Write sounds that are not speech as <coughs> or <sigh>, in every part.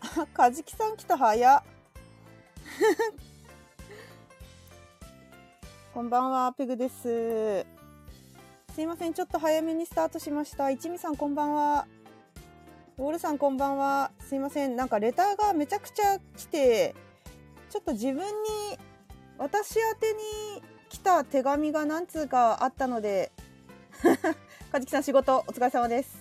<laughs> かじきさん来た早っ <laughs> こんばんはペグですすいませんちょっと早めにスタートしました一味さんこんばんはウォルさんこんばんはすいませんなんかレターがめちゃくちゃ来てちょっと自分に私宛てに来た手紙が何通かあったので <laughs> かじきさん仕事お疲れ様です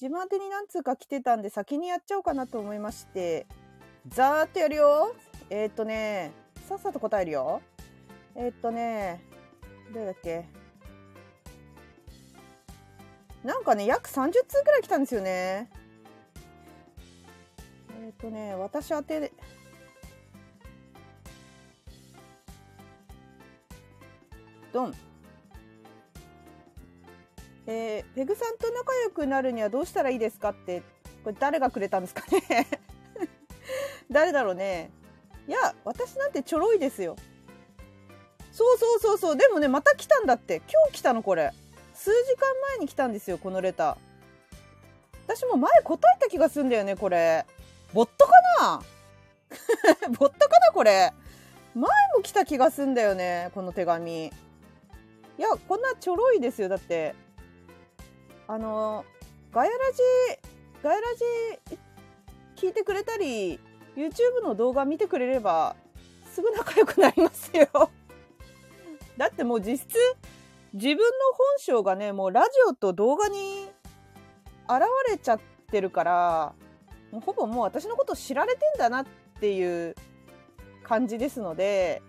自分宛てに何通か来てたんで先にやっちゃおうかなと思いましてざーっとやるよえー、っとねさっさと答えるよえー、っとねどれだっけなんかね約30通くらい来たんですよねえー、っとね私宛てドンえー、ペグさんと仲良くなるにはどうしたらいいですかってこれ誰がくれたんですかね <laughs> 誰だろうねいや私なんてちょろいですよそうそうそうそうでもねまた来たんだって今日来たのこれ数時間前に来たんですよこのレター私も前答えた気がするんだよねこれボットかな <laughs> ボットかなこれ前も来た気がすんだよねこの手紙いやこんなちょろいですよだってあのガヤラジガヤラジ聞いてくれたり YouTube の動画見てくれればすぐ仲良くなりますよ <laughs> だってもう実質自分の本性がねもうラジオと動画に現れちゃってるからもうほぼもう私のこと知られてんだなっていう感じですので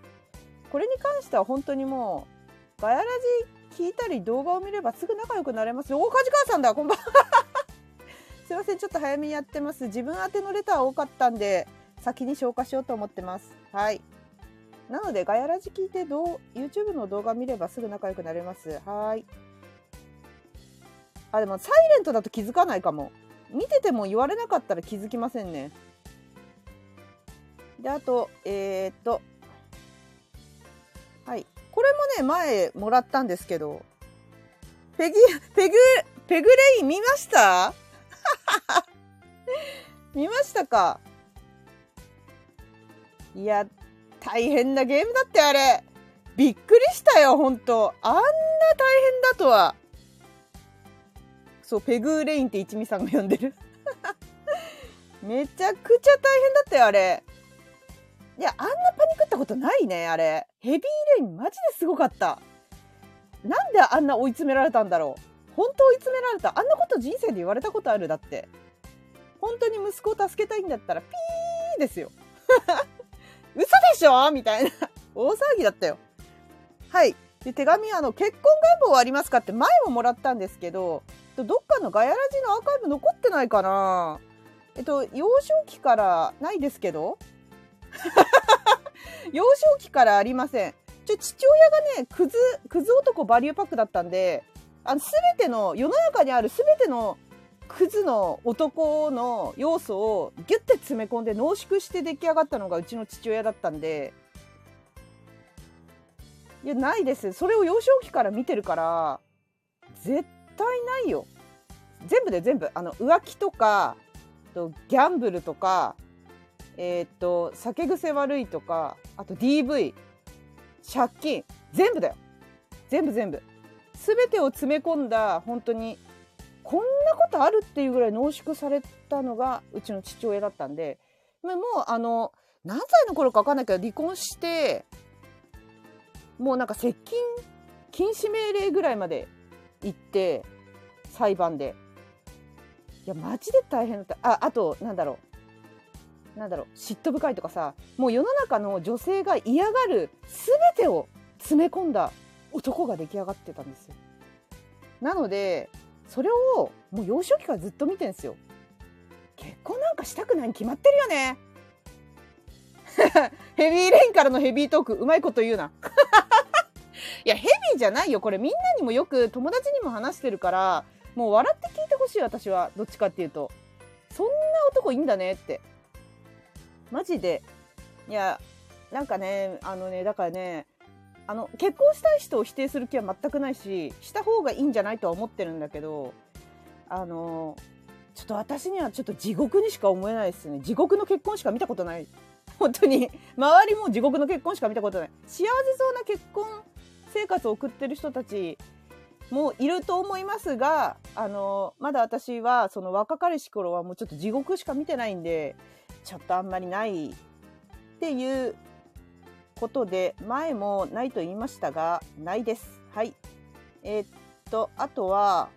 これに関しては本当にもうガヤラジ聞いたり動画を見ればすぐ仲良くなれますよお梶川さんだこんばんは <laughs> すいませんちょっと早めにやってます自分宛てのレター多かったんで先に消化しようと思ってますはいなのでガヤラジ聞いてどう YouTube の動画見ればすぐ仲良くなれますはいあでもサイレントだと気づかないかも見てても言われなかったら気づきませんねであとえー、っとはいこれもね前もらったんですけどペギペグペグレイン見ました <laughs> 見ましたかいや大変なゲームだってあれびっくりしたよ本当あんな大変だとはそうペグレインって一味さんが呼んでる <laughs> めちゃくちゃ大変だったよあれいや、あんなパニックったことないね、あれ。ヘビーレイン、マジですごかった。なんであんな追い詰められたんだろう。本当追い詰められた。あんなこと人生で言われたことあるだって。本当に息子を助けたいんだったら、ピーですよ。 <laughs> 嘘でしょみたいな。大騒ぎだったよ。はい。で、手紙、あの、結婚願望はありますかって前ももらったんですけど、どっかのガヤラジのアーカイブ残ってないかなえっと、幼少期からないですけど、 <laughs> 幼少期からありません。ちょ父親がね、クズ、クズ男バリューパックだったんで、あの、すべての、世の中にあるすべてのクズの男の要素をギュッて詰め込んで濃縮して出来上がったのがうちの父親だったんで、いや、ないです。それを幼少期から見てるから、絶対ないよ。全部で全部。あの、浮気とか、とギャンブルとか、えー、っと、酒癖悪いとか、あと DV、借金、全部だよ。全部全部。すべてを詰め込んだ、本当に、こんなことあるっていうぐらい濃縮されたのが、うちの父親だったんで、もう、あの、何歳の頃か分かんないけど、離婚して、もうなんか接近、禁止命令ぐらいまで行って、裁判で。いや、マジで大変だった。あ、あと、なんだろう。なんだろう嫉妬深いとかさもう世の中の女性が嫌がる全てを詰め込んだ男が出来上がってたんですよなのでそれをもう幼少期からずっと見てんですよ結婚なんかしたくないに決まってるよね <laughs> ヘビーレインからのヘビートークうまいこと言うな <laughs> いやヘビーじゃないよこれみんなにもよく友達にも話してるからもう笑って聞いてほしい私はどっちかっていうとそんな男いいんだねってマジでいやなんかねあのねだからねあの結婚したい人を否定する気は全くないしした方がいいんじゃないとは思ってるんだけどあのちょっと私にはちょっと地獄にしか思えないですね地獄の結婚しか見たことない本当に周りも地獄の結婚しか見たことない幸せそうな結婚生活を送ってる人たちもいると思いますがあのまだ私はその若かりし頃はもうちょっと地獄しか見てないんでちょっとあんまりないっていうことで前もないと言いましたがないですはいえーっとあとは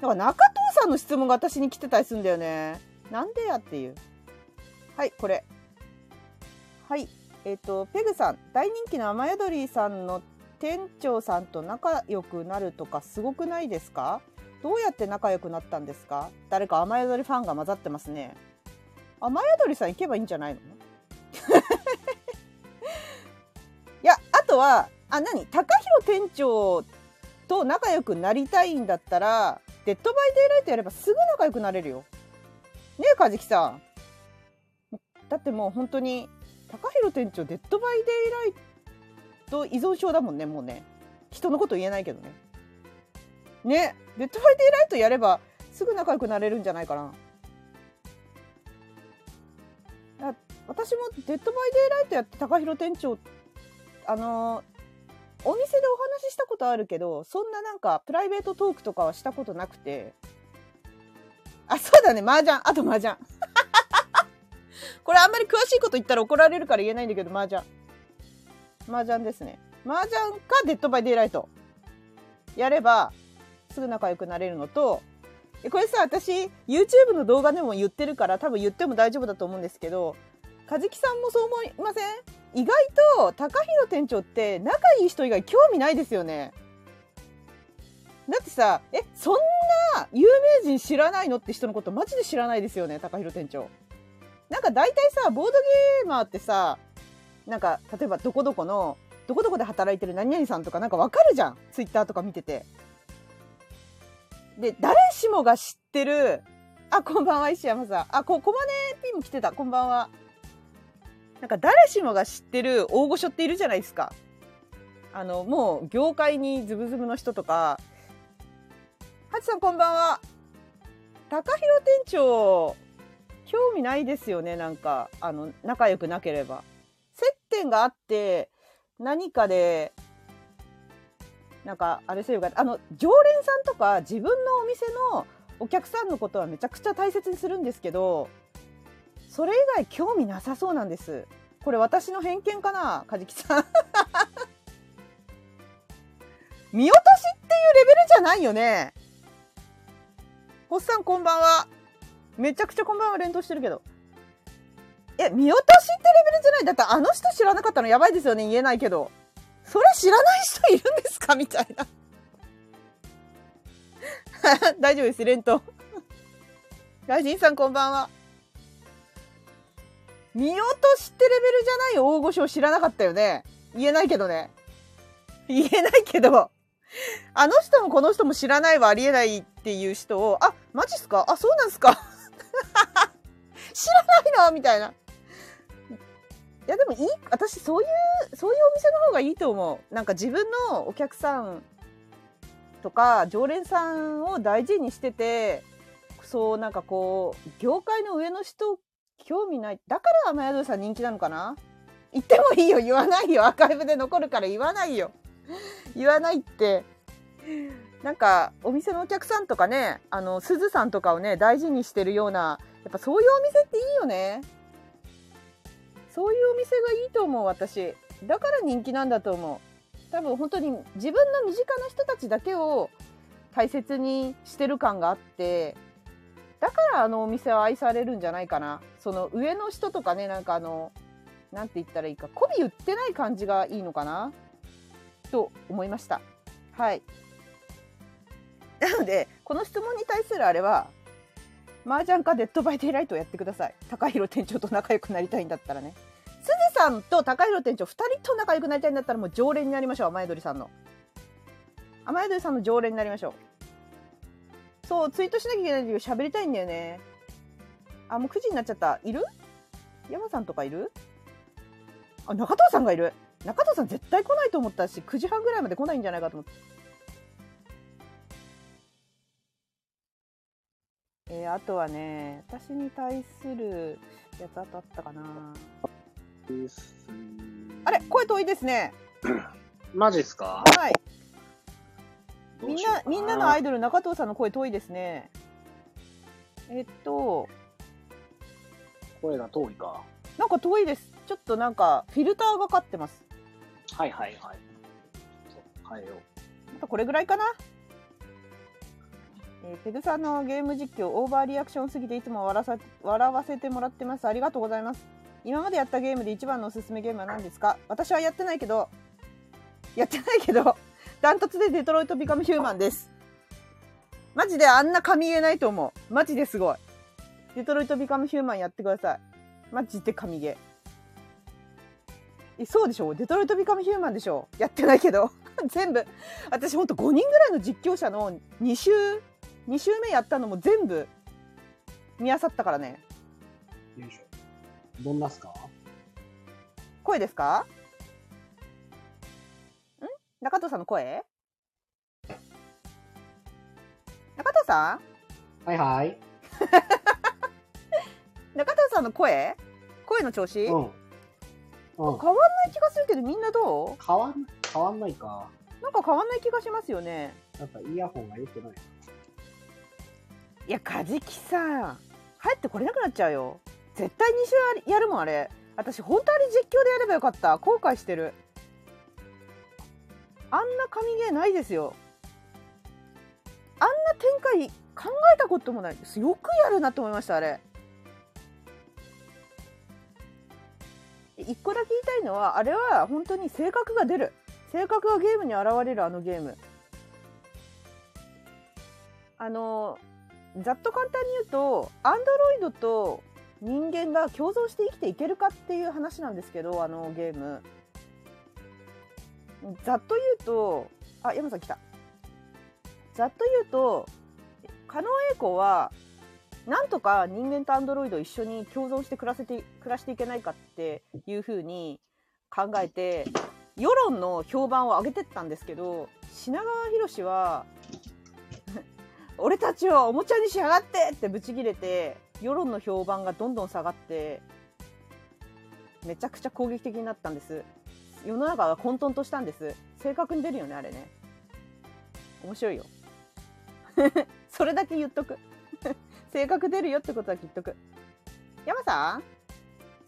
だから中藤さんの質問が私に来てたりするんだよねなんでやっていうはいこれはいえーっとペグさん大人気の雨宿りさんの店長さんと仲良くなるとかすごくないですかどうやって仲良くなったんですか誰か雨宿りファンが混ざってますね雨宿りさん行けばいいんじゃないの <laughs> いやあとはあ何高弘店長と仲良くなりたいんだったら「デッド・バイ・デイ・ライト」やればすぐ仲良くなれるよ。ねえ梶木さん。だってもう本当に高弘店長「デッド・バイ・デイ・ライト」と依存症だもんねもうね人のこと言えないけどねねデッドバイデイライトやればすぐ仲良くなれるんじゃないかなあ私もデッドバイデイライトやって高弘店長あのーお店でお話ししたことあるけどそんななんかプライベートトークとかはしたことなくてあそうだね麻雀あと麻雀 <laughs> これあんまり詳しいこと言ったら怒られるから言えないんだけど麻雀麻雀ですね麻雀かデッドバイデイライトやればすぐ仲良くなれるのとえこれさ私 YouTube の動画でも言ってるから多分言っても大丈夫だと思うんですけど和樹さんもそう思いません意外と高弘店長って仲いい人以外興味ないですよねだってさえそんな有名人知らないのって人のことマジで知らないですよね高弘店長なんか大体さボードゲーマーってさなんか例えばどこどこのどこどこで働いてる何々さんとかなんかわかるじゃんツイッターとか見てて。で誰しもが知ってるあこんばんは石山さんあこ小金ピンも来てたこんばんはなんか誰しもが知ってる大御所っているじゃないですかあのもう業界にズブズブの人とかハチさんこんばんは高弘店長興味ないですよねなんかあの仲良くなければ接点があって何かでなんかあれせよがあの常連さんとか自分のお店のお客さんのことはめちゃくちゃ大切にするんですけどそれ以外興味なさそうなんですこれ私の偏見かな梶木さん <laughs> 見落としっていうレベルじゃないよねほっさんこんばんはめちゃくちゃこんばんは連動してるけどえ見落としってレベルじゃないだってあの人知らなかったのやばいですよね言えないけどそれ知らない人いるんですか <laughs> みたいな大丈夫です連 <laughs> 投ラジンさんこんばんは見落としってレベルじゃない大御所を知らなかったよね言えないけどね言えないけどあの人もこの人も知らないはありえないっていう人をあマジっすかあそうなんすか <laughs> 知らないのみたいないやでもいい私そういうそういうお店の方がいいと思うなんか自分のお客さんとか常連さんを大事にしててそうなんかこう業界の上の人興味ないだから雨宿りさん人気なのかな言ってもいいよ言わないよアーカイブで残るから言わないよ言わないってなんかお店のお客さんとかねあのすずさんとかをね大事にしてるようなやっぱそういうお店っていいよねそういうお店がいいと思う私だから人気なんだと思う多分本当に自分の身近な人たちだけを大切にしてる感があってだからあのお店は愛されるんじゃないかなその上の人とかねなんかあのなんて言ったらいいか媚び売ってない感じがいいのかなと思いましたはいなのでこの質問に対するあれは麻雀かデッドバイデイライトをやってください高弘店長と仲良くなりたいんだったらねすずさんと高弘店長2人と仲良くなりたいんだったらもう常連になりましょう雨宿りさんの雨宿りさんの常連になりましょうそうツイートしなきゃいけないんだけど喋りたいんだよねあもう9時になっちゃったいる山さんとかいるあ中藤さんがいる中藤さん絶対来ないと思ったし9時半ぐらいまで来ないんじゃないかと思ってえねあとはね私に対するやつあとあったかなですあれ声遠いですねマジっすかはいどみうんしようなかみんなのアイドル中藤さんの声遠いですねえっと声が遠いか。なんか遠いですちょっとなんかフィルターがかかってますはいはいはい。そう変えよう。あとこれぐらいかな、えーペグさんのゲーム実況オーバーリアクションすぎていつも笑さ笑わせてもらってますありがとうございます今までやったゲームで一番のおすすめゲームは何ですか私はやってないけどやってないけど <laughs> ダントツでデトロイトビカムヒューマンですマジであんな神ゲーないと思うマジですごいデトロイトビカムヒューマンやってくださいマジで神ゲーえそうでしょデトロイトビカムヒューマンでしょやってないけど <laughs> 全部私ほんと5人ぐらいの実況者の2週2週目やったのも全部見あさったからねよいしょ。どんなっすか声ですかん中藤さんの声中藤さはいはい。ん中藤さんの声声の調子、う変わん。うん。んない気がするけどみんなど変わん、変わんないか。うなんか変わんない気がしますよねやっぱイヤホンが良くない。いやカジキさん入ってこれなくなっちゃうよ絶対2週やるもんあれ私本当あれ実況でやればよかった後悔してるあんな神ゲーないですよあんな展開考えたこともないですよくやるなと思いましたあれ一個だけ言いたいのはあれは本当に性格が出る性格がゲームに現れるあのゲームあのざっと簡単に言うとアンドロイドと人間が共存して生きていけるかっていう話なんですけどあのゲームざっと言うとあ山さん来たざっと言うと狩野英孝はなんとか人間とアンドロイドを一緒に共存して暮らせて暮らしていけないかっていうふうに考えて世論の評判を上げてったんですけど品川博は俺たちをおもちゃにしやがってってブチ切れて世論の評判がどんどん下がってめちゃくちゃ攻撃的になったんです世の中が混沌としたんです正確に出るよねあれね面白いよ <laughs> それだけ言っとく <laughs> 性格出るよってことは言っとく山さん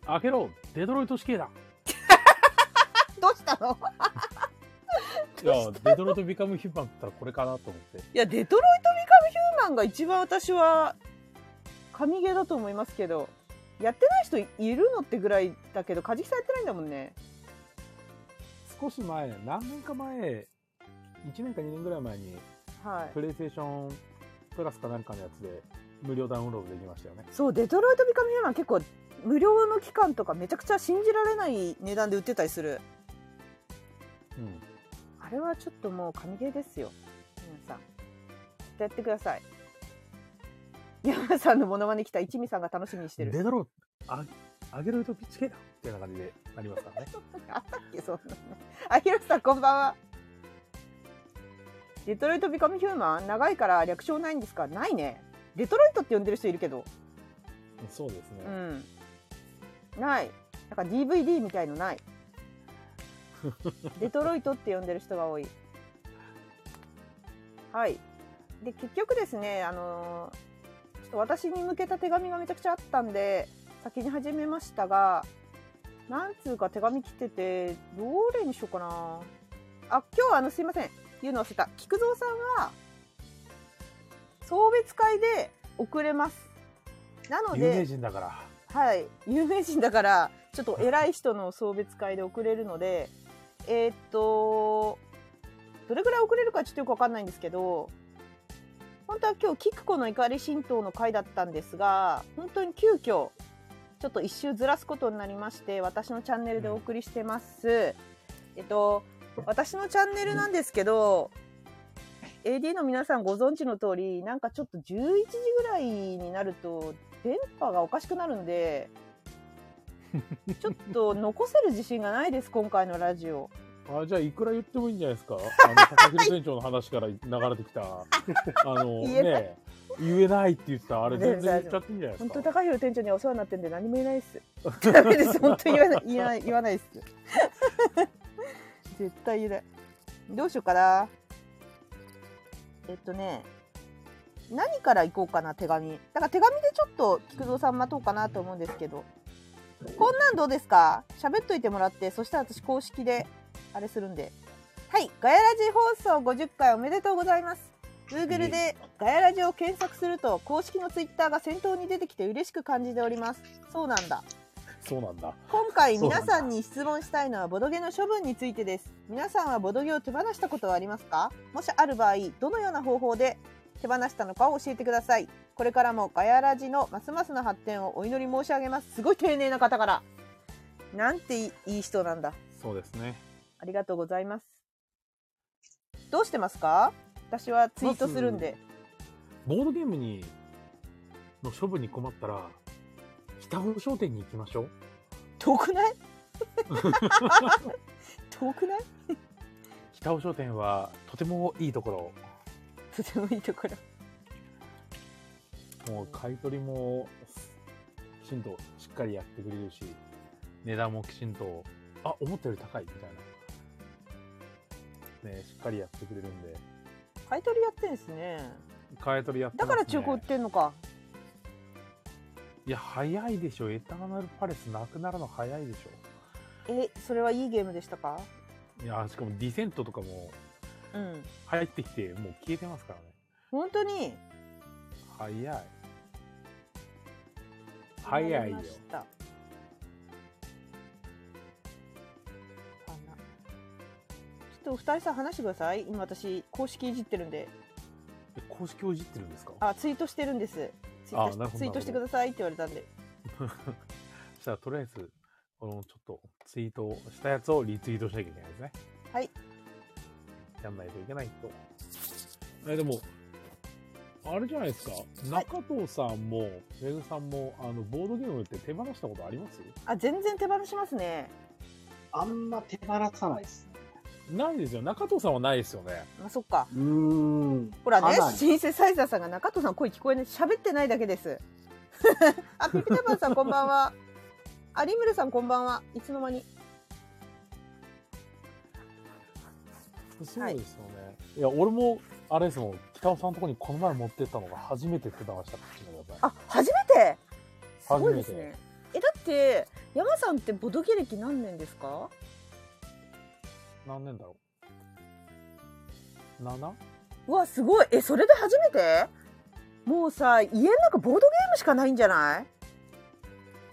開けろデトロイト死刑だどうしたのいやデトロイトビカムヒューマンって言ったらこれかなと思っていやデトロイト・ビカム・ヒューマンが一番私は神ゲーだと思いますけどやってない人いるのってぐらいだけどカジキさんやってないんだもんね少し前何年か前1年か2年ぐらい前にはいプレイステーションプラスかなんかのやつで無料ダウンロードできましたよねそうデトロイト・ビカム・ヒューマン結構無料の期間とかめちゃくちゃ信じられない値段で売ってたりするうんあれはちょっともう神ゲーですよ皆さんきっとやってください山さんのモノマネ来た一味さんが楽しみにしてるデトロああげろとピッチ系だっていうような感じでなりますからねあったっけそんなのあひろさんこんばんはデトロイトビカムヒューマン長いから略称ないんですかないねデトロイトって呼んでる人いるけどそうですね、うんないなんか DVD みたいのないデトロイトって呼んでる人が多いはいで結局ですねあのーちょっと私に向けた手紙がめちゃくちゃあったんで先に始めましたがなんつうか手紙来ててどれにしようかなあ今日はあのすいません言うの忘れた菊蔵さんは送別会で遅れますなので有名人だからはい、有名人だからちょっと偉い人の送別会で遅れるのでえーっとどれぐらい遅れるかちょっとよくわかんないんですけど本当は今日キクコの怒り神道の会だったんですが本当に急遽ちょっと一周ずらすことになりまして私のチャンネルでお送りしてます、えっと私のチャンネルなんですけど AD の皆さんご存知の通りなんかちょっと11時ぐらいになると電波がおかしくなるんでちょっと残せる自信がないです今回のラジオあじゃあいくら言って <laughs> もいいんじゃないですかあの高広店長の話から流れてきたあの言えないね言えないって言ってたあれ全然言っちゃっていいんじゃないです本か当高弘店長にはお世話になってんで何も言えないっすダメです本当に言わない言わない言わないっす絶対言えないどうしようかなえっとね何から行こうかな手紙だから手紙でちょっと菊蔵さん待とうかなと思うんですけどこんなんどうですか喋っといてもらってそしたら私公式であれするんではいガヤラジ放送50回おめでとうございます Google で「ガヤラジ」を検索すると公式の Twitter が先頭に出てきて嬉しく感じておりますそうなんだそうなんだ今回皆さんに質問したいのはボドゲの処分についてです皆さんはボドゲを手放したことはありますかもしある場合どのような方法で手放したのかを教えてくださいこれからもガヤラジのますますの発展をお祈り申し上げますすごい丁寧な方からなんていいいい人なんだそうですねありがとうございますどうしてますか私はツイートするんで、ボードゲームにの処分に困ったら北風商店に行きましょう <laughs> 遠くない遠くない <laughs> 北尾商店はとてもいいとことてもいいところろもう買い取りもきちんとしっかりやってくれるし値段もきちんとあ思ったより高いみたいなねしっかりやってくれるんで買い取りやってんですね買い取りやってだます、ね、から中古売ってんのかいや早いでしょエターナルパレスなくなるの早いでしえそれはいいゲームでしたかょいやしかもディセントとかもうん入ってきてもう消えてますからね本当に早い早いよわかりました花ちょっとお二人さん話してください今私公式いじってるんでえ公式をいじってるんですかあツイートしてるんですツイーあトしなるほどツイートしてくださいって言われたんでそしたらとりあえずこのちょっとツイートしたやつをリツイートしなきゃいけないですねはいやんないといけないとえでもあれじゃないですか中藤さんもめぐさんもあのボードゲームって手放したことありますあ全然手放しますねあんま手放さないですね。ないですよ中藤さんはないですよねまあそっかうーん。ほらねかな、りシンセサイザーさんが中藤さん声聞こえない、喋ってないだけです。あ、ピピタパンさんこんばんは。あ、リムルさんこんばんは。いつの間に。そうですよね、い、や俺もあれですもん北尾さんのところにこの前持ってったのが初めて手放したっていうのがあ、初めてす初ごいめでてすね。え、だって、山さんってボドゲ歴何年ですか何年だろう 7? うわ、すごい。え、それで初めてもうさ、家の中ボードゲームしかないんじゃない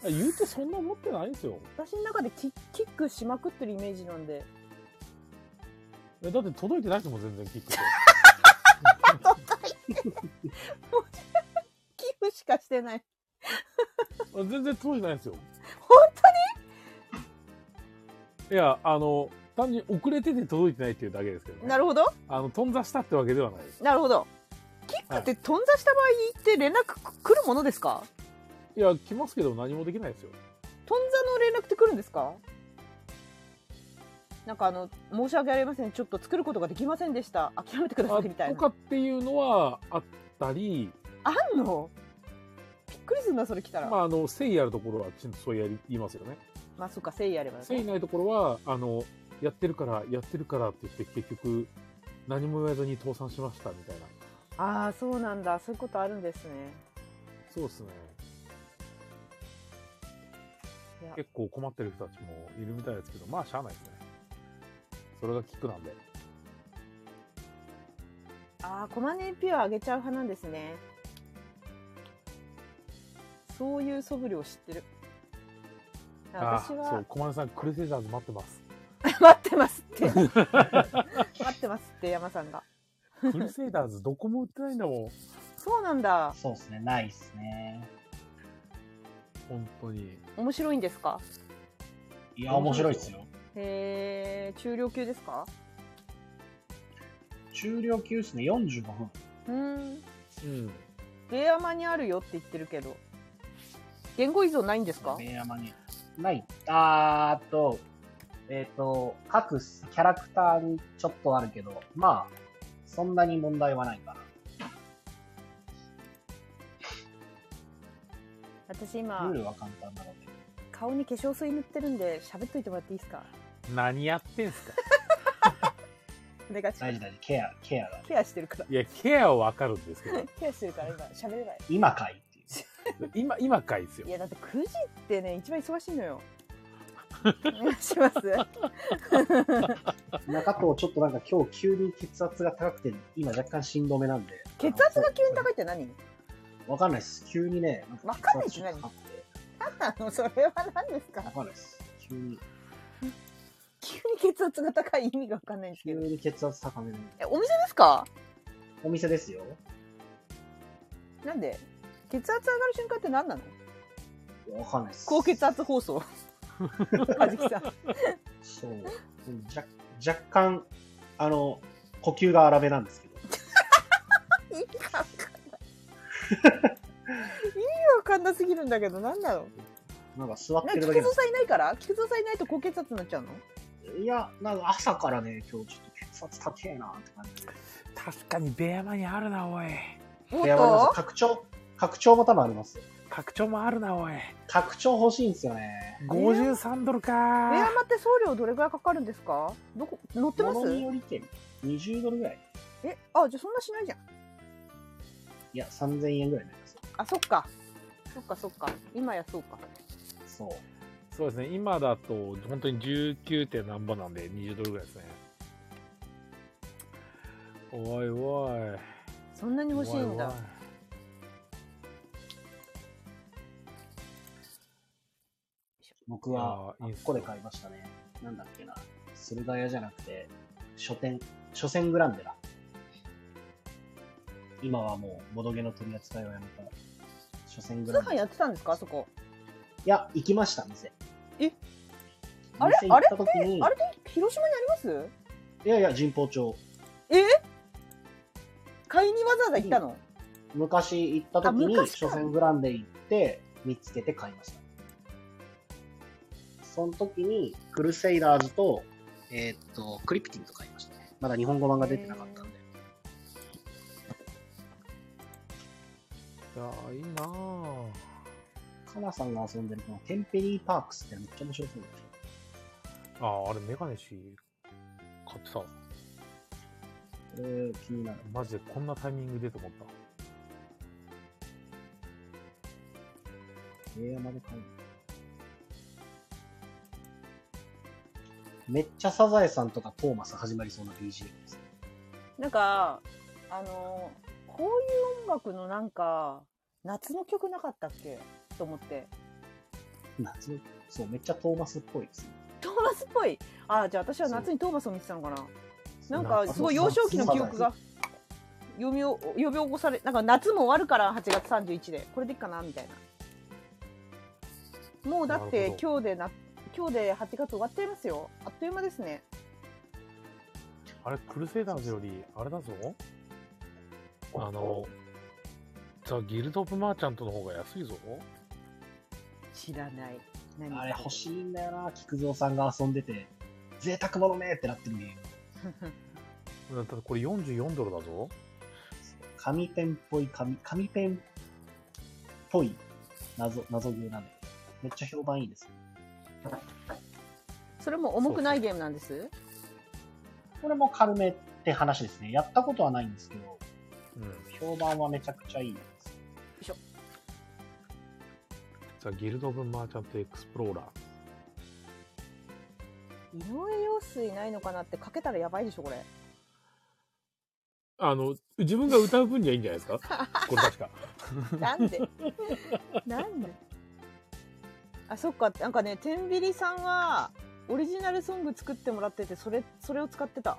あ言うてそんな持ってないですよ私の中でキキックしまくってるイメージなん <laughs> で。えだって届いてない人もん全然キックで寄付しかしてない。あ <laughs> 全然届いてないですよ本いやあの単純に遅れてて届いてないっていうだけですけ当どねになるほど。あの頓挫したってわけではないですなるほど。キックって頓挫した場合って連絡く来るものですかいや来ますけど何もできないですよ頓挫の連絡って来るんですかなんかあの申し訳ありませんちょっと作ることができませんでした諦めてくださ <laughs> あいみたいとなかっていうのはあったりあんのびっくりするなそれ来たらままあ、ああの誠意あるところはきちんとそうやり言いますよねそっか誠意あれば誠意ないところはあのやってるからやってるからって言って結局何も言わずに倒産しましたみたいなああそうなんだそういうことあるんですねそうですねいや結構困ってる人たちもいるみたいですけどまあしゃあないですねそれがキックなんでああコマネ AP は上げちゃう派なんですねそういう素振りを知ってるああ私あはそう駒根さんクルセイダーズ待ってます <laughs> 待ってますって待ってますって山さんがクルセイダーズどこも売ってないんだもんそうなんだそうですね、ないですね。本当に面白いんですかいや、面白いですよ。へえ中量級ですか中量級ですね、45分。うーんうんレアマにあるよって言ってるけど言語依存ないんですかベーヤマに。ない。あーっと、えっ、と、各キャラクターにちょっとあるけど、まあ、そんなに問題はないかな。私今ルールは簡単なので。顔に化粧水塗ってるんで喋っといてもらっていいですか何やってんすかお願いします大事大事、ケア、ケアだ。ケアしてるから <laughs> いや、ケアはわかるんですけど、ケアしてるから今喋れない今かいっていう。今、今かいですよい。やだって9時ってね一番忙しいのよお願いし <laughs> ます中藤、ちょっとなんか今日急に血圧が高くて、今若干心動めなんで。血圧が急にい高いって何わかんないです。急にね、わかんないって何高くてあのそれは何ですわかかんないです。急に、急に血圧が高い意味がわかんないんです急けどに血圧高めの。えお店ですかお店ですよ。なんで血圧上がる瞬間って何なのわかんないです。高血圧放 <laughs> 送はじきさんそう。若若干、あの、呼吸が荒めなんですけど。意味がわかんない意味がわかんなすぎるんだけど何なのなんか座っなてんるか菊蔵だけなんでさんいないから菊蔵さんいないと高血圧になっちゃうのす。いや、なんか朝からね、今日ちょっと血圧高えなって感じで。確かにベアマにあるな、おい。おいや、わかりまっす拡張、拡張も多分ありますよ。拡張もあるな、おい。拡張欲しいんですよね。 53ドルとレアか。マって送料どれぐらいかかるんですかどこ乗ってま物にすよりけ20ドルぐらい。えあじゃあそんなしないじゃんいや、3000円ぐらいになりますよ。あそっかそっかそっか今やそうかそう。そうですね、今だと、本当に 19. 点何本なんで、20ドルぐらいですね。おいおい。そんなに欲しいんだおいおい僕は、いやーいいっすよここで買いましたね。なんだっけな。駿河屋じゃなくて、書店、書店グランデだ。今はもう、ボドゲの取り扱いはやめた。書店グ通ランデ。販いやってたんですかあそこや、行きました、店。えあれ店行った時にあれって広島にありますいやいや、神保町。買いにわざわざ行ったの昔行った時にあ昔か初戦グランデ行って見つけて買いましたその時にクルセイダーズと,、えーっとクリプティンと買いましたねまだ日本語版が出てなかったんでいやーいいなぁカナさんが遊んでるこのテンペリーパークスってめっちゃ面白そうであーあれメガネシ買ってたすよこれ気になるマジでこんなタイミングでと思ったレアまで買うのめっちゃサザエさんとかトーマス始まりそうな BGM ですねなんかあのこういう音楽のなんか夏の曲なかったっけと思って夏のそうめっちゃトーマスっぽいですねトーマスっぽいあじゃあ私は夏にトーマスを見てたのかななんあかそうすごい幼少期の記憶が呼びを呼び起こされなんか夏も終わるから8月31でこれでいいかなみたいなもうだっなるてほ今日でな今日で8月終わっちゃいますよあっという間ですねあれクルセイダーズよりあれだぞあのザ・ギルド・オブ・マーチャントの方が安いぞ知らない何あれ欲しいんだよな、菊蔵さんが遊んでて、贅沢者めってなってるゲーム。だってこれ44ドルだぞ紙ペンっぽい、紙、紙ペンっぽい謎、謎ゲーなんで、めっちゃ評判いいです。 <laughs> それも重くないゲームなんですこれも軽めって話ですね。やったことはないんですけど、うん評判はめちゃくちゃいいです。ザ・ギルド・オブ・マーチャント・エクスプローラー井上陽水ないのかなってかけたらやばいでしょこ <laughs> れあの自分が歌う分にはいいんじゃないですかこれ確かなんでなんであそっかなんかねてんびりさんはオリジナルソング作ってもらっててそれそれを使ってた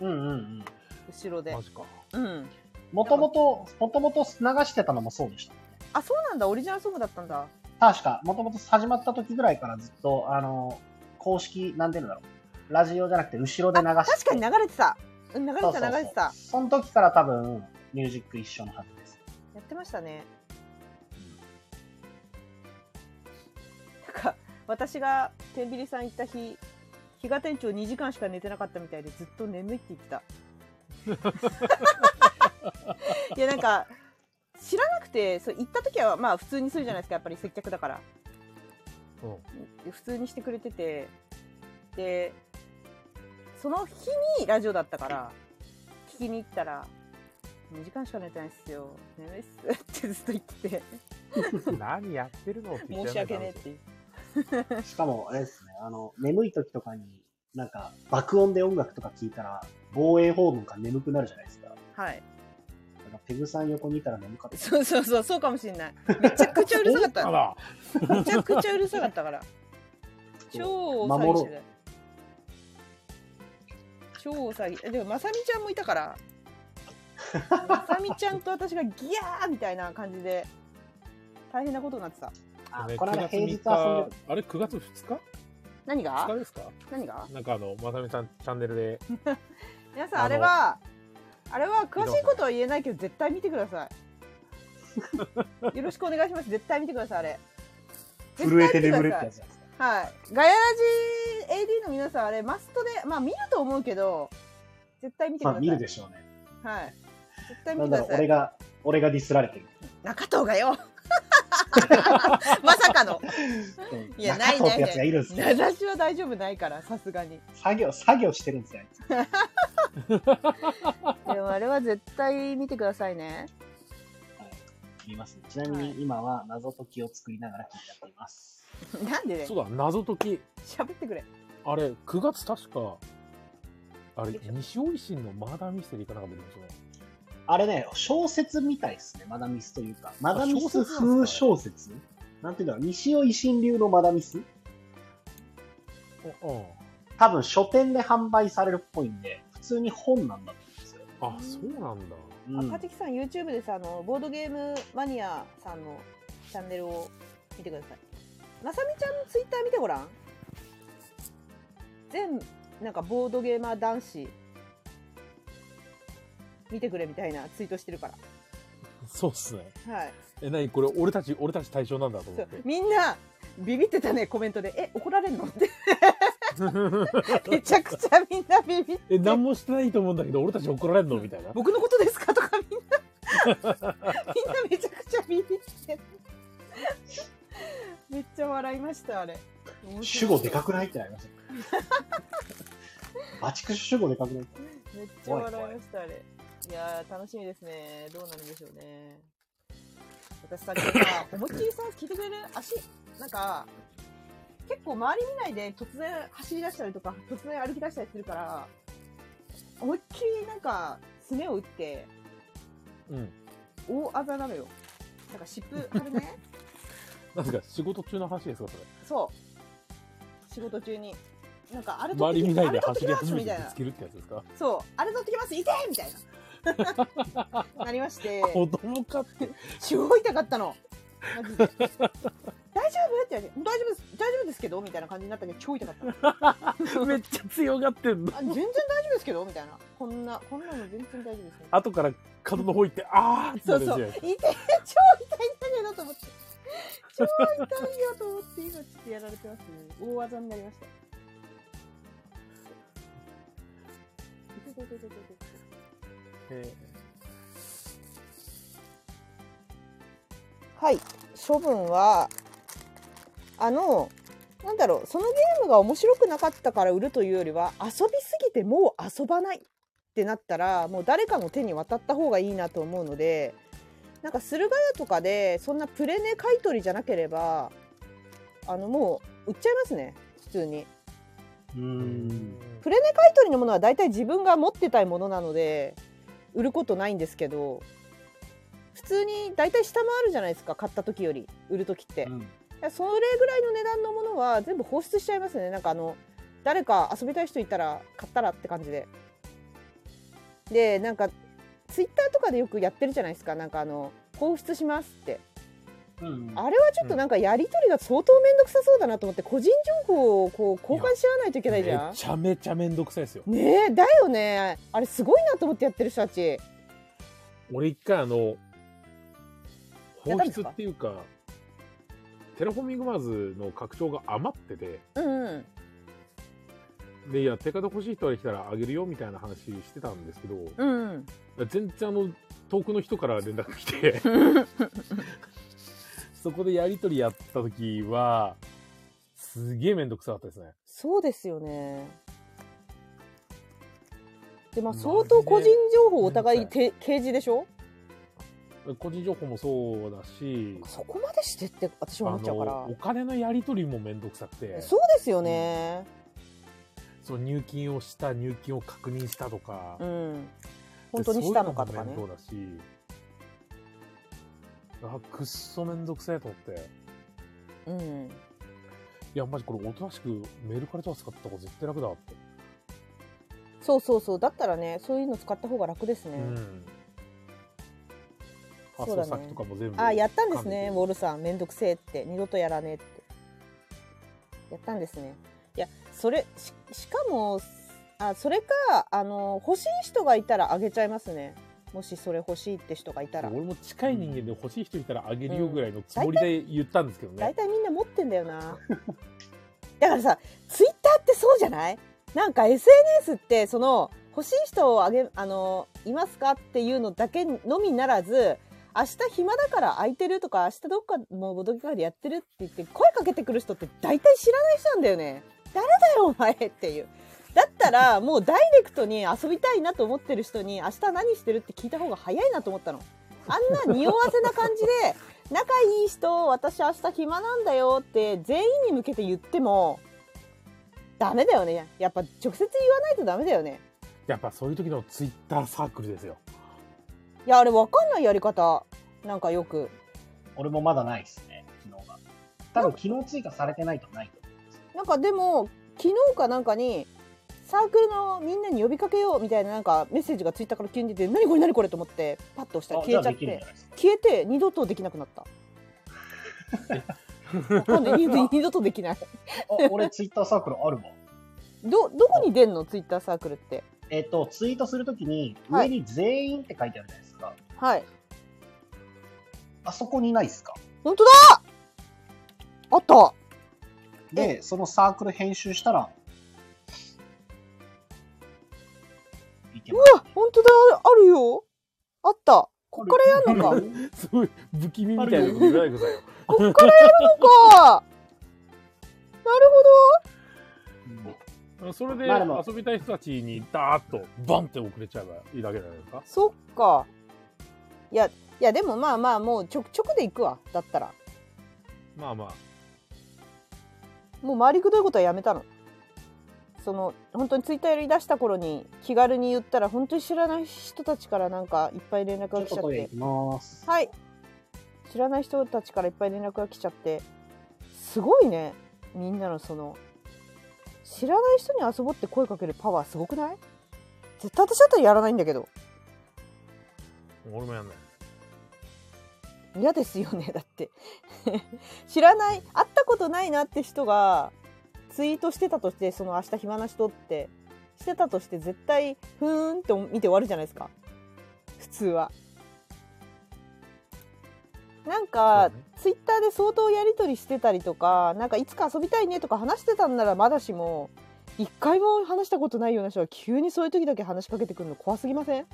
うんうんうん。後ろでマジかうんもともと、もともと流してたのもそうでした。あそうなんだオリジナルソングだったんだ確か、もともと始まった時ぐらいからずっと、あの、公式、なんて言うんだろう。ラジオじゃなくて、後ろであ流確して。かに流れてたうん流れそうてそうそうた流れてたその時から多分、ミュージック一緒のはずです。やってましたねなんか私がてんびりさん行った日比嘉店長2時間しか寝てなかったみたいでずっと <laughs> 眠いって言ってたいやなんか知らなくてそう行った時はまあ普通にするじゃないですかやっぱり接客だからうん。普通にしてくれててでその日にラジオだったから聞きに行ったら「2時間しか寝てないっすよ眠いっす」ってずっと言ってて何やってるのって言っ <laughs> 申しちゃう訳よねえっねていうしかも、あれですね、あの、眠い時とかに、なんか、爆音で音楽とか聞いたら、防衛訪問が眠くなるじゃないですか。はいなんかペグさん横にいたら眠かった。そうそうそうそうかもしんないめちゃくちゃうるさかっ <laughs> あたらめちゃくちゃうるさかった <laughs> から超大守騒ぎろしてう。た超大騒ぎえでもまさみちゃんもいたからまさみちゃんと私がギャーみたいな感じで大変なことになってたあ、ねこれ9は月平日遊んで3る。日あれ9月2日何が ?2 日ですか何がなんかあのまさみさんチャンネルで皆さんあのあれはあれは詳しいことは言えないけど絶対見てくださ <laughs> いよろしくお願いします絶対見てくださいあれ震えて絶対見眠れくっだてさいやつじゃないですか。はいガヤラジ AD の皆さんあれマストでまあ見ると思うけど絶対見てくだまさあ、い、見るでしょうね。はい絶対見てなんくだだろう、さ俺いが、俺がディスられてる。中藤が <laughs> よまさかのうんいや中藤ってやつがいるんですいけやど私は大丈夫ないからさすがに作業、作業してるんですよ。あいつでもあれは絶対見てくださいね見ますね。ちなみはに今は謎解きを作りながら聞いちゃっています。なんでねそうだ謎解き喋ってくれあれ9月確かあれ西尾維新のマーダーミステリーかなんか出てますねあれね、小説みたいですね。マダミスというか。マダミ小説なんスですかね風小説なんていうんだろう。西尾維新流のマダミスおうん多分書店で販売されるっぽいんで、普通に本なんだと思うんですよ。あそうなんだうん赤木さん YouTube でさあのボードゲームマニアさんのチャンネルを見てくださいまさみちゃんのツイッター見てごらん全なんかボードゲーマー男子見てくれみたいなツイートしてるかそうっすねらはいえ何これ俺たち俺たち対象なんだとそ <laughs> 思っうてみんなビビってたねコメントでえ怒られるのってめちゃくちゃみんなビビっ <laughs> え何もしてないと思うんだけど俺たち怒られるのみたいな僕のことですかとかみんな <laughs> みんなめちゃくちゃビビってめっちゃ笑いましたあれ主語でかくくないってなりました <laughs> ね。バチクシ主語でかくないめっちゃ笑いましたあれいやー楽しみですねどうなるんでしょうね私さっき <laughs> さ思いっきりさ聞いてくれる足なんか結構周り見ないで突然走り出したりとか突然歩き出したりするから思いっきりなんかすねを打ってうん大あざなのよなんか湿布貼るねなんか仕事中の話ですかそれそう。仕事中に。なんか、あれ周取っりて見きないであれ取って走きります始めみたいてぶなつ。けるってやつですかそう。あれ取ってきます痛いみたい <laughs> な。なりまして、子供かって超痛かったの。マジで大丈夫って言われて、大丈夫です、大丈夫ですけどみたいな感じになったけど、超痛かったの。めっちゃ強がってんのあ全然大丈夫ですけどみたいな。こんな、こんなの全然大丈夫です、ね。後から角の方行ってあーってそなうるそう。じゃ痛、ないい <laughs> 超痛いんだけどと思って。超痛いよと思って、今ちょっとやられてます、ね。大技になりました。痛い痛い痛い痛い痛いはい処分はあのなんだろうそのゲームが面白くなかったから売るというよりは遊びすぎてもう遊ばないってなったらもう誰かの手に渡った方がいいなと思うのでなんか駿河屋とかでそんなプレネ買い取りじゃなければあのもう売っちゃいますね普通にううーんん。プレネ買い取りのものは大体自分が持ってたいものなので売ることないんですけど普通に大体下回るじゃないですか買った時より売る時ってう。んそれぐらいの値段のものは全部放出しちゃいますねなんかあの誰か遊びたい人いたら買ったらって感じででなんかツイッターとかでよくやってるじゃないですかなんかあの放出しますってうん。あれはちょっとなんかやり取りが相当面倒くさそうだなと思って個人情報をこう交換し合わないといけないじゃめんちゃめちゃめんどくさいですよねえだよねあれすごいなと思ってやってる人たち俺一回あのやっ放たんです出かっていうかテラフォーミングマーズの拡張が余っててうんうんでいや手数欲しい人が来たらあげるよみたいな話してたんですけどうん全然あの遠くの人から連絡来 <laughs> てそこでやり取りやった時はすげえ面倒くさかったですねそうですよね。で、まあマジで相当個人情報お互いて掲示でしょ個人情報もそうだしそこまでしてって私は思っちゃうかあのおら。金のやり取りも面倒くさくてそうですよね。その入金をした入金を確認したとか、うん。本当にしたのかとかでねそう。いうのも面倒だしあくっそ面倒くせえと思ってうん。いやマジこれおとなしくメルカリとか使った方が絶対楽だって、そうそうそう。だったらね、そういうの使った方が楽ですね。うん発そうだ送ね先とかも全部あやったんですねウ管ォルさんめんどくせえって二度とやらねえってやったんですねいやそれししかもあそれかあの欲しい人がいたらあげちゃいますねもしそれ欲しいって人がいた理でら俺も近い人間で欲しい人いたらあげるよぐらいのつもりで言ったんですけどね、大体みんな持ってんだよな <laughs> だからさツイッターってそうじゃないなんか SNS ってその欲しい人をあげあのいますかっていうのだけのみならず明日暇だから空いてるとか明日どっかもうボドゲカフェでやってるって言って声かけてくる人って大体知らない人なんだよね誰だよお前っていうだったらもうダイレクトに遊びたいなと思ってる人に明日何してるって聞いた方が早いなと思ったのあんな匂わせな感じで仲いい人私明日暇なんだよって全員に向けて言ってもダメだよねやっぱ直接言わないとダメだよねやっぱそういう時のツイッターサーク <laughs> ルですよいやあれわかんないやり方なんかよく俺もまだないですね、昨日が。多分昨日追加されてないとないと思うんですよ。なんかでも昨日かなんかにサークルのみんなに呼びかけようみたいななんかメッセージがツイッターから急に出て「何これ何これ」と思ってパッと押したらあじ消えゃあちゃっできるてんじゃないですか。消えて二度とできなくな <laughs> った。わかんない二度二度とできないあ、俺ツイッターサークルあるわ。どどこに出んのツイッターサークルって <laughs> えっ、と、ツイートするときに、は上いに全員って書いてあるじゃないですか。はいあそこにないですか本当だあったで、そのサークル編集したら、いけうまわ本当だあるよあったこっからやんのかすね。すごい不気味みたいなこと言わないでくださいよこっからやるのかなるうんそれでまあでも遊びたい人たちにダーッとバンって遅れちゃえばいいだけじゃないですかほどそっかいやいやでもまあまあもうちょくちょくで行くわだったらまあまあもう回りくどいことはやめたのその本当にツイッターやり出した頃に気軽に言ったら本当に知らない人たちからなんかいっぱい連絡ちょが来っちとゃっトイレて行きます。はい知らない人たちからいっぱい連絡が来ちゃってすごいねみんなのその知らない人に遊ぼうって声かけるパワーすごくない絶対私だったらやらないんだけど俺もやんない嫌ですよねだって <laughs> 知らない会ったことないなって人がツイートしてたとしてその明日暇な人ってしてたとして絶対ふーんって見て終わるじゃないですか普通は。なんか、そうねツイッターで相当やり取りしてたりとかなんかいつか遊びたいねとか話してたんならまだしも一回も話したことないような人が急にそういう時だけ話しかけてくるの怖すぎません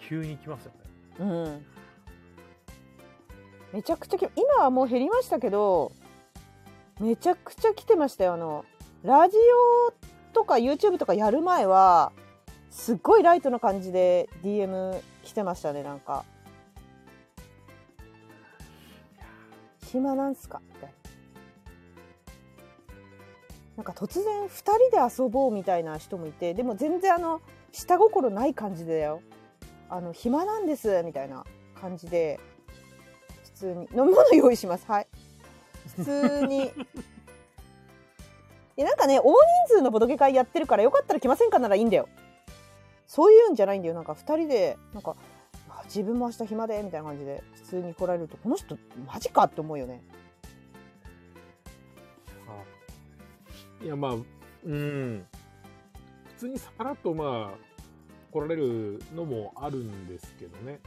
急に来ますよねうん、めちゃくちゃき今はもう減りましたけどめちゃくちゃ来てましたよあのラジオとか YouTube とかやる前はすっごいライトな感じで DM 来てましたねなんか「暇なんすか?」みたいな。なんか突然2人で遊ぼうみたいな人もいてでも全然あの下心ない感じでだよあの暇なんですみたいな感じで普通に飲み物用意しますはい普通に <laughs> いやなんかね大人数のボドゲ会やってるからよかったら来ませんかならいいんだよそういうんじゃないんだよなんか2人でなんかあ自分も明日暇でみたいな感じで普通に来られるとこの人マジかって思うよねいやまあうん普通にさらっとまあ来られるのもあるんですけどね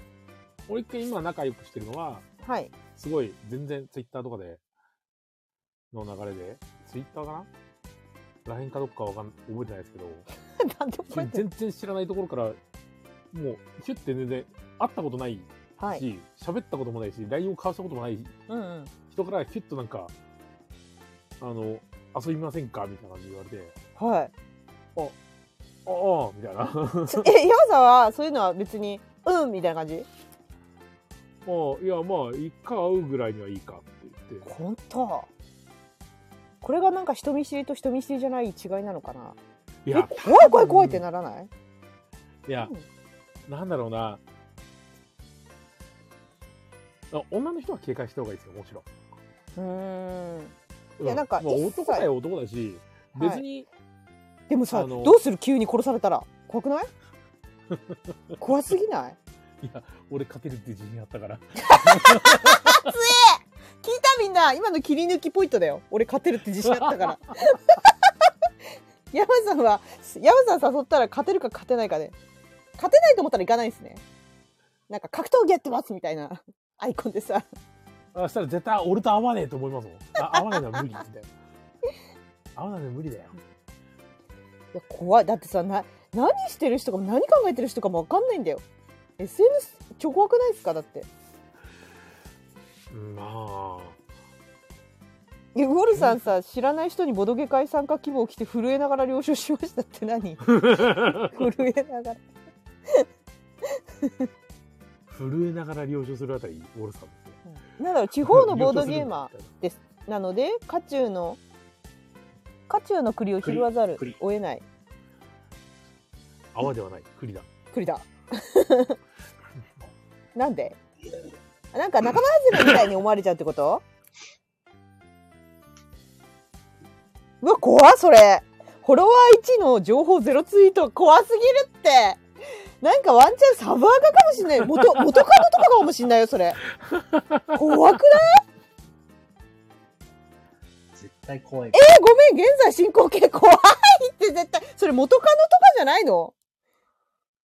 俺一回今仲良くしてるのははい <laughs> すごい全然ツイッターとかでの流れでツイッターかな LINE かどっかわかん覚えてないですけどなんで覚えてる全然知らないところからもうヒュッて全然会ったことないしはい。喋ったこともないし LINE を交わしたこともないうんうん。人からヒュッとなんかあの遊びませんかみたいな感じで言われてはい。 <laughs> ああみたいな <laughs> あちょえ、ヤマさんはそういうのは別に、うんみたいな感じあいやまあ一回会うぐらいにはいいかって言って本当これがなんか人見知りと人見知りじゃない違いなのかないえや怖い怖い怖いってならないいやなんだろうなあ女の人は警戒した方がいいですよもちろんうんうんういやなんかまあ一切男だよ男だしはい別に、でもさあのどうする急に殺されたら怖くない <laughs> 怖すぎない俺勝てるって自信あったから聞いたみんな今の切り抜きポイントだよ俺勝てるって自信あったから <laughs> 山さんは山さん誘ったら勝てるか勝てないかで勝てないと思ったら行かないですねなんか格闘技やってますみたいなアイコンでさあしたら絶対俺と合わねえと思いますもんあ合わないのは無理み <laughs> たいな合わないのは無理だよいや怖いだってさな何してる人かも何考えてる人かも分かんないんだよ SNS 超怖くないですかだってうんまあいやウォルさんさ知らない人にボドゲ会参加希望を着て震えながら了承しましたって <laughs> 何震えながら震えながら了承するあたり俺さんですねなんだろう地方のボードゲーマーなので渦中の渦中の栗を拾わざる栗栗を得ない泡ではない栗だ栗だなんでなんか仲間外れみたいに思われちゃうってことうわ怖っそれフォロワー1の情報ゼロツイート怖すぎるってなんかワンチャンサバーがかもしんない元元カノとかかもしんないよそれ怖くない絶対怖い。えごめん現在進行形怖いって絶対それ元カノとかじゃないの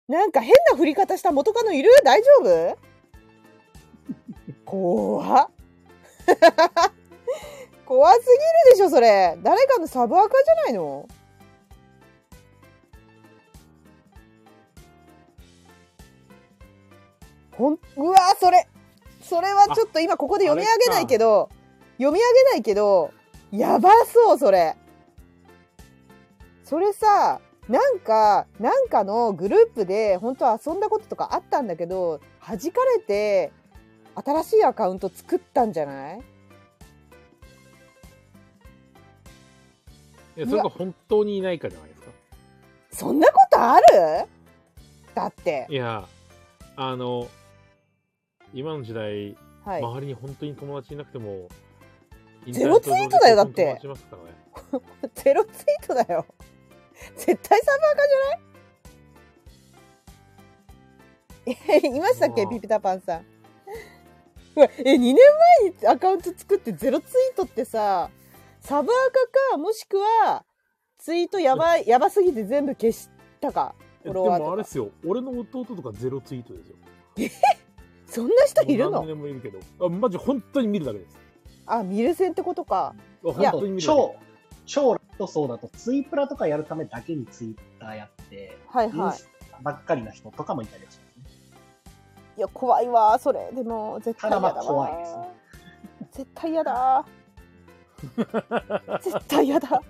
なんか変な振り方した元カノいる大丈夫怖っ <laughs> 怖すぎるでしょそれ誰かのサブアカじゃないのほんうわそれそれはちょっと今ここで読み上げないけど読み上げないけどやばそうそれそれさなんかなんかのグループで本当は遊んだこととかあったんだけど弾かれて新しいアカウント作ったんじゃないいやそれが本当にいないかじゃないですかそんなことあるだっていやあの今の時代、はい、周りに本当に友達いなくてもゼロツイートだよだってインターネット上で友達いますからねゼロツイートだよ絶対サブアカじゃないえいましたっけうわピピタパンさんうわえ2年前にアカウント作ってゼロツイートってさサブアカかもしくはツイートやばいやばすぎて全部消したかえフォでロワーもあとれでかすよ俺の弟とかゼロツイートですよそんな人いるもうの何でもいるけどあマジ本当に見るだけですあ見る線ってことかあいや本当に見るだけ超、超ラット層だとツイプラとかやるためだけにツイッターやって、はいインはいスタばっかりな人とかもいたりはしますね。いや怖いわそれでも絶対嫌だわただまあ怖いですね絶対嫌 <laughs> だ絶対嫌だ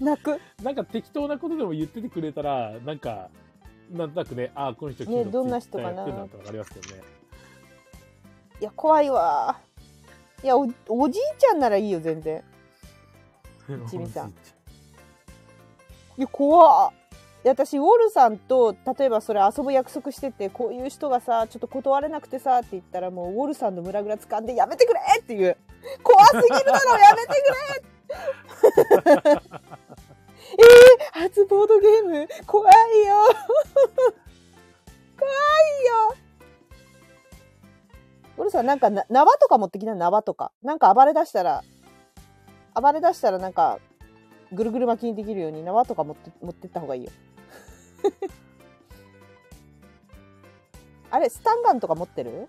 泣くなんか適当なことでも言っててくれたら、なんか、なんとなくね、ああ、この人、ねどんな人かなってなってわかりますけどね。いや怖いわいやおおじいちゃんならいいよ全然ちみさんいや怖っいや私ウォルさんと例えばそれ遊ぶ約束しててこういう人がさちょっと断れなくてさって言ったらもうウォルさんのムラグラ掴んでやめてくれっていう怖すぎるだろやめてくれえー、初ボードゲーム怖いよ怖いよウォルさんなんかな縄とか持ってきな縄とかなんか暴れ出したら暴れ出したらなんかぐるぐる巻きにできるように縄とか持って持ってった方がいいよ <laughs> あれスタンガンとか持ってる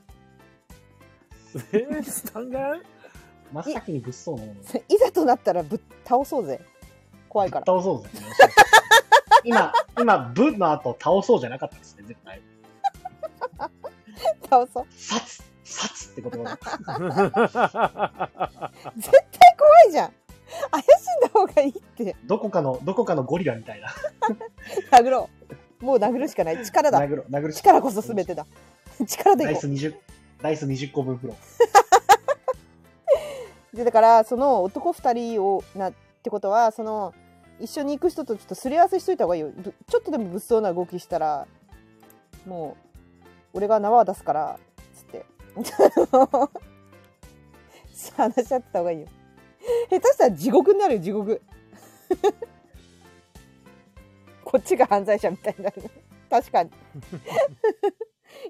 <laughs> えー、スタンガン真っ先に物騒なものをいざとなったらぶっ倒そうぜ怖いから倒そうぜ。今、今、ぶの後倒そうじゃなかったですね、絶対。倒そう殺殺って言葉が。絶対怖いじゃん怪しんだ方がいいってどこかの、どこかのゴリラみたいな。殴ろうもう殴るしかない力だ殴る、殴る。力こそ全てだ力でダいイこス20、ダイス20個分フロー。うでだからその男2人をなってことはその一緒に行く人とちょっとすり合わせしといた方がいいよぶちょっとでも物騒な動きしたらもう俺が縄を出すからつって話し合ってた方がいいよ下手したら地獄になるよ地獄こっちが犯罪者みたいになる確 <laughs> かに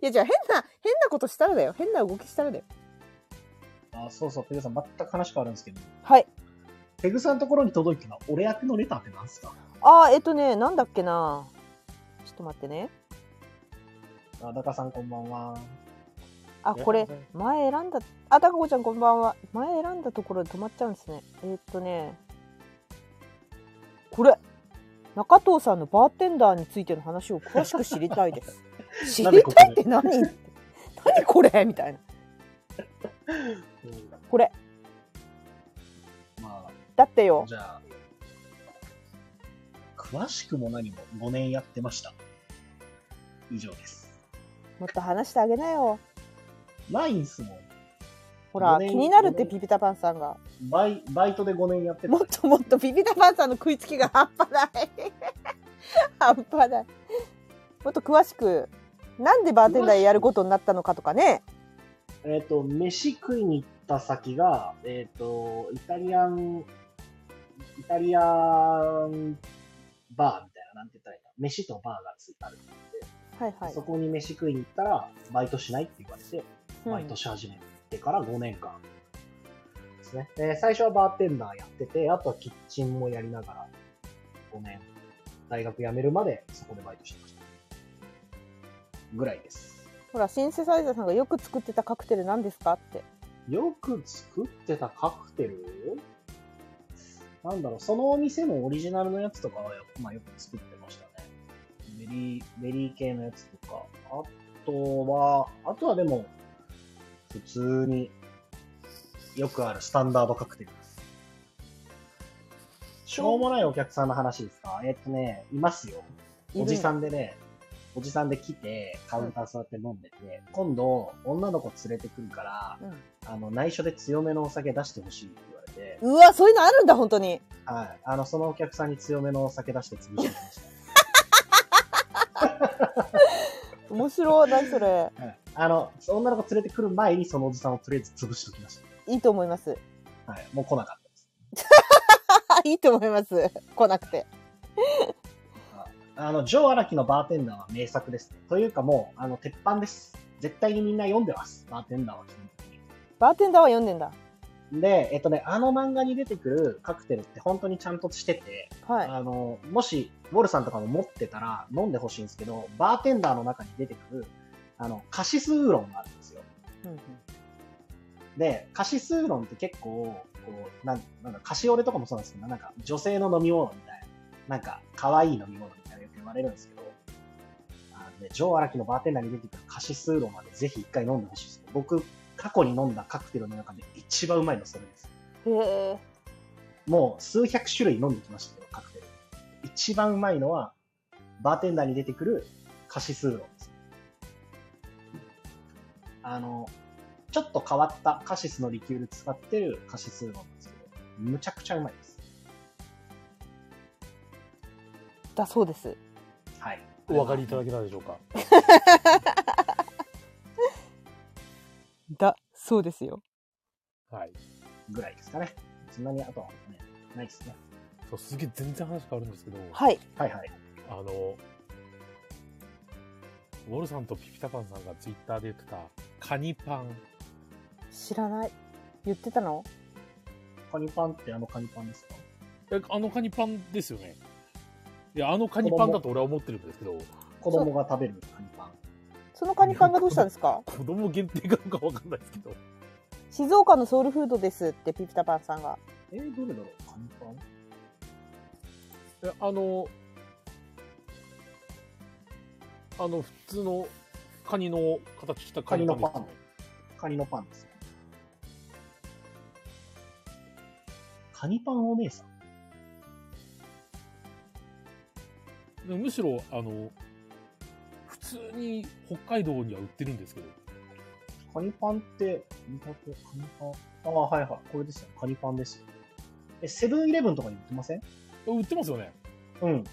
いやじゃあ変な変なことしたらだよ変な動きしたらだよあ、そうそう、ペグさん、全く話変わるんですけど、はいペグさんのところに届いてのは、俺宛てのレターってなんですかあーえっとねなんだっけなちょっと待ってねあ、だかさんこんばんは。あこれ前選んだあたかこちゃんこんばんは前選んだところで止まっちゃうんですねえーっとねこれ中藤さんのバーテンダーについての話を詳しく知りたいです <laughs> 知なんでりここたいでって何何これみたいなうんこれまだってあ、よじゃあ、詳しくも何も5年やってました。以上です。もっと話してあげなよないんすもん。ほらごめん気になるっごてめんピピタパンさんがバイバイトで5年やっ <laughs> てもっともっとピピタパンさんの食いつきが半端ない <laughs> 半端ないもっと詳しくなんでバーテンダーやることになったのかとかねえっ、と、飯食いに行った先が、えっ、と、イタリアン、イタリアンバーみたいな、なんて言ったらいいか、飯とバーがついてある。はいはいそこに飯食いに行ったら、バイトしないって言われて、うんバイトし始めてから5年間ですね。で最初はバーテンダーやってて、あとはキッチンもやりながら、5年、大学辞めるまでそこでバイトしてました。ぐらいです。ほらシンセサイザーさんがよく作ってたカクテル何ですかってよく作ってたカクテルなんだろう、そのお店のオリジナルのやつとかはよ,、まあ、よく作ってましたね。ベリー、ベリー系のやつとか。あとは、あとはでも、普通によくあるスタンダードカクテルです。しょうもないお客さんの話ですかえっとね、いますよ。いるおじさんんでね、おじさんで来て、カウンター座って飲んでて、今度、女の子連れてくるから、うんあの、内緒で強めのお酒出してほしいって言われて、うわそういうのあるんだ本当にはい。あの、そのお客さんに強めのお酒出して潰してきまし面白い何それた。はい。あの、女の子連れてくる前にそのおじさんをとりあえず潰しておきましいいと思います <laughs> た。はい。もう来なかったです。いいと思います来なくてあの、ジョー・アラキのバーテンダーは名作ですね。というかもう、あの、鉄板です。絶対にみんな読んでます。バーテンダーは基本的に。バーテンダーは読んでんだで、えっとね、あの漫画に出てくるカクテルって本当にちゃんとしてて、はいあの、もし、ウォルさんとかも持ってたら飲んでほしいんですけど、バーテンダーの中に出てくる、あの、カシスウーロンがあるんですよ。うんうんで、カシスウーロンって結構、こう、なんなんか、カシオレとかもそうなんですけど、なんか、女性の飲み物みたいな、なんか、可愛い飲み物みたいなよく言われるんですけど、あのね、ジョー・アラキのバーテンダーに出てくるカシスウーロンまでぜひ一回飲んでほしいです。僕、過去に飲んだカクテルの中で一番うまいのそれです。へえもう数百種類飲んできましたけど、カクテル。一番うまいのは、バーテンダーに出てくるカシスウーロンです。あの、ちょっと変わったカシスのリキュール使ってるカシスウーロンなんですけど、むちゃくちゃうまいです。だそうですはい。お分かりいただけたでしょうかだそうですよはいぐらいですかね。そんなにあとはね、ないですね。そうすげえ全然話変わるんですけど、はいはいはい。あのウォルさんとピピタパンさんがツイッターで言ってたカニパン知らない言ってたのカニパンってあのカニパンですかえあのカニパンですよねいやあのカニパンだと俺は思ってるんですけど子供が食べるカニパン。そのカニパンがどうしたんですか子供限定かどうかわかんないですけど静岡のソウルフードですってピピタパンさんがえー、どれだろうカニパンえあのあの普通のカニの形したカカニニのパパンですン。カニのパンですよ。カニパンお姉さん。でもむしろあの普通に北海道には売ってるんですけどカニパンって、見たけ、カニパン。ああ、はいはい。これですよ。カニパンですよ。え、セブンイレブンとかに売ってません売ってますよねうん。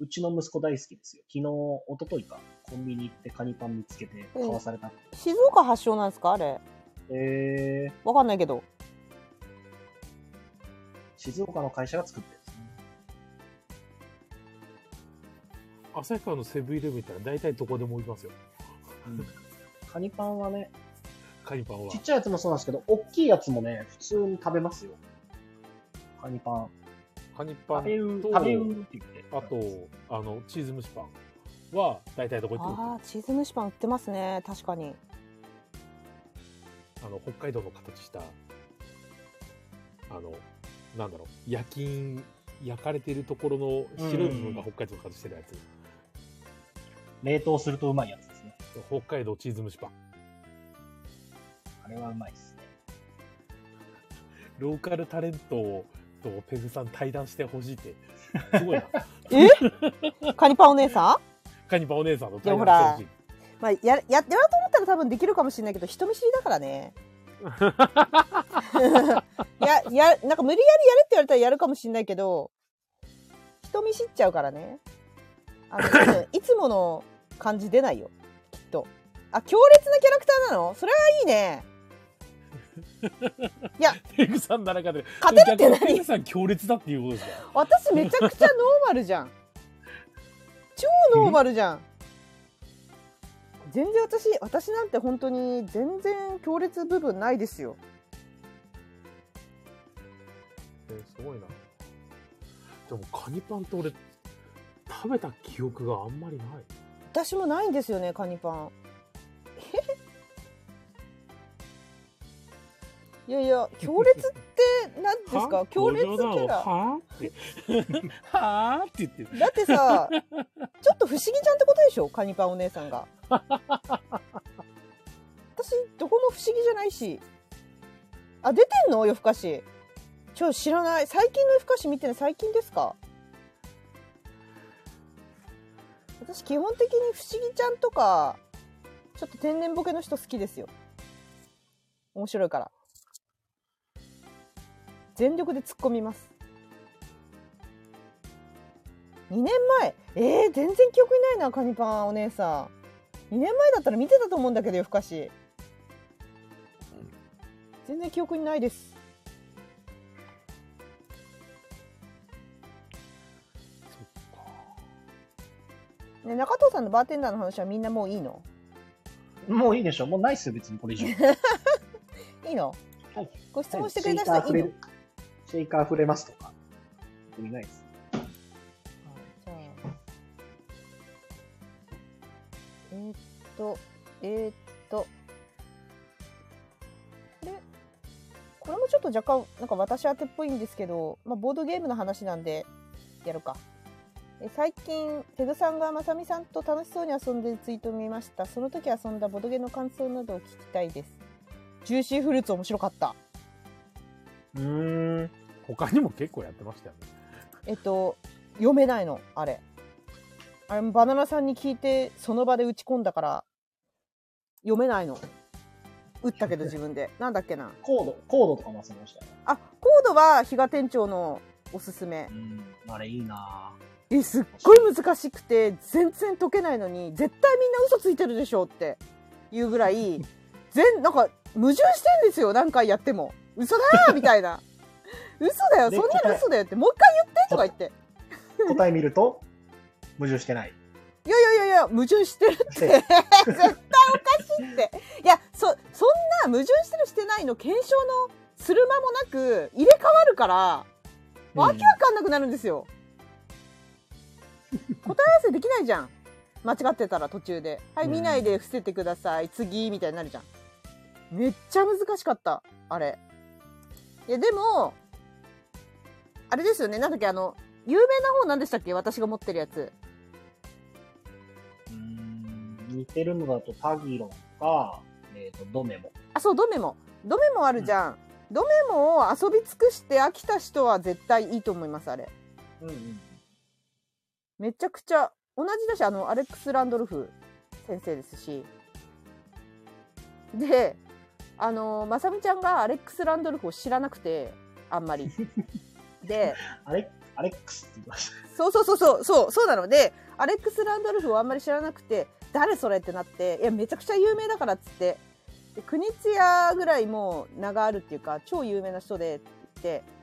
うちの息子大好きですよ。昨日、一昨日か、コンビニ行ってカニパン見つけて、買わされた。静岡発祥なんですかあれえー、わかんないけど静岡の会社が作ってるんですね。旭川のセブンイレブン行ったら大体どこでも売りますようんカニパンはね、カニパンはちっちゃいやつもそうなんですけど、大きいやつもね、普通に食べますよ。カニパン。カニパン食べう、と食べうって言って。あとあのチーズ蒸しパンは大体どこ行っても売ってるあーチーズ蒸しパン売ってますね確かにあの北海道の形したあのなんだろう焼き印焼かれてるところの白い部分が北海道の形してるやつ、冷凍するとうまいやつですね。北海道チーズ蒸しパンあれはうまいですね。ローカルタレントとペグさん対談してほしいってすごいなカニパンお姉さカニパンお姉さんのいや対ほ談らしてん、 <laughs> まあ、やややろうと思ったら多分できるかもしれないけど人見知りだから <laughs> ねいややなんか無理やりやれって言われたらやるかもしれないけど人見知っちゃうからねあの多 <laughs> 分いつもの感じ出ないよきっとあ強烈なキャラクターなのそれはいいねほしいペグさんの中で勝てるって逆にペ何グさん強烈だっていうことですか私めちゃくちゃノーマルじゃん超ノーマルじゃん全然私私なんて本当に全然強烈部分ないですよえーすごいなでもカニパンって俺食べた記憶があんまりない私もないんですよねカニパンいやいや強烈って何ですかは強烈キご冗ャ談をラはぁ <laughs> ってはぁって言ってるだってさちょっと不思議ちゃんってことでしょカニパンお姉さんが私どこも不思議じゃないしあ出てんの夜更かしちょ知らない最近の夜更かし見てない最近ですか私基本的に不思議ちゃんとかちょっと天然ボケの人好きですよ面白いから全力で突っ込みます2年前えー、全然記憶にないなカニパンお姉さん2年前だったら見てたと思うんだけど夜更かし全然記憶にないですね、中藤さんのバーテンダーの話はみんなもういいの <laughs> もういいでしょもうないっすよ、別にこれ以上。 <laughs> いいのはいご質問してくれた人シェはいいイカー触れの、る。シェイカー触れますとか。特にないです。じゃあえーっとえーっとこれこれもちょっと若干なんか私宛てっぽいんですけど、まあ、ボードゲームの話なんでやるかえ最近ペグさんがまさみさんと楽しそうに遊んでるツイートを見ましたその時遊んだボードゲームの感想などを聞きたいですジューシーフルーツ面白かったうーん。他にも結構やってましたよねえっと読めないのあれあれもバナナさんに聞いてその場で打ち込んだから読めないの打ったけど自分でなんだっけなコード、コードとかも遊びましたよ。あコードは比嘉店長のおすすめうん。あれいいなえすっごい難しくて全然解けないのに絶対みんな嘘ついてるでしょっていうぐらい全なんか矛盾してんですよ何回やっても嘘だーみたいな嘘だよそでんなの嘘だよってもう一回言ってとか言ってぁ答え見ると、矛盾し <laughs> てない。いやいやいやいや矛盾してるってで絶対おかしいっていやそそんな矛盾してるしてないの検証のする間もなく入れ替わるからわけわかんなくなるんです <laughs> よ、答え合わせできないじゃん間違ってたら途中で「はいうん見ないで伏せてください次」みたいになるじゃんめっちゃ難しかったあれいやでもあれですよねなんだっけあの有名な方何でしたっけ私が持ってるやつうーん似てるのだとタギロンか、えー、とドメモ。あそうドメモドメモあるじゃん、ドメモを遊び尽くして飽きた人は絶対いいと思いますあれうんうん、めちゃくちゃ同じだしあのアレックス・ランドルフ先生ですしであのまさみちゃんがアレックス・ランドルフを知らなくてあんまりでアレアレックスって言いました。そうそうそうそうそうそうなのでアレックス・ランドルフをあんまり知らなくて誰それってなっていやめちゃくちゃ有名だからっつってで国津屋ぐらいもう名があるっていうか超有名な人でって言って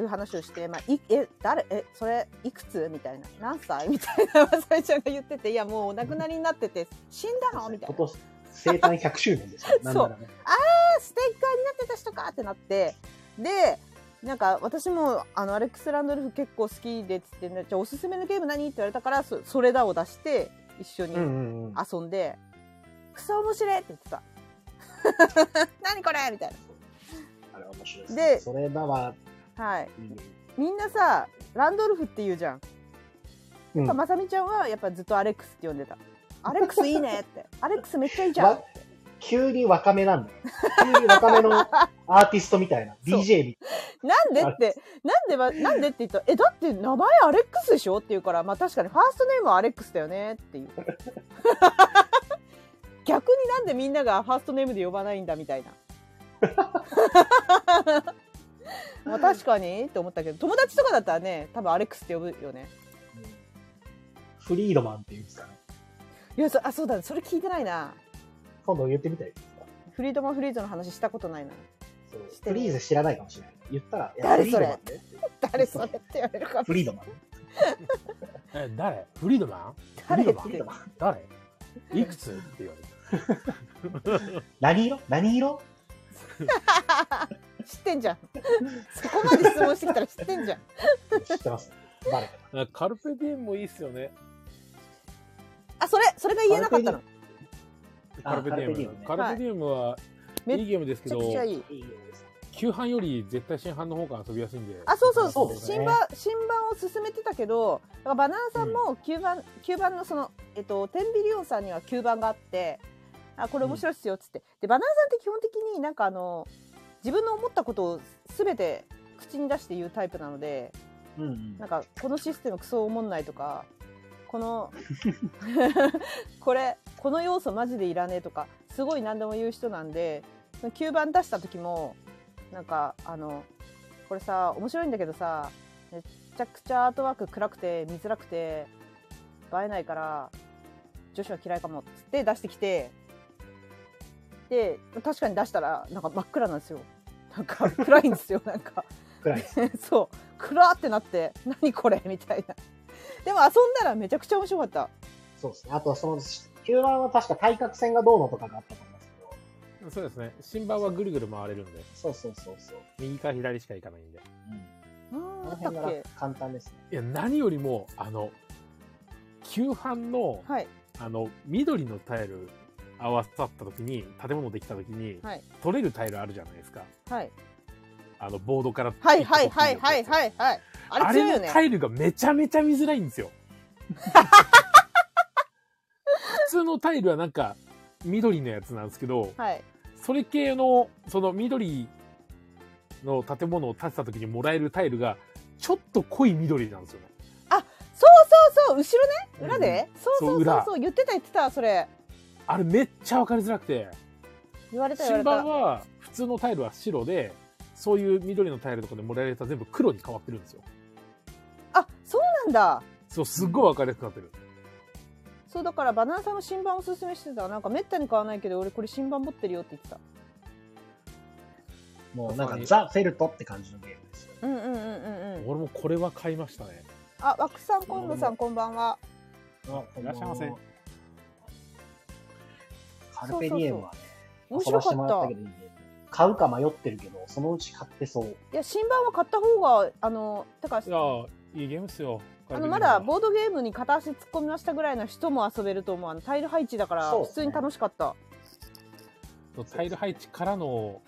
いう話をして「まあ、いえ誰えそれいくつ?」みたいな「何歳?」みたいなまさみちゃんが言ってて「いやもうお亡くなりになってて死んだの?」みたいな今年生誕100周 <laughs> 年ですよ。なんならね。ステッカーになってた人かってなってでなんか私もあのアレックス・ランドルフ結構好きでっつって、ね、じゃあおすすめのゲーム何って言われたからそそれだを出して一緒にうんうんうん。遊んで「クソ面白い!」って言ってた <laughs> 「何これ!」みたいあれ面白いです、ね。でそれだわ。なはいうんみんなさランドルフって言うじゃんうんまさみちゃんはやっぱずっとアレックスって呼んでた「アレックスいいね」って「アレックスめっちゃいいじゃん」って急に若めなんだよ。急に若 <laughs> めのアーティストみたいな、そう DJ みなんでって、なんでま、なんでって言ったら、え、だって名前アレックスでしょって言うから、まあ確かにファーストネームはアレックスだよねっていう。 <laughs> 逆になんでみんながファーストネームで呼ばないんだみたいな。 <laughs> まあ確かにって思ったけど、友達とかだったらね、多分アレックスって呼ぶよね。たいな。うんフリードマンっていうんですかね。いや、そあ、そうだ、それ聞いてないな。今度言ってみたいですかフリードマンフリーズの話したことないな。そうしてフみるリーズ知らないかもしれない。言ったら、いや誰フリードマンだよ誰それって言われるかもフリードマン。え誰フリードマン誰フリードマフンリードマン。誰いくつって言われて何色何色 <laughs> 知ってんじゃん。そこまで質問してきたら知ってんじゃん。知ってます。バレた。あカルペディエムもいいっすよね。あ、それ、それが <laughs> 言えなかったの。あカルペディエム。カカルペディエムははいいいゲームですけめちゃど、くちゃいい。いい色です旧版より絶対新版の方が遊びやすいんで。あそうそうそうですね新版新版を進めてたけどだからバナナさんも9番,、九番のその、えっと、テンビリオンさんには9番があってあこれ面白いっすよっつって、でバナナさんって基本的になんかあの自分の思ったことを全て口に出して言うタイプなのでうんうんなんかこのシステムクソおもんないとかこ <laughs> のこれこの要素マジでいらねえとかすごい何でも言う人なんで9番出した時もなんかあのこれさ面白いんだけどさめちゃくちゃアートワーク暗くて見づらくて映えないから女子は嫌いかもっつって出してきてで確かに出したらなんか真っ暗なんですよなんか暗いんですよなんか。暗いです。 <laughs> そう暗ってなって何これみ <laughs> たいなでも遊んだらめちゃくちゃ面白かったそうですね。あとはその、球団は確か対角線がどうのとかがあったと思うんですけど、そうですね。新版はぐるぐる回れるんで、そうそうそうそう。右か左しか行かないんで。うん。うんこあのったっ辺がけ簡単ですね。いや、何よりも、あの、旧版の、はいあの、緑のタイル合わさった時に、建物できた時に、はい取れるタイルあるじゃないですか。はいあの、ボードから。。はいはいはいはいはいいはいああれ強いれよのねタイルがめちゃめちゃ見づらいん <laughs> ですよ。普通のタイルはなんか、緑のやつなんですけど、はいそれ系の、その緑の建物を建てた時にもらえるタイルが、ちょっと濃い緑なんですよね。そうそうそう後ろね裏で、そうそそううそう裏そう言ってた言ってたそれあれめっちゃわかりづらくて、言われた言われ新版たは普通のタイルは白で、そういう緑のタイルとかでもらえるやつは全部黒に変わってるんですよ。あそうなんだそう、すっごいわかりやすくなってる。そうだからバナナさんも新版おすすめしてたなんかめったに買わないけど俺これ新版持ってるよって言ってたもうなんかそうザ・フェルトって感じのゲームですよ。うんうんうんうんうん俺もこれは買いましたね。あ枠さん昆布さんこんばんはあこのいらっしゃいませカルペディエムはね、面遊白ばかせてもっらったたけどいいゲーム、買うか迷ってるけど、そのうち買ってそう。いや新版は買った方があの高い橋やさんー、いいゲームっすよ。あのまだボボードゲームに片足突っ込みましたぐらいの人も遊べると思うあのタイル配置だからそうで普すね通に楽しかった、タイル配置からの、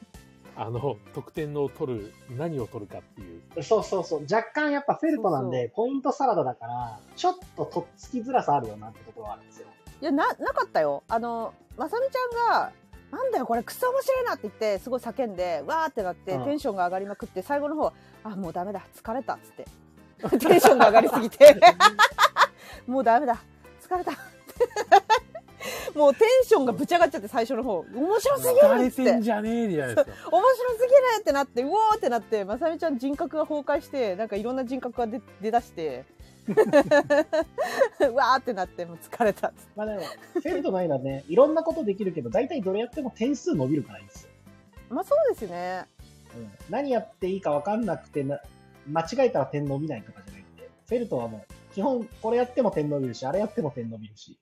<laughs> あの得点を取る何を取るかっていうそうそうそう。若干やっぱフェルトなんで、そうポイントサラダだから、ちょっととっつきづらさあるよなってところはあるんですよ。いやななかったよあのまさみちゃんが「なんだよこれクソ面白いな」って言ってすごい叫んでわーってなって、うんテンションが上がりまくって最後の方「あもうダメだ疲れた」っつって <laughs> テンションが上がりすぎて <laughs> 「もうダメだ疲れた」 <laughs> もうテンションがぶち上がっちゃって最初の方面白すぎ疲るれっつっててんじゃねえじゃないですか面白すぎるってなってうおーってなってまさみちゃん人格が崩壊してなんかいろんな人格が出出だして <laughs> うわーってなってもう疲れたっつってまあでも、フェルトの絵はね、いろんなことできるけど、大体どれやっても点数伸びるからいいんですよ。まあそうですねうん、何やっていいか分かんなくてな、間違えたら点伸びないとかじゃなくて、フェルトはもう、基本これやっても点伸びるし、あれやっても点伸びるし。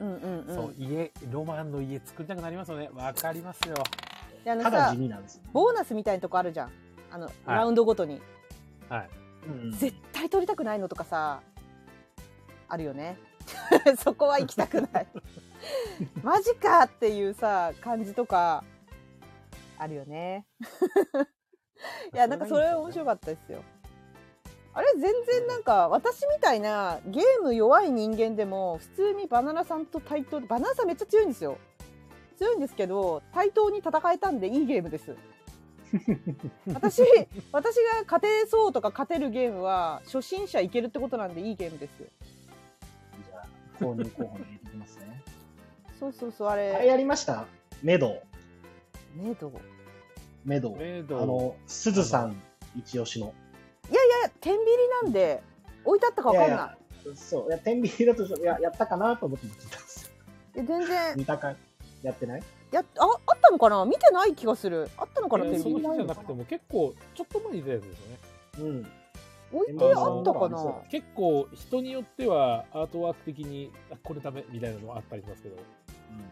うんうんうんそう家ロマンの家作りたくなりますよねわかりますよであのたださ地味なんですよ。ボーナスみたいなとこあるじゃんあの、ラウンドごとにはいうん絶対取りたくないのとかさあるよね <laughs> そこは行きたくないマジかっていうさ感じとかあるよねいやなんかそれ面白いかったですよあれ全然なんか私みたいなゲーム弱い人間でも普通にバナナさんと対等バナナさんめっちゃ強いんですよ強いんですけど対等に戦えたんでいいゲームです私私が勝てそうとか勝てるゲームは初心者いけるってことなんでいいゲームですじゃあ、購入候補に入れてきますね。そうそうそうあ <laughs> あれれやりましたメドウ。ねどうメドウ。メイドあの、すずさん、一押しの。いや天秤なんで置いてあったか分かんないいやそう、いや、天秤だと、いや、やったかなと思って見てたん <laughs> ですよ。いや全然似たか、やってないやああったのかな見てない気がするあったのかなえ天ーその秤日じゃなくても結構ちょっと前に出たやつですよね <laughs> うん。置いてあったかなあの結構人によってはアートワーク的にあこれダメみたいなのもあったりしますけど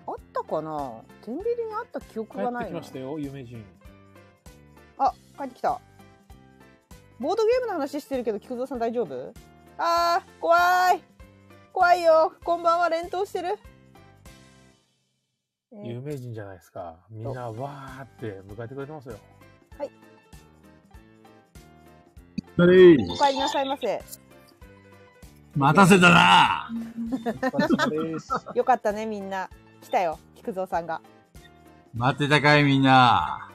あったかな天秤にあった記憶帰がっなていきなましたよ有名人あ帰ってきたボードゲームの話してるけど菊蔵さん大丈夫あー怖い怖いよこんばんは連投してる、えー有名人じゃないですかみんなわーって迎えてくれてますよそれお帰りなさいませ待たせたなお疲れ様です。よかったねみんな来たよ菊蔵さんが待ってたかいみんな。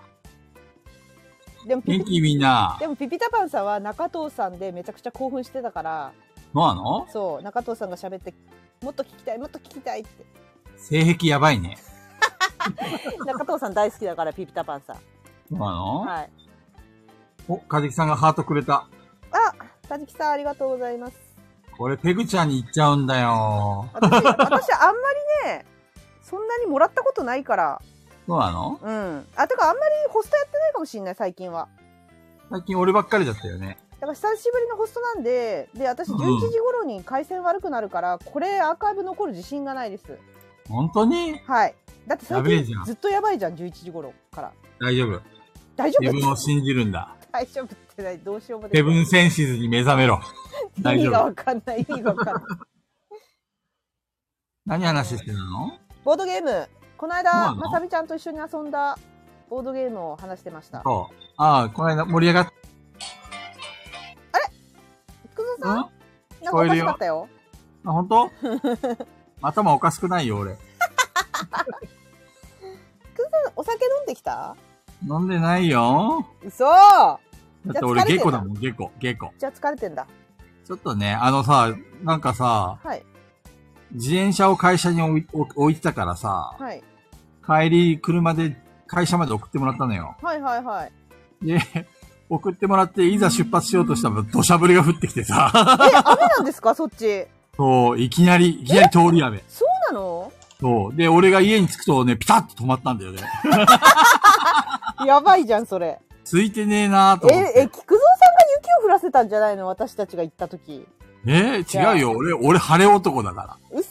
でもピ元ピ気みんな。でもピピタパンさんは中藤さんでめちゃくちゃ興奮してたからどうなのそう中藤さんが喋ってもっと聞きたいもっと聞きたいって性癖やばいね。中藤さん大好きだからピピタパンさんどうなの、はいお、かじきさんがハートくれた。あ、たじきさんありがとうござい <laughs> ます。これペグちゃんに行っちゃうんだよ。私、私あんまりね、そんなにもらったことないから。どうなのうん。あ、てかあんまりホストやってないかもしれない、最近は。最近俺ばっかりだったよね。だから久しぶりのホストなんで、で、私11時頃に回線悪くなるから、これアーカイブ残る自信がないです。本当にはい。だって最やべえじゃ近んずっとやばいじゃん、11時頃から。大丈夫。大丈自分を夫信じるんだ。 <laughs> 大丈夫ってない。どうしようもでヘきブないンセンシズに目覚めろ。大意味丈が夫。わかんない、意味がわかんない。何話してたのボードゲーム、このそうな間、のまさみちゃんと一緒に遊んだボードゲームを話してました。そう。ああ、この間盛り上がっ菊蔵た。さんんあ、なんかおかしかったよ。<laughs> 本当頭おかしくないよ、俺。お酒飲んできた飲んでないよ。嘘じゃだって俺じゃあ疲れてんゲだコだもん、ゲコ、ゲコ。あ疲れてんだ。ちょっとね、あのさ、なんかさ、はい。自転車を会社に置い置置いてたからさ、はい。帰り車で会社まで送ってもらったのよ。はいはい <laughs> はい。で、 <laughs> 送ってもらって、いざ出発しようとしたら、土砂降りが降ってきてさ、 <laughs> え、雨なんですかそっち。そう、いきなり、いきなり通り雨。そうなのそう。で、俺が家に着くとね、ピタッと止まったんだよね。やばいじゃん、それ。ついてねえなーとえ、思っえ、て。菊蔵さんが雪を降らせたんじゃないの私たちが行った時。えじゃあ違うよ。俺、俺晴れ男だから。嘘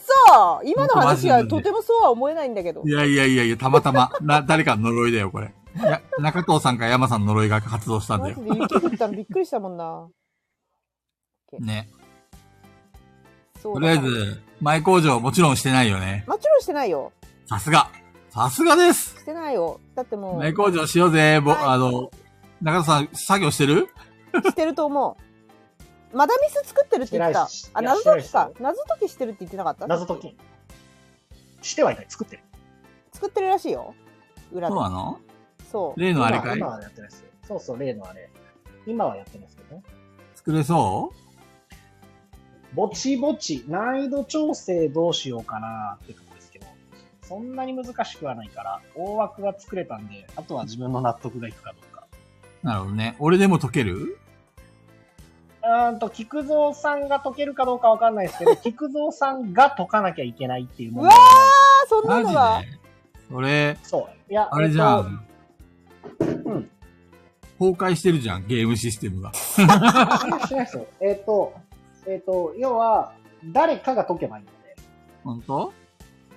今の話はほんとマジなんでとてもそうは思えないんだけどい。やいやいやいや、たまたま。な、誰かの呪いだよ、これ。いや、中藤さんか山さんの呪いが発動したんだマよジ。で雪降ったのびっくりしたもんな。ね。そうとだりあえず、前工場もちろんしてないよね。もちろんしてないよ。さすが。さすがですしてないよ。だってもう、猫工場しようぜ。ぼ、はいあの、中田さん、作業してるしてると思う。マダミス作ってるって言ってたして。あ、ない謎しいや解きかし。謎解きしてるって言ってなかった謎解き。してはいない。作ってる。作ってるらしいよ。裏でそう。なのそう。例のあれかい今はやってないですよ。そうそう、例のあれ。今はやってないですけどね。作れそうぼちぼち、難易度調整どうしようかなってとこですけど、そんなに難しくはないから、大枠が作れたんで、あとは自分の納得がいくかどうか。なるほどね。俺でも解けるうーんと、菊蔵さんが解けるかどうかわかんないです <laughs> けど、菊蔵さんが解かなきゃいけないっていう問題うがわあ、そんなマのジが。でそれ、そう。いや、あれじゃえっん。と。うん。崩壊してるじゃん、ゲームシステムが。いやしてないですよ。えっと、えっと、要は、誰かが解けばいいので、ほんと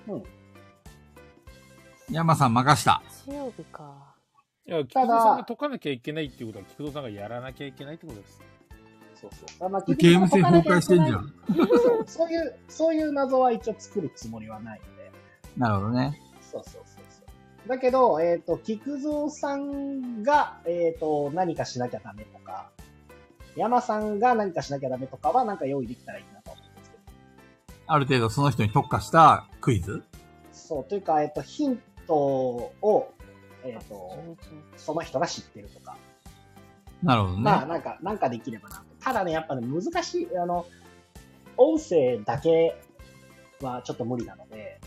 うん山さん任した。日曜日か。いや、菊ただ蔵さんが解かなきゃいけないっていうことは、菊蔵さんがやらなきゃいけないってことです。そうそう。あまあゲーム性崩壊してんじゃ。結ん。局そう <laughs> そういう、そういう謎は一応作るつもりはないので。なるほどね。そうそうそうそう。だけど、えっ、と、菊蔵さんが、えっ、と、何かしなきゃダメとか、山さんが何かしなきゃダメとかは、なんか用意できたらいいなと思うんですけど。ある程度その人に特化したクイズそう、というか、えっ、と、ヒントを、えっ、と、 11その人が知ってるとか、なるほどね。まあ、なんか、なんかできればな。ただね、やっぱね、難しい、あの、音声だけはちょっと無理なので、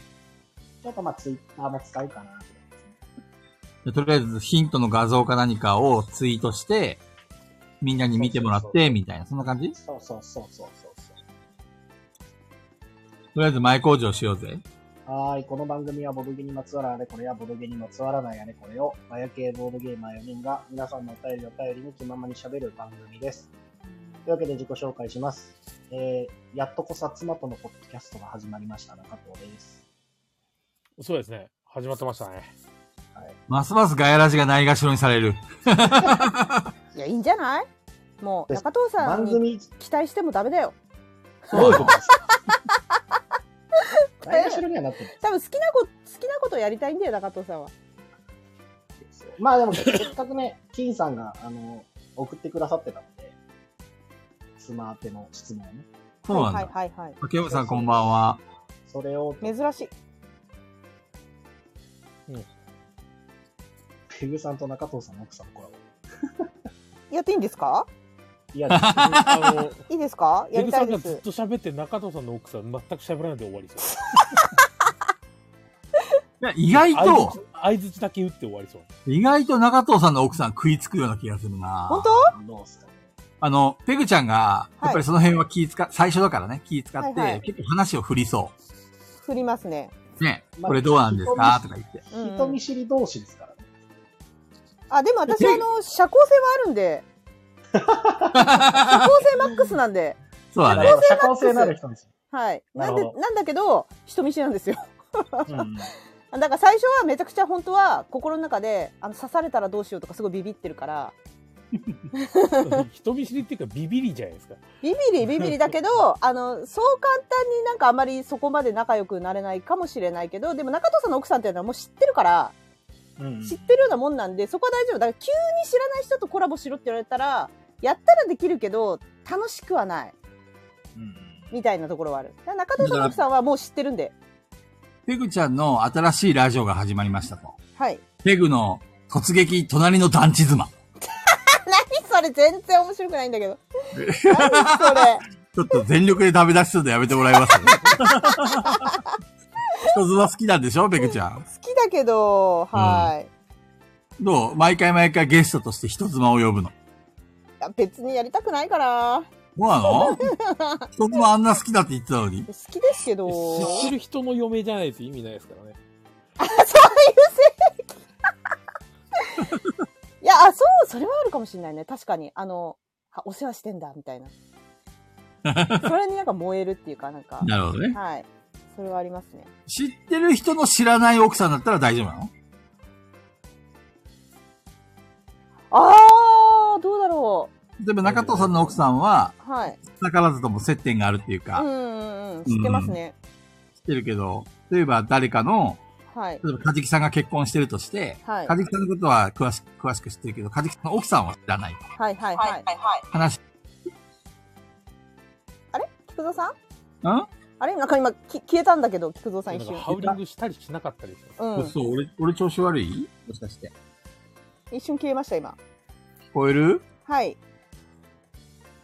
ちょっとまあ、ツイッターも使うかなと思いますね。でとりあえずヒントの画像か何かをツイートして、みんなに見てもらそっうそうて、みたいな、そんな感じとそうそうそうそうそうそう。りあえず前工場しようぜ。はーい、この番組はボドゲにまつわるあれこれやボドゲにまつわらないあれこれを、マヤ系ボードゲーマー4人が皆さんのお便りを頼りに気ままに喋る番組です。というわけで自己紹介します。えー、やっとこさ妻とのポッドキャストが始まりました、中藤です。そうですね。始まってましたね。ますますガヤラジがないがしろにされる。いや、いいんじゃないもう、です中藤さん番に組、期待してもダメだよ。どういうことですか大がしろにはなってない多分好きなこと、好きなことをやりたいんだよ、中藤さんは。ですよ。まあでも、せっかくね、金さんが、あの、送ってくださってたので、妻宛ての質問をね。そうなんはいだ。はいはい。竹山さんこんばんは。それを、珍しい。ペグさんと中藤さんの奥さんのコラボ。やっていいんですかいやですね。あの、いいですかやりペグたさいんがでずっす。と喋って、中藤さんの奥さん全く喋らないで終わりそう。いや意外相と、槌相づちだけ打って終わりそう。意外と中藤さんの奥さん食いつくような気がするな。本当どうですかね。あの、ペグちゃんが、いやっぱりその辺は気使、最初だからね、気使っはいはてい、結構話を振りそ振りますね。う。ね、まあこれどうなんですかとか言って。うんうん人見知り同士ですからね。あ、でも私、あの、社交性はあるん <laughs> で。社交性マックスなんで。そうだだかね。ら社交性のある人ですよ。はい。なんなでるほ、どなんだけど、人見知りなんですよ。うんだから最初はめちゃくちゃ本当は心の中であの刺されたらどうしようとかすごいビビってるから人見知りっていうか、 <laughs> ビビりじゃないですか。ビビりビビり <laughs> だけどあのそう簡単になんかあまりそこまで仲良くなれないかもしれないけどでも中藤さんの奥さんっていうのはもう知ってるからうん知ってるようなもんなんでそこは大丈夫だから急に知らない人とコラボしろって言われたらやったらできるけど楽しくはないうんみたいなところはあるだから中藤さんの奥さんはもう知ってるんでペグちゃんの新しいラジオが始まりましたと。はい <laughs> ペグの突撃隣の団地妻。何それ全然面白くないんだけ <laughs> ど何それちょっと全力で食べ出しするのやめてもらえます、 <laughs> 人妻好きなんでしょペグちゃ好ん。きだけどはい、どう毎回毎回ゲストとして人妻を呼ぶの。いや別にやりたくないからそうなの人妻あんな好きだって言ってたのに。好きですけど。知ってる人の嫁じゃないと意味ないですからね。 <laughs> いや、あ、そう、それはあるかもしれないね。確かに。あの、あお世話してんだ、みたいな。それになんか燃えるっていうか、なんか。なるほどね。はい。それはありますね。知ってる人の知らない奥さんだったら大丈夫なのあー、どうだろ例えば中藤さんの奥さんは、う。はい。逆らずとも接点があるっていううか、んうんうん。知ってますね。知ってるけど、例えば誰かのはい。例えば、カジキさんが結婚してるとして、はい。カジキさんのことは詳し詳しく知ってるけど、カジキさんの奥さんは知らないと。はいはいはいははいい。はい。話、ん菊蔵さんそあれなんか今き消えたんだけど、菊蔵さんなん一か瞬。ハウリングしたりしなかったりします。う。うんそう、俺、俺調子悪いもしかして。一瞬消えました、今。聞こえるはい。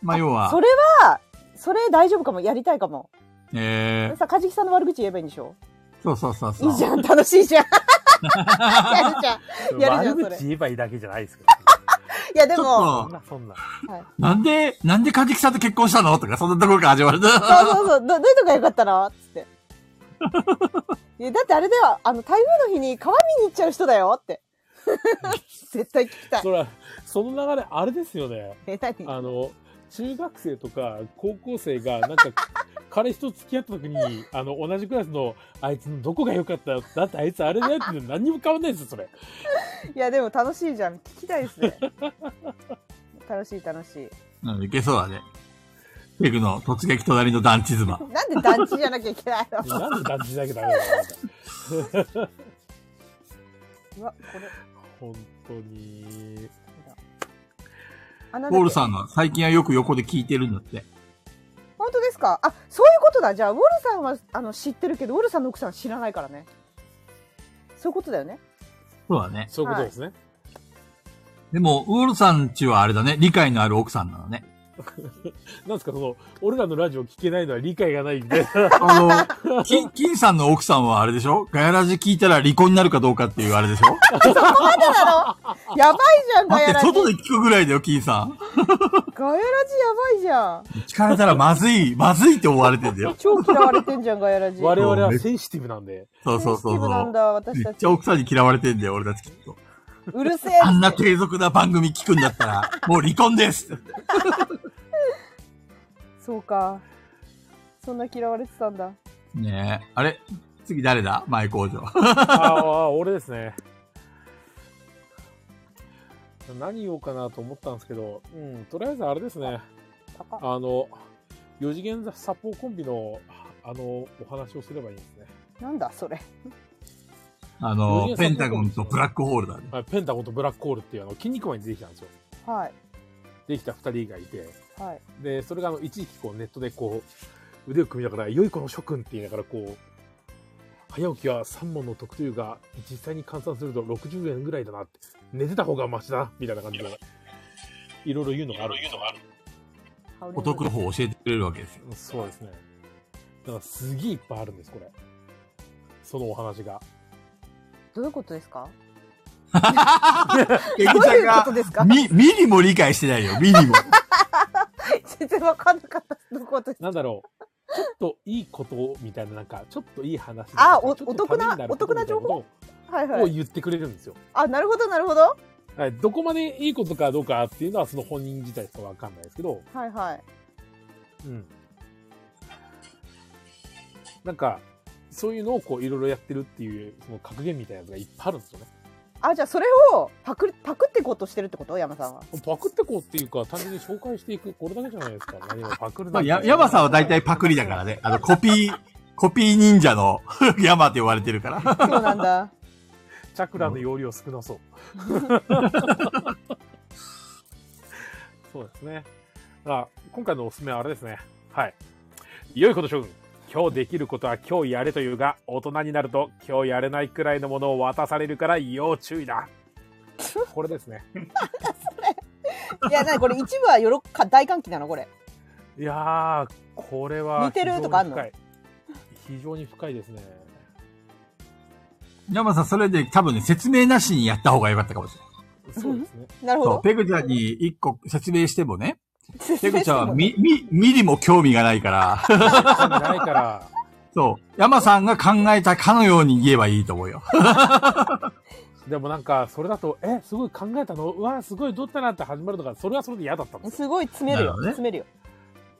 まあ、要はそ、れは、それ大丈夫かも。やりたいかも。えー、さ、カジキさんの悪口言えばいいんでしょそうそうそうそう。いいじゃん、楽しいじゃん。 <laughs> やるじゃん。いやるじゃんそれ悪口言えばいいだけじゃないですけや、でちょっど。そんも、と、な、 <laughs> そんな。なんで、なんでカジキさんと結婚したのとか、そんなところから始まる。そうそうそう、ど、どういうとこが良かったのつって。いやだってあれだよ、あの、台風の日に川見に行っちゃう人だよって。 <laughs> 絶対聞きたいそ。れはその流れあれですよね。え、何あの中学生とか高校生がなんか彼氏と付き合った時にあの同じクラスのあいつのどこが良かっただってあいつあれだよって何にも変わんないですよそれ。いや、でも楽しいじゃん。聞きたいですね。楽しい、楽しい。うん、いけそうだね。ペグの突撃隣の団地妻。なんで団地じゃなきゃいけない <laughs> のなんで団地じゃなきゃダメだろうなんだうわ、これ、本当にあなんだっけポールさんが最近はよく横で聞いてるんだって。本当ですかあ、そういうことだ。じゃあ、ウォルさんは、あの、知ってるけど、ウォルさんの奥さんは知らないからね。そういうことだよ <laughs> ね。そうだね。そういうことですね。でも、ウォルさんちはあれだね。理解のある奥さんなのね。なんですかその俺らのラジオ聞けないのは理解がないみたいなあ <laughs> の、金、金さんの奥さんはあれでしょガヤラジ聞いたら離婚になるかどうかっていうあれでしょそうなのやばいじゃん、ガ待ヤって、ラジ。ガヤ外ラで聞くぐらいだよ、金さん。ジやばいじゃん。聞かれたらまずい、まずいって思われてん <laughs> だよ。超嫌われてんじゃん、ガヤラ <laughs> ジ。我々はセンシティブなんでそうセそうンシそうティブそなんう。だ、私めたっちち。ゃ奥さんに嫌われてんだよ、俺たちきっと。うるせえ。あんな低俗な番組聞くんだっ <laughs> たら、もう離婚ですってそうか。そんな嫌われてたんだ。ねえ。あれ次誰だ前工場。ああ俺ですね何言おうかなと思ったんですけど、うん、とりあえずあれですね高っあの、四次元サポコンビの、あの、お話をすればいいんですね。なんだ、それ。 <laughs> あの、ペンタゴンとブラックホールだね。はいペンタゴンとブラックホールっていう、あの、筋肉マンに出てきたんですよ。はできた二人がいて、い。はい。で、それが、あの、一時期こう、ネットでこう、腕を組みながら、良い子の諸君って言いながら、こう、早起きは3問の特等が実際に換算すると60円ぐらいだなって、寝てた方がマシだ、みたいな感じで、いろいろ言うのがあるんですよ。お得の方を教えてくれるわけですよ。そうですね。だから、すげえいっぱいあるんです、これ。そのお話が。どういうことですかペどうグちゃんいうこがと、ですかミ、ミリも理解してないよ、ミリも。 <laughs> 全然わかんなかった。どういうことですかなんだろう。ちょっといいことみたいな、なんか、ちょっといい話とかあおちょっとためにることみたいなこはいとをはい。言ってくれるんですよ。あ、なるほど、なるほど。ははい、どこまでいいことかどうかっていうのは、その本人自体しかわかんないですけど、いはい。うん。なんか、そういうのをこう、いろいろやってるっていう、その格言みたいなやつがいっぱいあるんですよね。あ、じゃあそれをパク、パクっていこうとしてるってこと山さんは。パクってこうっていうか、単純に紹介していく、これだけじゃないですか。何もパクるまなあ、んてや、ヤマさんは大体パクリだからね。あの、コピー、コピー忍者の <laughs> ヤマって呼ばれてるから。そうなん <laughs> だ。チャクラの容量少なそう。そうですね。あ、今回のおすすめはあれですね。はい。良いこと諸君。今日できることは今日やれというが、大人になると今日やれないくらいのものを渡されるから要注意だ。こ <laughs> れですね。いや、なにこれ一部はよろか大歓喜なのこれ。いやー、これは似てるとかあんの非常に深い非常に深いですね。ヤマさん、それで多分ね、説明なしにやった方が良かったかもしれない。そうですね。なるほそう、ど。ペグちゃんに一個説明してもね、ペ説グ明ち <laughs> ゃんはしてもミ、ミ、ミリも興味がないから、 <laughs> 興味ないから。そう、ヤマさんが考えたかのように言えばいいと <laughs> 思うよ。でもなんか、それだと、え、すごい考えたのうわー、すごいどったなって始まるのが、それはそれで嫌だったんですよ。すごい詰めるよ。なるほど詰めるよ。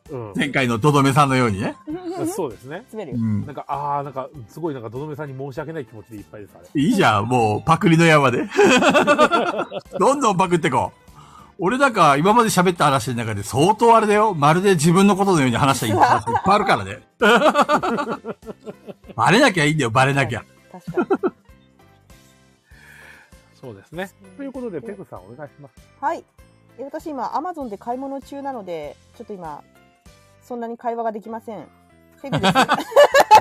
うん。前回のとどめさんのようにね。詰そうですね。めるうよ。んな。んか、ああ、なんか、すごい、なんか、どどめさんに申し訳ない気持ちでいっぱいです、あれ。いいじゃん、もう、パクリの <laughs> 山で。どんどんパクってこう。俺なんか、今まで喋った話の中で相当あれだよ。まるで自分のことのように話したいっぱ <laughs> いあるからね。バレなきゃいいんだよ、バレなきゃ。確かに。そうですね。ということで、ペグさんお願いします。はい。え私今、アマゾンで買い物中なので、ちょっと今、そんなに会話ができません。ペ <laughs> グです。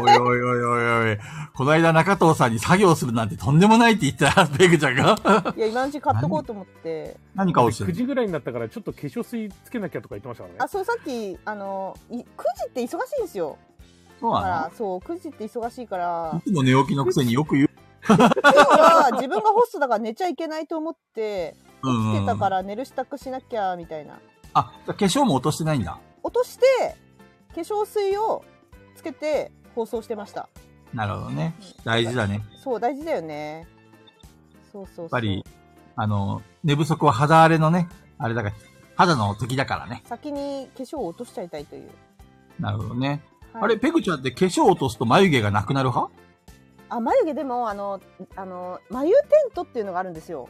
おいおいおいおいおい。この間中藤さんに作業するなんてとんでもないって言った <laughs> ら、ペグちゃんが。いや、今のうち買っとこうと思って。何かをして9る。時ぐらいになったから、ちょっと化粧水つけなきゃとか言ってましたからあ、ね。そう、さっき、あの、い9時って忙しいんですよ。そうだかなら、そう、9時って忙しいからのい、つも寝起きのくせによく言う。今日は自分がホストだから寝ちゃいけないと思って、う起きん、てうたん。かあ、ら寝る支度しなきゃ、みたいな。化粧も落としてないんだ。落として、化粧水をつけて放送してました。なるほどね。大事だね。やっそう、大事だよね。そうそうそう。やっぱり、あの、寝不足は肌荒れのね、あれだから、肌の時だからね。先に化粧を落としちゃいたいという。なるほどね。はいあれ、ペグちゃんって化粧落とすと眉毛がなくなる派あ眉毛でもあのあの眉テントっていうのがあるんですよ。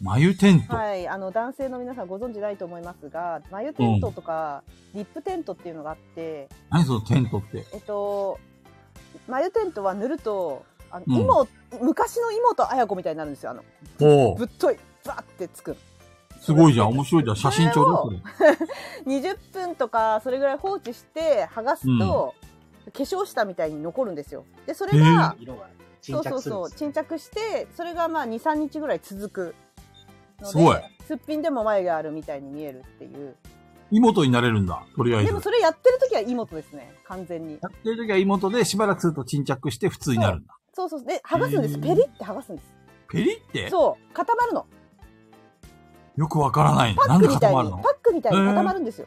眉テント。はい、あの男性の皆さんご存知ないと思いますが、眉テントとか、リップテントっていうのがあって、何そのテントって。えっと眉テントは塗るとあの、うん妹昔の妹綾子みたいになるんですよ。あのおぶうっといバーってつく。すごいじゃん。面白いじゃん。写真ちょうだいそれ。 20分とかそれぐらい放置して剥がすと、化粧したみたいに残るんですよ。でそれが、色がそ沈うそう着するんそうです沈よ着してそれがまあ23日ぐらい続くのですごいすっぴんでも眉毛あるみたいに見えるっていう妹になれるんだ。とりあえず。でもそれやってる時は妹ですね完全にやってる時は妹で、しばらくすると沈着して普通になるんだ。そうそうで剥がすんでへすーペリって剥がすんですペリってそう固まるのよくわからない。パなッんでクみた固いにまパるッのクみたいに固まるんですよ、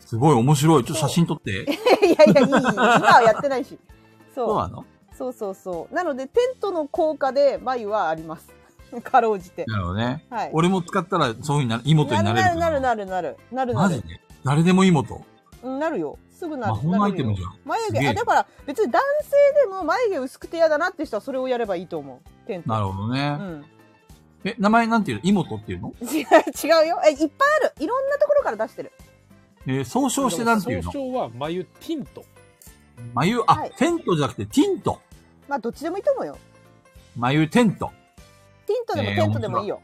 すごい面白い。ちょっと写真撮って。いやいやいいいい今はやってないしそうそうなのそうそうそうなのでテントの効果で眉はあります <laughs> かろうじてなるほどね。はい俺も使ったらそういうふうになる、妹になれなるかるなるなるなるなるなマるジで誰でも妹。うんなるよすぐなる魔法のアイテムじゃん。眉すげ毛えあだから別に男性でも眉毛薄くて嫌だなって人はそれをやればいいと思うテントなるほどね。うん、 <laughs> え、名前なんていうの妹っていうの違う違うよえいっぱいあるいろんなところから出してるえー総称してなんていうの総称は眉ティント。眉、あ、はいテントじゃなくてティント。まあどっちでもいいと思うよ眉テント。ティントでもえーテントでもいいよ、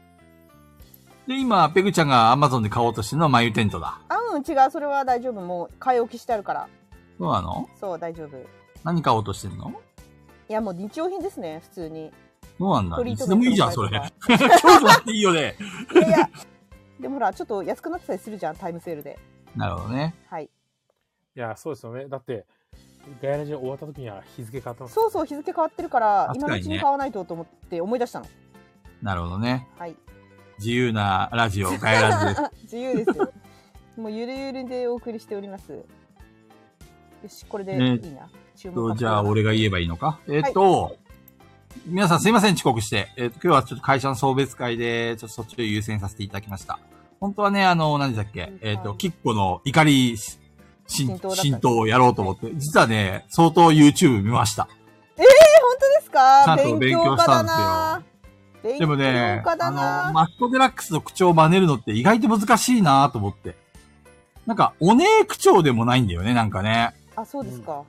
で、今、ペグちゃんがアマゾンで買おうとしてるのは眉テントだ。あうん違うそれは大丈夫もう買い置きしてあるからそうなのそう大丈夫い何買おうとしてるのやもう日用品ですね普通にそうなんだ。トリいートつメでンもトいいじゃのん、それ。前と今 <laughs> 日とかっていいよね。かいやいやでもほらちょっと安くなってたりするじゃんタイムセールでなるほどね。はいいや、そうですよね。だって、ガヤラジ終わった時には日付変わってます。そうそう日付変わってるから確今かにねのうちに買わないとと思って思い出したのなるほどね。はい自由なラジオ、ガヤラジ <laughs> です。自由です <laughs> よもうゆるゆるでお送りしておりますよしこれでいいねな、注えっと文じゃあ、俺が言えばいいのか。えっと、皆さんすいません、遅刻して。えっと、今日はちょっと会社の送別会で、ちょっとそっちを優先させていただきました。本当はね、あの、何でしたっけ、えっと、キッコの怒りし浸浸透だった浸透をやろうと思って、実はね、相当 YouTube 見ました。ですかちゃんと勉勉強強家しだたんですよな勉で強もね、家だあな、の、マットデラックスの口調を真似るのって意外と難しいなと思って。なんか、おねえ口調でもないんだよね、なんかね。あ、そうですか、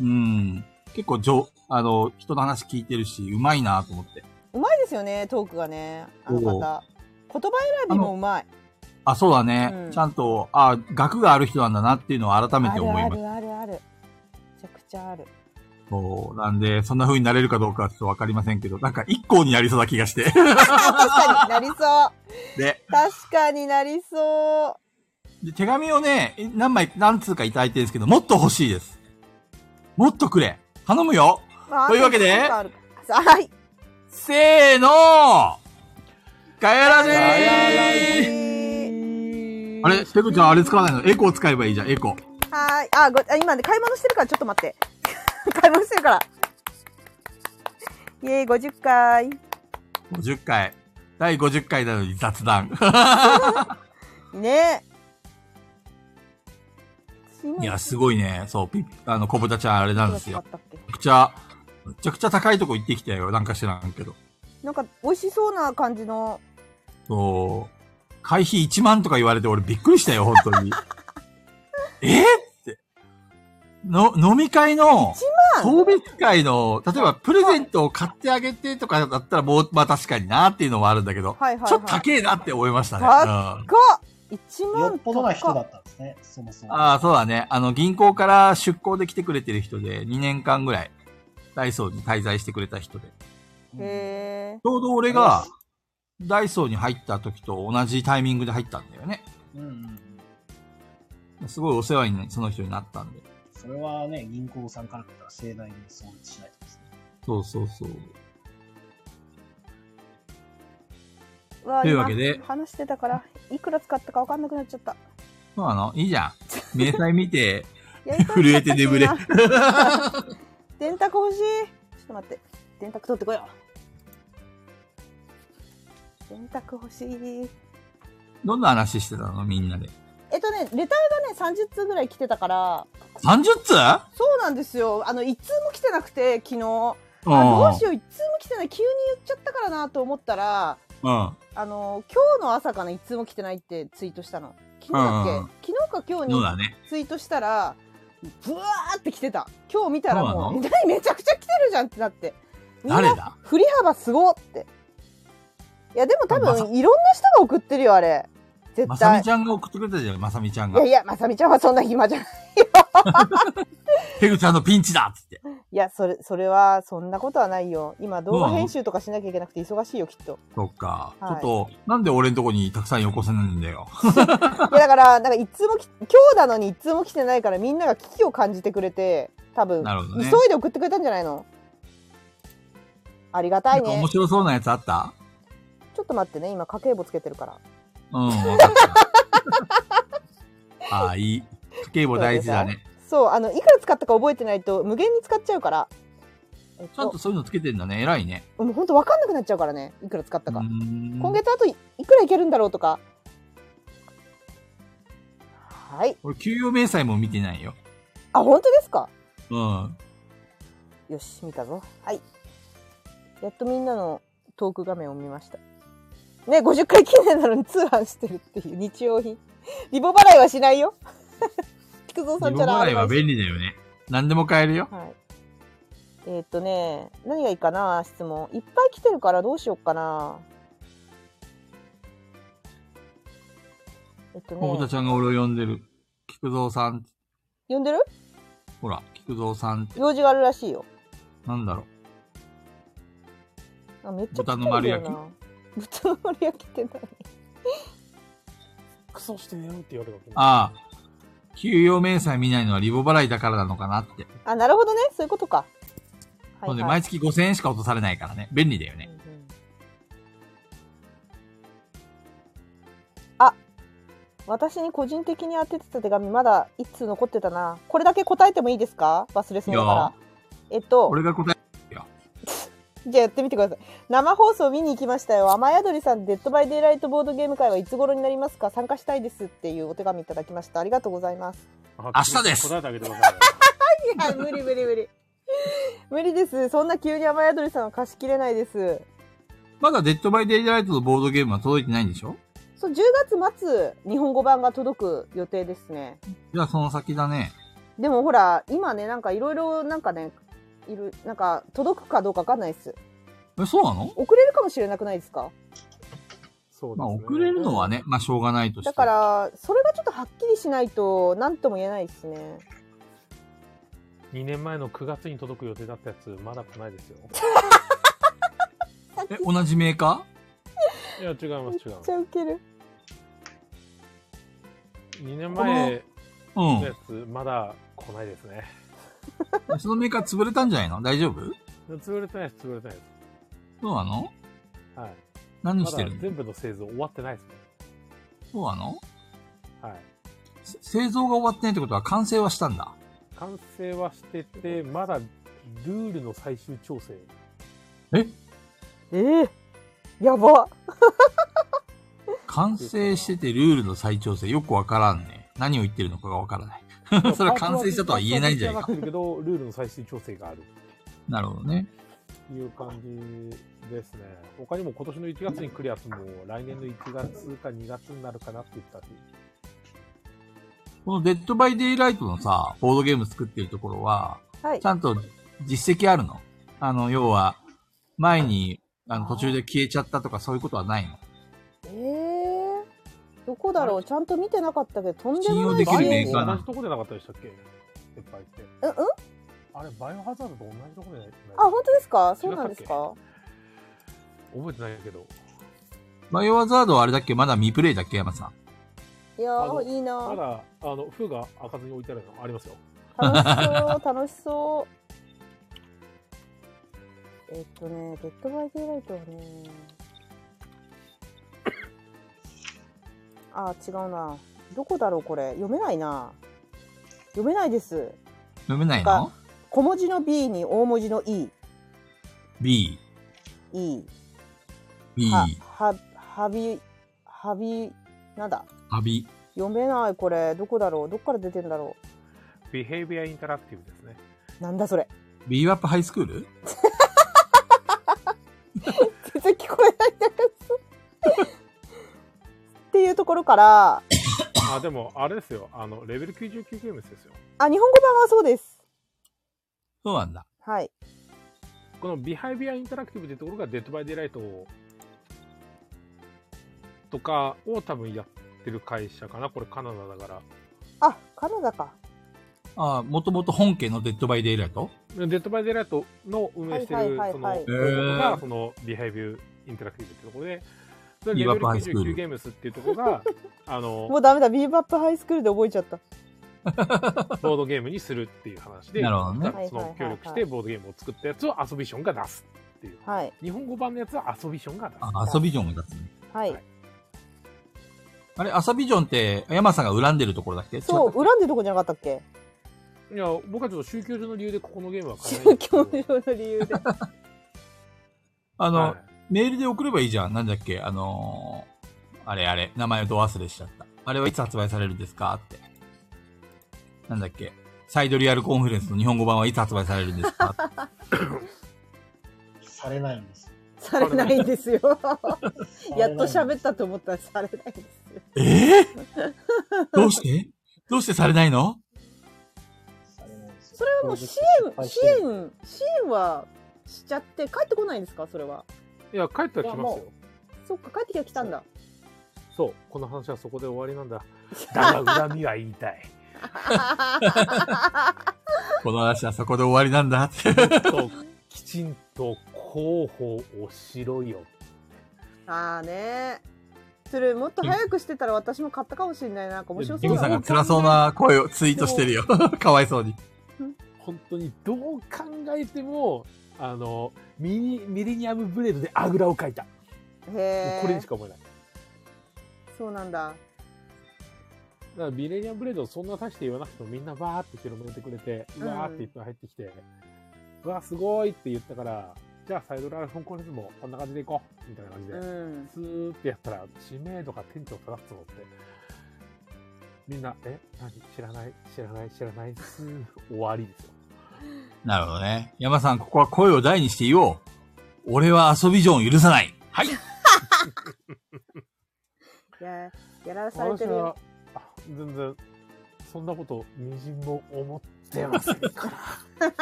うん。結構、じょ、あの、人の話聞いてるし、うまいなと思って。うまいですよねトークがねあのおう方言葉選びもうまいあ、そうだね。うんちゃんと、あ、学がある人なんだなっていうのを改めあてる思いあましるあるあるめちゃくちゃあるた。そう。なんで、そんな風になれるかどうかはちょっとわかりませんけど、なんか一校になりそうな気が <laughs> して。あ確かになりそうで、確かになりそうで手紙をね、何枚、何通かいただいてるんですけど、もっと欲しいです。もっとくれ。頼むよ。まあというわけであとなんかあるはいせーのガヤラジガヤラーあれ、ペグちゃんあれ使わないのエコー使えばいいじゃん、エコー。はーい。あ、ご、あ今ね、買い物してるから、ちょっと待って。 <laughs> 買い物してるから。イエーイ、50回。 50回。第50回なのに雑談。ねいや、すごいね。そう、ピあの、コブタちゃんあれなんですよ。買ったっけめちゃくちゃ、めちゃくちゃ高いとこ行ってきたよ。なんか知らんけど。なんか、美味しそうな感じの。そう。会費1万とか言われて俺びっくりしたよ、本 <laughs> 当に。えーって。の、飲み会の、ん送別会の、例えばプレゼントを買ってあげてとかだったらもう、まあ確かになっていうのはあるんだけど、はいはいはいちょっと高えなって思いましたね。うん、高あっ1万よっぽどな人だ高っったんですね、そもそも。あ、そうだね。あの、銀行から出向で来てくれてる人で、2年間ぐらい、ダイソーに滞在してくれた人で。うんへえちょうど俺が、ダイソーに入った時と同じタイミングで入ったんだよね。うんうんうん。すごいお世話に、ね、その人になったんで。それはね、銀行さんからだったら盛大に創立しないとですね。そうそうそう。わあというわけで今話してたからいくら使ったか分かんなくなっちゃったそうなのいいじゃん。明細見て、 <laughs> やりたい震えて眠れ懐かしいな <laughs> 電卓欲しいちょっと待って電卓取ってこよう電卓欲しいどんな話してたのみんなで。えっとねレターがね30通ぐらい来てたから30通そうなんですよあの1通も来てなくて昨日うあどうしよよう1通も来てない急に言っちゃったからなと思ったらう。うん。あの今日の朝かな1通も来てないってツイートしたの昨日だっけ、うんうん昨日か今日そうにだね。ツイートしたらブワーって来てた今日見たらもうそう「何めちゃくちゃ来てるじゃん」ってなってみんな誰だ振り幅すごっっていやでも多まさ分いろんな人が送ってるよあれ絶まさみ対ちゃんが送ってくれたじゃん、まさみちゃんいがやい。やまさみちゃんはそんな暇じゃないペグちゃんのピンチだっつって。いやそれそれはそんなことはないよ今動画うん編集とかしなきゃいけなくて忙しいよきっとそっか。はいちょっと、なんで俺んとこにたくさんよこせないんだよ。いやだからなんかいつもき今日なのにいつも来てないからみんなが危機を感じてくれて多分、なるほどね急いで送ってくれたんじゃないのありがたいなんかね面白そうなやつあったちょっと待ってね今家計簿つけてるから <laughs> うん、わかった。ああ、いい。家計簿大事だね。そうあのいくら使ったか覚えてないと無限に使っちゃうからえっちゃんとそういうのつけてんだね。偉いね。もう本当わかんなくなっちゃうからねいくら使ったか、うーん今月あといいくらいけるんだろうとかはい俺、給与明細も見てないよ。あ本当ですかうん。よし見たぞはいやっとみんなのトーク画面を見ましたね50回記念なのに <laughs> 通販してるっていう日用品リボ払いはしないよ <laughs> 菊蔵さリんボちゃら払いはあり便利だよね。何でも買えるよ。ますはいえーっとね何がいいかな質問いっぱい来てるからどうしよっかなえっと小田ねちゃんが俺を呼んでる。菊蔵さん。呼んでるほら、菊蔵さんって、用事があるらしいよなんだろう。あめっちゃ来てるよな豚の丸焼き豚の丸焼きって何クソしてねよって言われるわけねああ、給与明細見ないのはリボ払いだからなのかなって。あなるほどねそういうことかほんで、毎月5000円しか落とされないからね。便利だようね。んうんあ私に個人的に当ててた手紙まだ一通残ってたなこれだけ答えてもいいですか忘れそうだいいかよらえっと俺が答え、じゃあやってみてください生放送見に行きましたよ雨宿りさんデッドバイデイライトボードゲーム会はいつ頃になりますか参加したいですっていうお手紙いただきましたありがとうございますあ明日です答えてあげてくださいよ。いや無理無理無理 <laughs> 無理ですそんな急に雨宿りさんは貸し切れないですまだデッドバイデイライトのボードゲームは届いてないんでしょそう10月末日本語版が届く予定ですねじゃあその先だね。でもほら今ねなんかいろいろなんかねいるなんか届くかどうかわかんないですえ、そうなの遅れるかもしれなくないですかそうですね。まあ遅れるのはね、まあしょうがないとして。だか、らそれがちょっとはっきりしないと何とも言えないですね2年前の9月に届く予定だったやつ、まだ来ないですよ。え、同じメーカいや、違います、違いめっまちす。ゃウケる2年前のーやつ、まだ来ないですね。うん。そのメーカー潰れたんじゃないの大丈夫潰れてないです、潰れてないです。そうなのはい。何ましてだるの全部の製造終わってないですね。そうなのはい。せ製造が終わってないってことは完成はしたんだ。完成はしてて、まだルールの最終調整。えー、やば完成しててルールの再調整よくわからんね。何を言ってるのかがわからない。 <laughs> それは完成したとは言えないんじゃないかパーツは出来上がってるけど、ルールの最終調整がある。なるほどね。いう感じですね。他にも今年の1月にクリアするのも、来年の1月か2月になるかなって言ったし。このデッドバイデイライトのさ、ボードゲーム作ってるところは、はいちゃんと実績あるのあの、要は、前に、あの、途中で消えちゃったとかそういうことはないのえー、どこだろうちゃんと見てなかったけどとんでもないできるゲームメーカー同なじとこでなかったでしたっけ撤廃って。うんうんあれ、バイオハザードと同じとこでないあ本当ですかそうなんですか覚えてないけど。バイオハザードはあれだっけまだ未プレイだっけ山さん。いやあのーいいなまーだ、あの、封が開かずに置いてあるのありますよ。楽しそう楽しそうえっとねデッドバイデイライトはね <coughs> あ違うなどこだろうこれ読めないな読めないです読めないの小文字の B に大文字の E ?B、 E B、はははびはびなんだハビ。読めないこれどこだろうどっから出てんだろビヘイビアインタラクティブですね。うなんだそれ B ワップハイスクール全然聞こえないんだけど <laughs> っていうところからあ、でも、あれですよ。あの、レベル99ゲームズですよ。あ日本語版はそうですそうなんだ。はいこのビハイビアインタラクティブってところがデッドバイデイライトをとかを多分やってる会社かな。これカナダだかあカナダかああ、もともと本家のデッドバイデイライトら。デッドバイデイライトの運営してはるいはいはいはいそのへーロゴがそのビハイビューインタラクティブってところで、それレビベバルップハイスクール99ゲームスっていうところがあ <laughs> のもうダメだビーバップハイスクールで覚えちゃったボードゲームにするっていう話で、なるほどねその協力してボードゲームを作ったやつをアソビションが出すっていう。はい日本語版のやつはアソビションが出す。あ、アサビジョンが出すね。はい、はいあれ、アサビジョンって、山さんが恨んでるところだっけそう違ったっ恨んでるとこじゃなかったっけいや、僕はちょっと宗教上の理由でここのゲームは買えないん宗 <laughs> ですけ <laughs> ど教上の理由であの、はいメールで送ればいいじゃん。なんだっけあのー、あれあれ、名前をど忘れしちゃった。あれはいつ発売されるんですかって。なんだっけサイドリアルコンフェレンスの日本語版はいつ発売されるんですかされないんですよ。されないんですよやっとされない喋ったと思ったらされないんですよええどうしてどうしてされないのされないんですよそれはもう支援支援支援はしちゃって帰ってこないんですかそれはいや、帰ったらいや来ますよも。そっか帰ってきた来たんだそう、この話はそこで終わりなんだ。だが恨みは言いたい。 <laughs> この話はそこで終わりなんだって。ときちんと広報をしろよ。ああねそれもっと早くしてたら私も買ったかもしれないななんか面白ジそうムさだんなが辛そうな声をツイートしてるよ。 <laughs> かわいそうに。本当にどう考えても、あの、ミニミレニアムブレードであぐらをかいた。もへうえこれにしか思えない。だそうなんだからミレニアムブレードをそんな大して言わなくてもみんなバーって広めてくれて、うんうわーっていっぱい入ってきて、うわーすごいって言ったから、じゃあサイドラルフォンコレズもこんな感じでいこうみたいな感じで。うんスーってやったら知名度が店長高くと思ってみんな「え何知らない知らない知らないっす」終わりですよなるほどね。山さん、ここは声を大にして言おう。俺は遊びジョンを許さない。はい。ややらされ私てるよはあ全然そんなことみじんも思ってませんから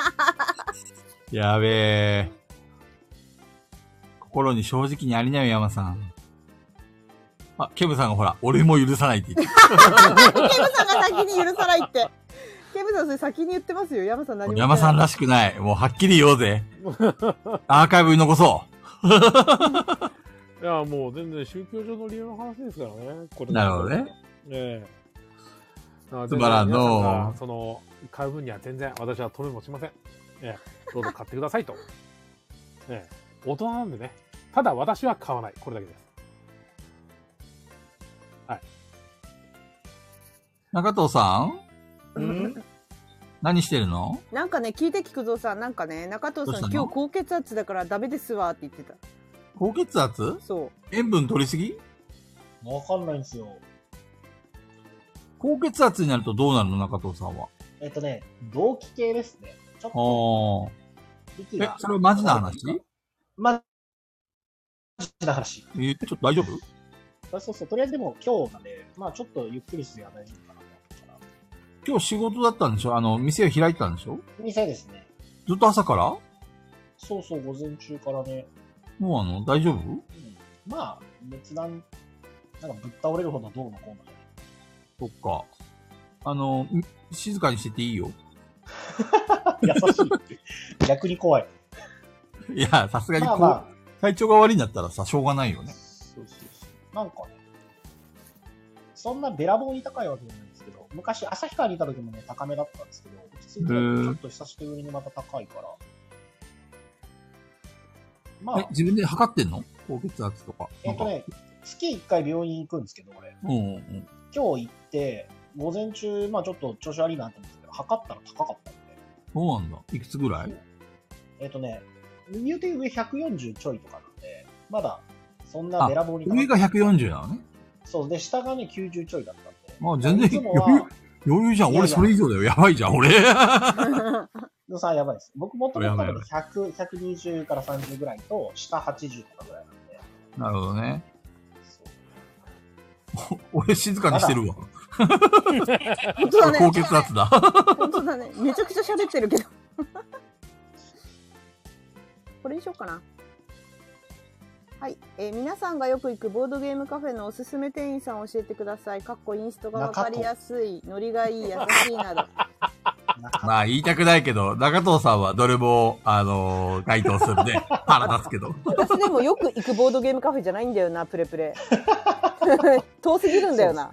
やべえ。心に正直にありなよ、山さん。あ、ケムさんがほら、俺も許さないって言ってケムさんが先に許さないってケムさんそれ先に言ってますよ山さん何もる。言ってな山いさんらしくない。もうはっきり言お <laughs> うぜ。アーカイブに残そいやもう全然宗教上の理由の話ですからねこれなるほどねええつまらんのう皆さがその買う分には全然私は止めもしません、ええ、どうぞ買ってくださいと、 <laughs> ええ、大人なんでねただ私は買わないこれだけですう。中藤さんうん何してるのなんかね聞いて菊蔵さんなんかね中藤どうしさたんの今日高血圧だからダメですわって言ってた高血圧 <laughs> そう塩分取りすぎわかんないんですよ。高血圧になるとどうなるの中藤さんは。えっとね、動機系ですね。ちょっとあ息あ。えが、。それはマジな話マジな話。えー、ちょっと大丈夫あそうそう、とりあえずでも今日なんで、まあちょっとゆっくりすれば大丈夫かなと思ったか今日仕事だったんでしょあの、店を開いてたんでしょら。店ですね。ずっと朝からそうそう、午前中からね、もうあの、大丈夫うんまあ、別段、なんかぶっ倒れるほどどうのこうのじゃないそっか。あの、ん静かにしてていいよ。 <laughs> 優しい。逆に怖い。いや、さすがにまこあう、ま体調が悪いんだったらさ、しょうがないよあ、ね。そうそうそう。なんかね、そんなべらぼうに高いわけじゃないんですけど、昔、旭川にいた時もね、高めだったんですけど、落ち着いてへーちょっと久しぶりにまた高いから。まえあ、、自分で測ってんの高血圧とか。えっとね、月1回病院行くんですけど、俺、なんかうんうん今日行って、午前中、まあちょっと調子悪いなって思ってたけど、測ったら高かったんで、そうなんだ。いくつぐらいえっ、とね、言うて上140ちょいとかなんで、まだそんなべらぼうに高く上が140なのね。そうで、下がね90ちょいだったんで、まあ全然いつも余は、裕、余裕じゃん。いや俺いやそれ以上だよ。やばいじゃん、俺。 <laughs> のさんやばいです。僕もともと多やばいや分ばい100 120から30ぐらいと、下80とかぐらいなんで、なるほどね。そう俺静かにしてるわ。本当だね。高血圧だ。本当だね。めちゃくちゃ喋ってるけど。 <laughs> これにしようかな。はい、えー皆さんがよく行くボードゲームカフェのおすすめ店員さんを教えてください。かっこインストがわかりやすい、ノリがいい、優しいなど。中まあ言いたくないけど、中藤さんはどれも、あのー該当する <laughs> ね。腹立つけど。私 <laughs> でもよく行くボードゲームカフェじゃないんだよな、プレプレ。 <laughs> 遠すぎるんだよな。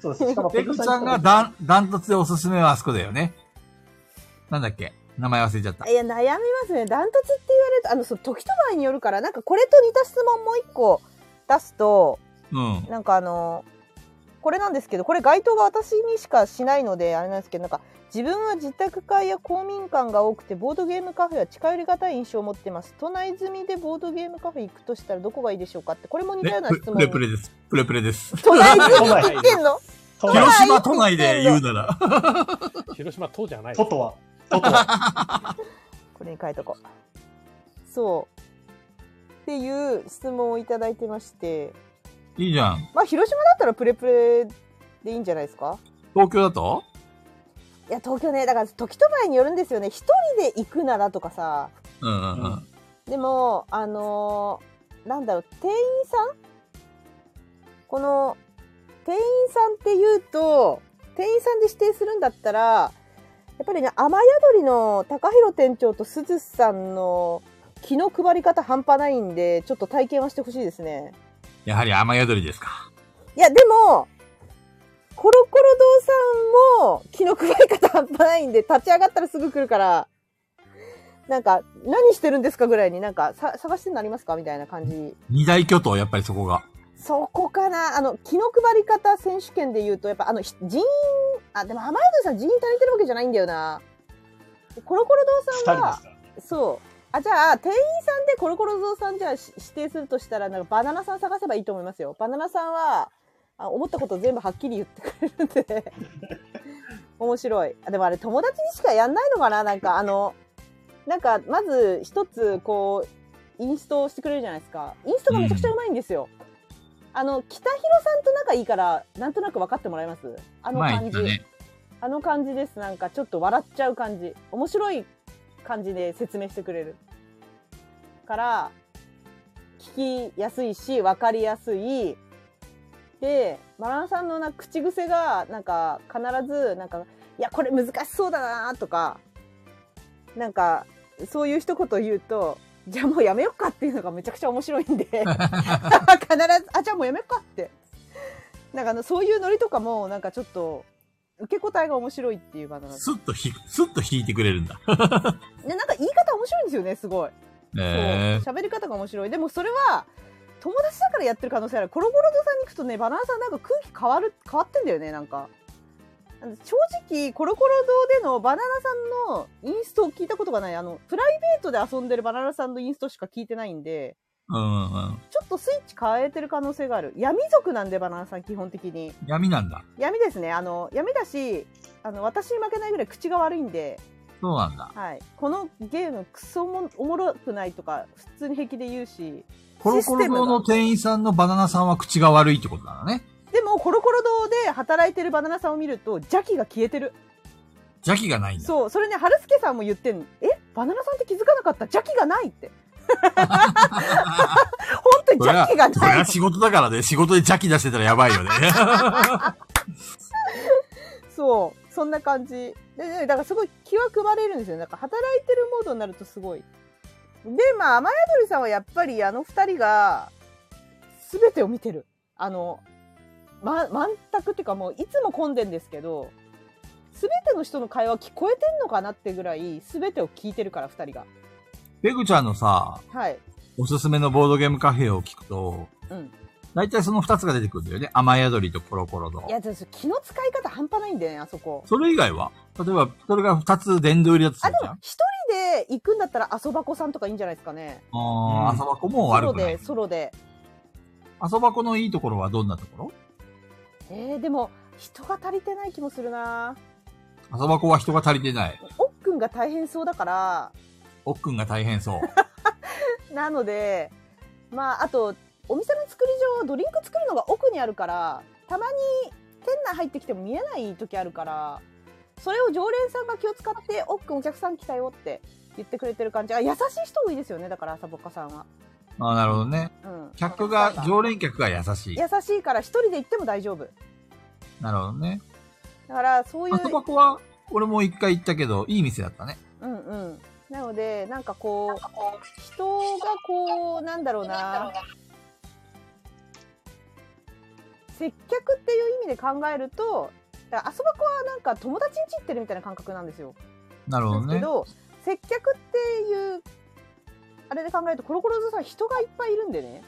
そうです。しかもペグちゃんがダン、ダントツでおすすめはあそこだよね。なんだっけ名前忘れちゃったい。や、悩みますね。ダントツって言われると、あの、その時と場合によるから、なんかこれと似た質問もう一個出すと、うん。なんかあのこれなんですけどこれ該当が私にしかしないのであれなんですけどなんか自分は自宅会や公民館が多くてボードゲームカフェは近寄りがたい印象を持ってます都内済みでボードゲームカフェ行くとしたらどこがいいでしょうかってこれも似たねようなプ質レ問プレプレです。プレプ <laughs> レです。都内済みって言ってんのトい広島都内で言うなら。 <laughs> 広島都じゃない。トトは、トトは、これに書いとこうそうっていう質問をいただいてましていいじゃん。まあ広島だったらプレプレでいいんじゃないですか東京だといや東京ねだから時と場合によるんですよね一人で行くならとかさうんうんう。うんでもあのーなんだろう店員さんこの店員さんって言うと店員さんで指定するんだったらやっぱりね雨宿りの高弘店長とすずさんの気の配り方半端ないんでちょっと体験はしてほしいですねやはり雨宿りですか。いやでもコロコロ堂さんも気の配り方半端ないんで立ち上がったらすぐ来るからなんか何してるんですかぐらいになんかさ探してるのありますかみたいな感じ二大巨頭、やっぱりそこが。そこかな。あの、気の配り方選手権で言うと、やっぱあの、ひ人員、あ、でも浜宿さん人員足りてるわけじゃないんだよな。コロコロ二堂さん人はですか、らね。そう。あ、じゃあ、店員さんでコロコロ堂さんじゃあし指定するとしたら、なんかバナナさん探せばいいと思いますよ。バナナさんは、あ思ったこと全部はっきり言ってくれるん <laughs> で。面白い。あ、でもあれ友達にしかやんないのかななんかあの、なんかまず一つこう、インストをしてくれるじゃないですか。インストがめちゃくちゃうまいんですよ。あの、北広さんと仲いいから、なんとなく分かってもらえますあの前言感っじ。たね。あの感じです。なんかちょっと笑っちゃう感じ。面白い感じで説明してくれる。から、聞きやすいし、わかりやすい。で、マランさんのな口癖が、なんか必ず、なんか、いや、これ難しそうだなとか、なんか、そういう一言言うと、じゃあもうやめよっかっていうのがめちゃくちゃ面白いんで、必ず、あ、じゃあもうやめよっかって。なんかあの、そういうノリとかも、なんかちょっと、受け答えが面白いっていう場なんです。スッとひ、スッと引いてくれるんだ。でなんか言い方面白いんですよね、すごい。そうええ喋り方が面白い。でもそれは、友達だからやってる可能性ある。コロコロ堂さんに行くとね、バナナさんなんか空気変わる、変わってんだよね、なんか。あの正直、コロコロ堂でのバナナさんのインストを聞いたことがない。あの、プライベートで遊んでるバナナさんのインストしか聞いてないんで、うんうんうん。ちょっとスイッチ変えてる可能性がある。闇族なんで、バナナさん基本的に。闇なんだ。闇ですね。あの、闇だし、あの、私に負けないぐらい口が悪いんで、そうなんだ。はい、このゲームクソもおもろくないとか普通に平気で言うしコロコロ堂の店員さんのバナナさんは口が悪いってことなのね。でもコロコロ堂で働いてるバナナさんを見ると邪気が消えてる邪気がないんだ。そうそれね春輔さんも言ってんえバナナさんって気づかなかった邪気がないって。 <laughs> 本当にそりゃ邪気がそなりいゃ。仕事だからね、仕事で邪気出してたらやばい <laughs> よね。そう、そんな感じ。で、でだからすごい気は配れるんですよ。なんか働いてるモードになるとすごい。で、まあ、雨宿りさんはやっぱりあの二人が、すべてを見てる。あの、ま、満卓っていうかもういつも混んでんですけど、すべての人の会話聞こえてんのかなってぐらい、すべてを聞いてるから、二人が。ペグちゃんのさ、はい。おすすめのボードゲームカフェを聞くと、うん。大体その二つが出てくるんだよね。雨宿りとコロコロのい。や、でもそれ気の使い方半端ないんだよね、あそこ。それ以外は例えば、それが二つ殿堂入りだとすあ、るでじゃもん。一人で行くんだったら、あそばこさんとかいいんじゃないですかね。ああ、うん朝箱もソ悪ロくないで、。ソロで。朝箱のいいところはどんなところえー、でも人が足りてない気もするな朝箱は人が足りてない。おっくんが大変そうだからおっくんが大変 <laughs> そう。なのでまああとお店の作り上ドリンク作るのが奥にあるからたまに店内入ってきても見えない時あるからそれを常連さんが気を使って「おっくんお客さん来たよ」って言ってくれてる感じあ優しい人多いですよねだから朝ぼっかさんは、ああ、なるほどね。うん、客が、優常連客が優しい。しいから一人で行っても大丈夫なるほどね。だからそういう朝箱は、俺も一回行ったけど、いい店だったね。うんうん、なのでなんかこう人がこうなんだろうな接客っていう意味で考えるとだからあそばこはなんか友達ん家行ってるみたいな感覚なんですよ。なるほなどんですけどね。接客っていうあれで考えるとコロコロずさん人がいっぱいいるんでね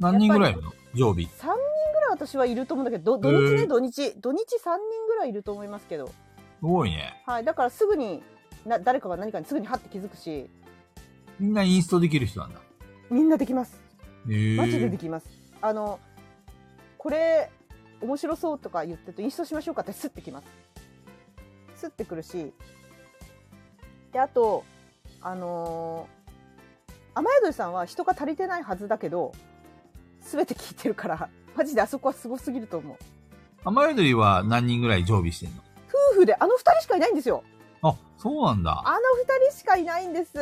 何人ぐらいいるの常備。 3人ぐらい私はいると思うんだけどど土日へえね土日土日3人ぐらいいると思いますけど、すごいね。はい、だからすぐにな誰かが何かにすぐにハッて気づくしみんなインストできる人なんだ。みんなできます。へえ。マジでできます。あの、これ、面白そうとか言ってると、インストしましょうかってスッてきます。スッてくるし。で、あと、あのー雨宿りさんは人が足りてないはずだけど、すべて聞いてるから、マジであそこはすごすぎると思う。雨宿りは何人ぐらい常備してんの夫婦で、あの二人しかいないんですよ。あ、そうなんだ。あの二人しかいないんです。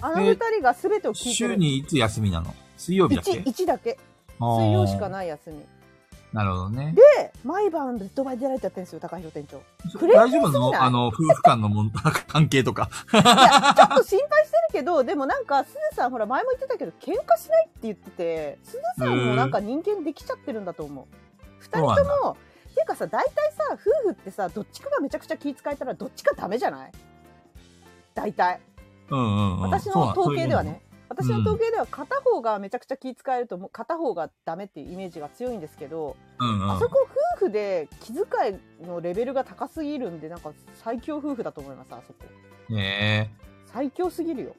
あの二人がすべてを聞いて週る。にいつ休みなの水曜日だっけ1、一だけ。水水曜しかない休み。なるほどね。で、毎晩レッドバイ出られちゃってるんですよ、高弘店長。クレイジー大丈夫なすぎのないあの、夫婦間のもん関係とか。 <laughs> いやちょっと心配してるけどでもなんかすずさんほら前も言ってたけど喧嘩しないって言っててすずさんもなんか人間できちゃってるんだと思う二人そとうなんもっていうかさ大体さ夫婦ってさどっちかがめちゃくちゃ気遣えたらどっちかダメじゃない大体うんうんうん。私そうのなん統計では。ね、ういう私もんの統計では片方がめちゃくちゃ気遣えるともう片方がダメっていうイメージが強いんですけど、そういうもんうんうん。あそこ夫婦で気遣いのレベルが高すぎるんでなんか最強夫婦だと思いますあそこねえ。最強すぎるよ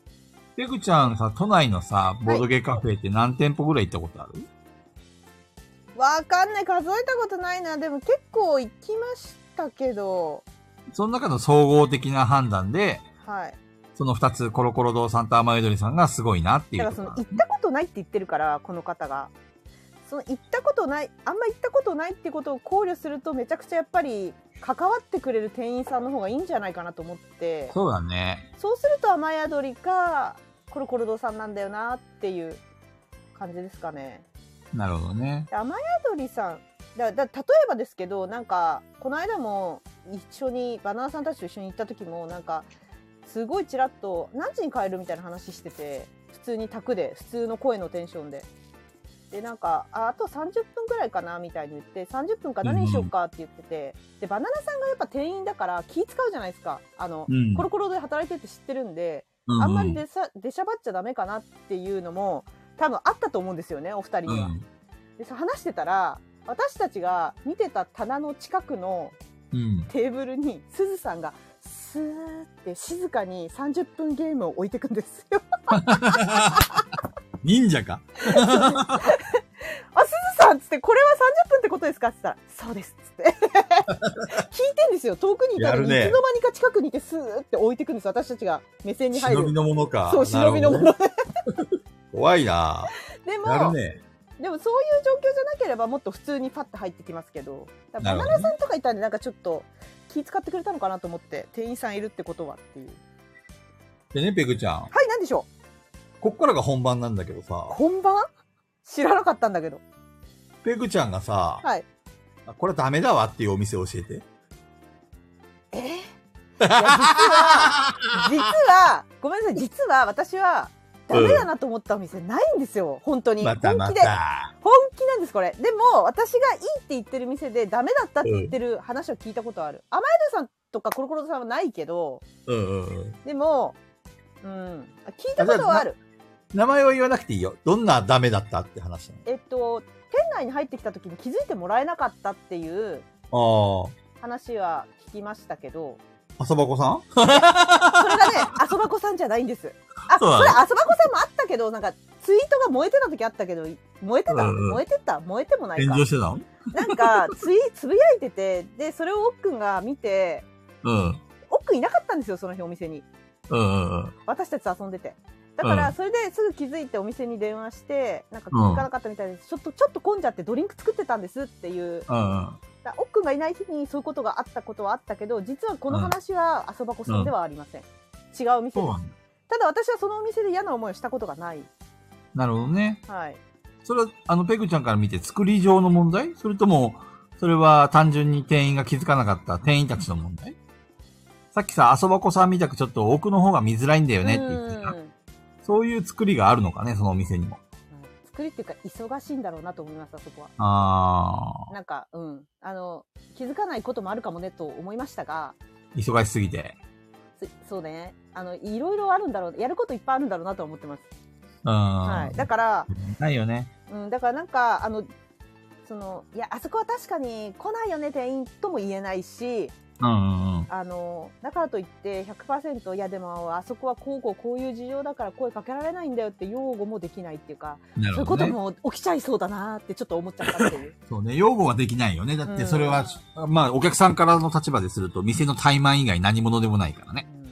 ペグちゃんさ、都内のさ、ボードゲーカフェって何店舗ぐらい行ったことある、わかんない数えたことないなでも結構行きましたけどその中の総合的な判断で、はいその二つ、コロコロ堂さんと雨宿りさんがすごいなっていだうからとそのころ行ったことないって言ってるからこの方がその行ったことないあんま行ったことないってことを考慮するとめちゃくちゃやっぱり関わってくれる店員さんの方がいいんじゃないかなと思ってそうだね。そうすると雨宿りかコロコロ堂さんなんだよなっていう感じですかねなるほどね。で雨宿りさんだだ例えばですけどなんかこの間も一緒にバナナさんたちと一緒に行った時もなんかすごいちらっと何時に帰るみたいな話してて普通に宅で普通の声のテンションで。でなんかああと30分ぐらいかなみたいに言って30分か何にしようかって言ってて、でバナナさんがやっぱ店員だから気使うじゃないですかあの、うんコロコロで働いてるって知ってるんで、ううあんまり出さ出しゃばっちゃダメかなっていうのも多分あったと思うんですよねお二人うには。ん。でそう話してたら私たちが見てた棚の近くのうん。テーブルにすずさんがスーって静かに30分ゲームを置いてくんですよ。 <laughs> 忍者かあ、すずさんっつって、これは30分ってことですかって言ったら、そうですっつって。 <laughs> 聞いてんですよ。遠くにいたのに、やるねいつの間にか近くにいてスーって置いてくんですよ。私たちが目線に入忍びる。のものか。そう、忍びのもの。 <laughs> 怖いなでも、やるね。でもそういう状況じゃなければもっと普通にパッと入ってきますけどだからなバるナほどねナさんとかいたんでなんかちょっと気使ってくれたのかなと思って店員さんいるってことはっていうでね、ペグちゃん。はい何でしょうこっからが本番なんだけどさ、本番知らなかったんだけどペグちゃんがさ、はいあこれダメだわっていうお店を教え <laughs> て。えー、いや実は実はごめんなさい実は私はダメだなと思ったお店ないんですよ本当にまたま本気でた。本気なんですこれでも私がいいって言ってる店でダメだったって言ってる話を聞いたことある、甘えるさんとかコロコロさんはないけどうんうんうん。でもうん聞いたことはある名前は言わなくていいよ。どんなダメだったって話なえっと店内に入ってきた時に気づいてもらえなかったっていうの。話は聞きましたけどああ。朝箱さんそれがねあそばこさんじゃないんですあそそうなのれあそばこさんもあったけどなんかツイートが燃えてた時あったけど燃えてた、うんうん燃えてた燃えてもないか炎上してたのなんかついつぶやいててでそれを奥くんが見てうん。奥いなかったんですよその日お店にうんうんうん。私たちと遊んでてだからうそれですぐ気づいてお店に電話してなんか気づかなかったみたいで、ちょっとちょっと混んじゃってドリンク作ってたんですっていううんうん。だ奥くんがいない日にそういうことがあったことはあったけど実はこの話はあそばこさんではありません、違うお店そでうすなんだ。ただ私はそのお店で嫌な思いをしたことがないなるほどね。はいそれは、あの、ペグちゃんから見て作り上の問題それとも、それは単純に店員が気づかなかった店員たちの問題さっきさ、あそばこさんみたくちょっと奥の方が見づらいんだよねって言ってうた。んそういう作りがあるのかね、そのお店にも。作りっていうか忙しいんだろうなと思いますあそこはあなんかうんあの気づかないこともあるかもねと思いましたがー、忙しすぎて。つそうねあのいろいろあるんだろうやることいっぱいあるんだろうなとは思ってます、うん。はい、だから、ないよね。うん、だからなんかあのそのいやあそこは確かに来ないよね店員とも言えないしうんうんうん。あのだからといって100%いやでもあそこはこうこうこういう事情だから声かけられないんだよって擁護もできないっていうか、そなういるうことほど、ね。も起きちゃいそうだなってちょっと思っちゃったって <laughs> いうそうね。擁護はできないよね。だってそれは、まあお客さんからの立場ですると、店の怠慢以外何者でもないからうね。ん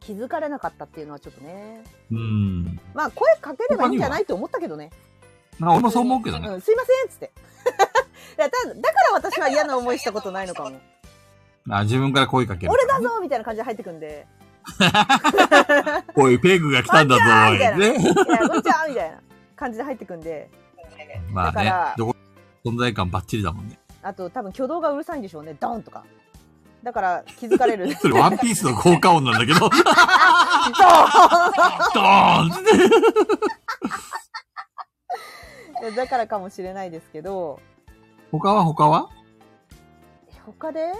気づかれなかったっていうのはちょっとねうん。まあ声かければいいんじゃないって思ったけどねまあ俺もそう思うけどね。ん、すいませんっつって <laughs> いやただだから私は嫌な思いしたことないの <laughs> かもあ自分から声かける。俺だぞみたいな感じで入ってくんでおい、ペグが来たんだぞ、あおんちゃんい。ね「い。や <laughs> こんにちは」みたいな感じで入ってくんでまだからあね、どこ、存在感バッチリだもんね。あと多分挙動がうるさいんでしょうねドンとかだから気づかれる <laughs> それワンピースの効果音なんだけど、ドードーンって。ンだからかもしれないですけど他は他はえ他で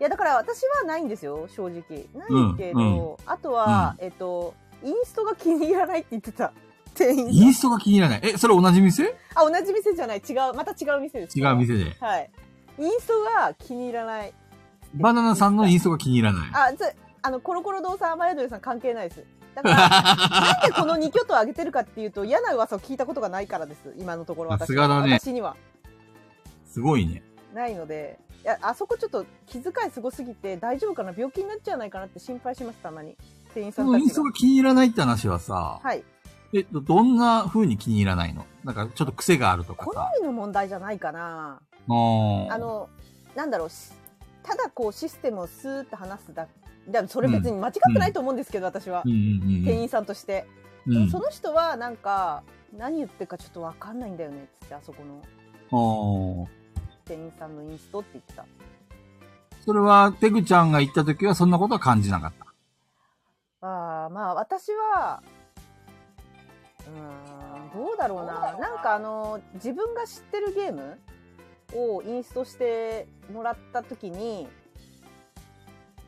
いやだから私はないんですよ正直ないけど、うんあとは、えっとインストが気に入らないって言ってた店員インストが気に入らない。え、それ同じ店あ同じ店じゃない違うまた違う店です違う店で。はい。インストが気に入らない。バナナさんのインストが気に入らない。あ、つ、あの、コロコロ堂さん、アマヤドリさん関係ないです。だ <laughs> から、なんでこの2挙と上げてるかっていうと、嫌な噂を聞いたことがないからです。今のところさ私すはがだね私には。すごいね。ないので、いや、あそこちょっと気遣いすごすぎて、大丈夫かな病気になっちゃわないかなって心配します、たまに。店員そさんのたインちストが。が気に入らないって話はさ、はい。え、どどんな風に気に入らないのなんかちょっと癖があるとか好さ。みの問題じゃないかな。ああの、の、なんだろう、しただこうシステムをスーッと話すだ、でもそれ別に間違ってないと思うんですけど、私はう。んうん店員さんとして。うん。うんその人はなんか何言ってるかちょっと分かんないんだよねっつってあそこのあー店員さんのインストって言ってたそれは、ペグちゃんが行った時はそんなことは感じなかった。あーまあ私はうーんどうだろうななんかあの自分が知ってるゲームをインストしてもらった時に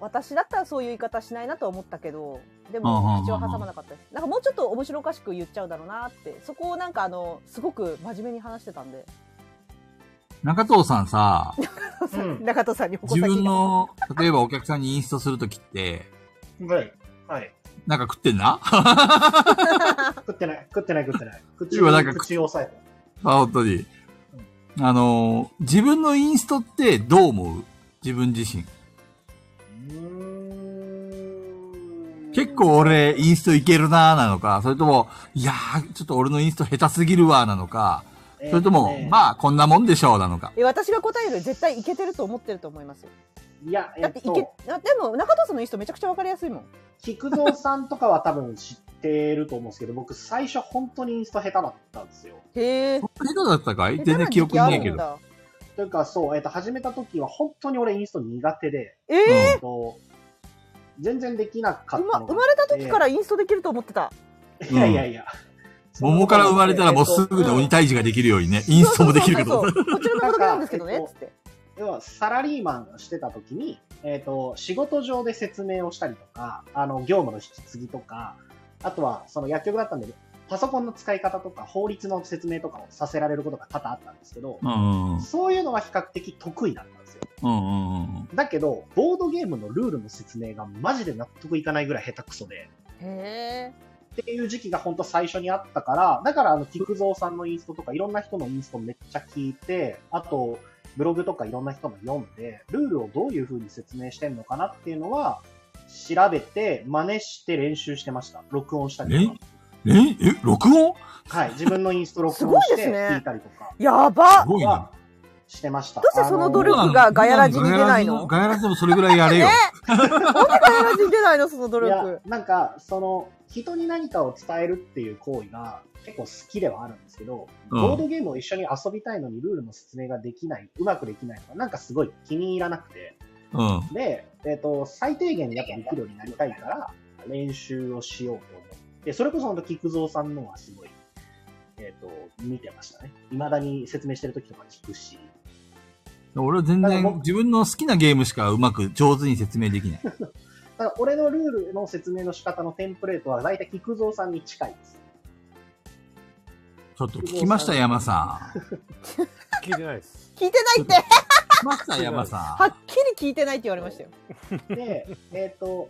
私だったらそういう言い方しないなとは思ったけどでうんうんうんうもん口を挟まなかったですなんかもうちょっと面白おかしく言っちゃうんだろうなってそこをなんかあのすごく真面目に話してたんで中藤さんさ、う <laughs> ん中戸さんに矛自先が分の、例えばお客さんにインストするときって、はい。はい。なんか食ってんな <laughs> 食ってない、食ってない、食ってない。口今なんかを、口を押さえて。あ、本当に。あのー、自分のインストってどう思う自分自身。うーん結構俺、インストいけるなーなのか、それとも、いやー、ちょっと俺のインスト下手すぎるわーなのか、えーそれとも、ねまあ、こんなもんでしょうなのか。え私が答えるより絶対いけてると思ってると思いますよいや、えだっっていけと、あでも中藤さんのいい人めちゃくちゃわかりやすいもん菊蔵さんとかは多分知ってると思うんですけど、僕、最初、本当にインスト下手だったんですよ。へえそんな人だったかい全然記憶にねえけど。というか、そう、えっと、始めた時は、本当に俺、インスト苦手で、えーえっと、全然できなかうったまの生がまれた時からインストできると思ってた、いやいやいや。桃から生まれたらもうすぐにお鬼退治ができるようにね、インストもできるけど <laughs> そう。そうそうそうこちらのことなんですけど <laughs> ねなんかつって要はサラリーマンをしてた時に、えっと仕事上で説明をしたりとかあの業務の引き継ぎとかあとはその薬局だったんでパソコンの使い方とか法律の説明とかをさせられることが多々あったんですけど、うんうんそういうのは比較的得意だったんですようんうんうんだけどボードゲームのルールの説明がマジで納得いかないぐらい下手くそでへっていう時期が本当最初にあったから、だからあの、菊蔵さんのインストとかいろんな人のインストめっちゃ聞いて、あと、ブログとかいろんな人の読んで、ルールをどういう風に説明してんのかなっていうのは、調べて、真似して練習してました。録音したりとか。え、え、録音はい。自分のインスト録すご音いでしすてね聞いたりとかえやばすごいなは。してました。どうしてその努力あがガヤラジに出ないのガヤラジでもそれぐらいやれよ。なんでガヤラジに出ないのその努い力や、なんか、その、人に何かを伝えるっていう行為が結構好きではあるんですけど、うんボードゲームを一緒に遊びたいのにルールの説明ができない、うまくできないのが、なんかすごい気に入らなくて、うん。で、えっ、と、最低限やっぱできるようになりたいから、練習をしようと思って、それこそ本当、菊蔵さんのはすごい、えっ、と、見てましたね。未だに説明してる時とか聞くし、俺は全だから然僕自分の好きなゲームしかうまく上手に説明できない。ただ、俺のルールの説明の仕方のテンプレートは大体菊蔵さんに近いです。ちょっと聞きました、山さん。聞いてないです。聞いてないって聞きました、山はさっきり聞いてないって言われましたよで、えっ、と、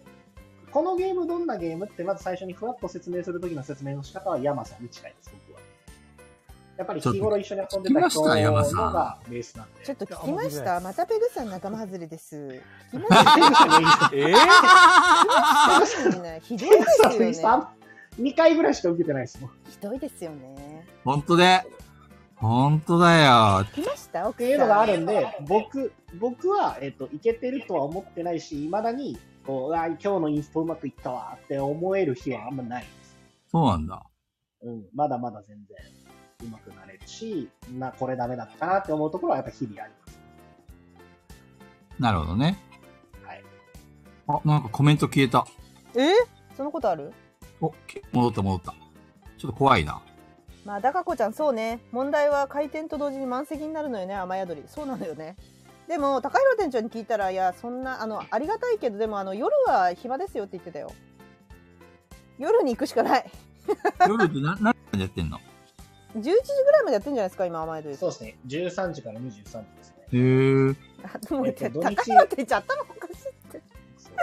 このゲームどんなゲームってまず最初にふわっと説明するときの説明の仕方は山さんに近いです、僕は。やっぱり日頃一緒に遊んでた人のちょっと聞きました方が <laughs> ベースなんで。ちょっと聞聞ききままししたたまたペグさん仲間外れ <laughs> です聞きまペグさんのインスタえ <laughs> ー、したねひどいペグさんのイでンすスよねタ2回ぐらいしか受けてないですもん。っひどいですよねん。ほんとで。ほんとだよ。聞きました奥ていうのがあさんるんで、僕、僕は、えっ、と、いけてるとは思ってないし、未だに、こう、うわ今日のインストうまくいったわって思える日はあんまないです。そうなんだ。うん、まだまだ全然うまくなれるし、な、これダメだったなって思うところはやっぱ日々あります。なるほどね。はい。あ、なんかコメント消えた。えそのことあるお、け戻った戻った。ちょっと怖いな。まあだかこちゃんそうね問題は開店と同時に満席になるのよね雨宿りそうなのよねでも高弘店長に聞いたらいやそんなあのありがたいけどでもあの夜は暇ですよって言ってたよ夜に行くしかない夜ってな、何時やってんのへ11時ぐらいまでやってんじゃないですか今雨宿りそうですね。13時から23時ですね。え。あで <laughs> もえっと土日高弘店長頭おかしいって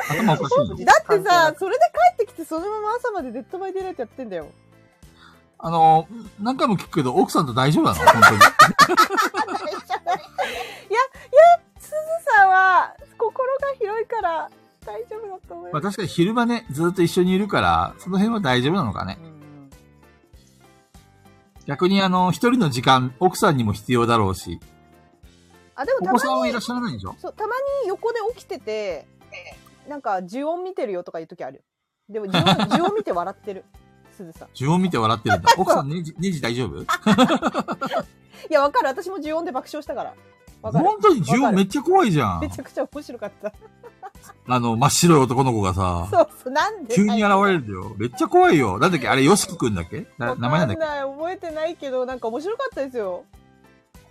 頭おかしいのだってさ、それで帰ってきてそのまま朝までデッドバイデイライトやってんだよあの、何回も聞くけど、奥さんと大丈夫なの本当に。いやいやすずさんは心が広いから大丈夫だと思いまあます、確かに昼間ね、ずっと一緒にいるから、その辺は大丈夫なのかねう。ん逆にあの、一人の時間、奥さんにも必要だろうし、あでもおた子さんまはいにらっしゃらないでしょそうたまに横で起きててなんか呪音見てるよとかいう時あるよで <laughs> も呪音呪音見て笑ってるすずさん呪文見て笑ってるんだ。奥さんネジ、ネジ大丈夫いやわかる私も呪音で爆笑したからわかる本当に呪文めっちゃ怖いじゃめんち。ゃくちゃ面白かった <laughs> あの、真っ白い男の子がさ、そうそうなんで急に現れるんだよ。めっちゃ怖いよ。なんだっけあれ、ヨシキくんだっけなわ名か前なんんだっけない覚えてないけどなんか面白かったですよ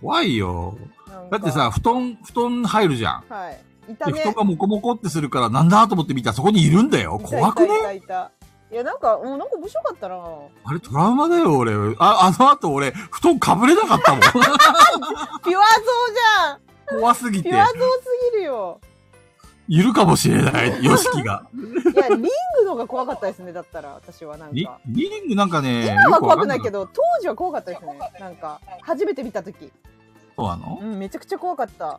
怖いよ。なんだかってさ、布団、布団入るじゃん。はいいたで、ね布団がモコモコってするから、なんだと思って見たらそこにいるんだよ。いた怖くねいたいたいたいやなんかうんなんか面白か <laughs> ったなあれ、トラウマだよ、俺。あ、あの後俺、布団かぶれな <laughs> かったもん。ピュア像じゃん怖すぎピてュ。ア像すぎるよいるかもしれない、ヨシキが。いやリングの方が怖かったですねだったら私はなんリかリングなんかね、今は怖くないけど。ど当時は怖かったですねなんか初めて見た時そうなのうんめちゃくちゃ怖かった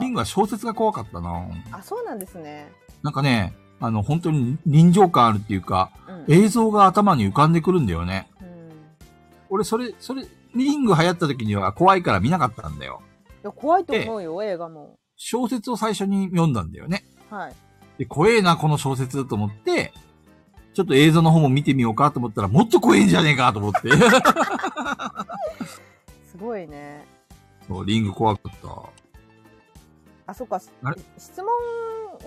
リングは小説が怖かったな。あそうなんですねなんかね、あの、本当に臨場感あるっていうか、うん、映像が頭に浮かんでくるんだよね。うん俺、それ、それ、リング流行った時には怖いから見なかったんだよ。や怖いと思うよ、映画も。小説を最初に読んだんだよね。はい。で、怖えな、この小説だと思って、ちょっと映像の方も見てみようかと思ったら、もっと怖えんじゃねえかと思って。すごいね。そう、リング怖かった。あ、そっかあれ。質問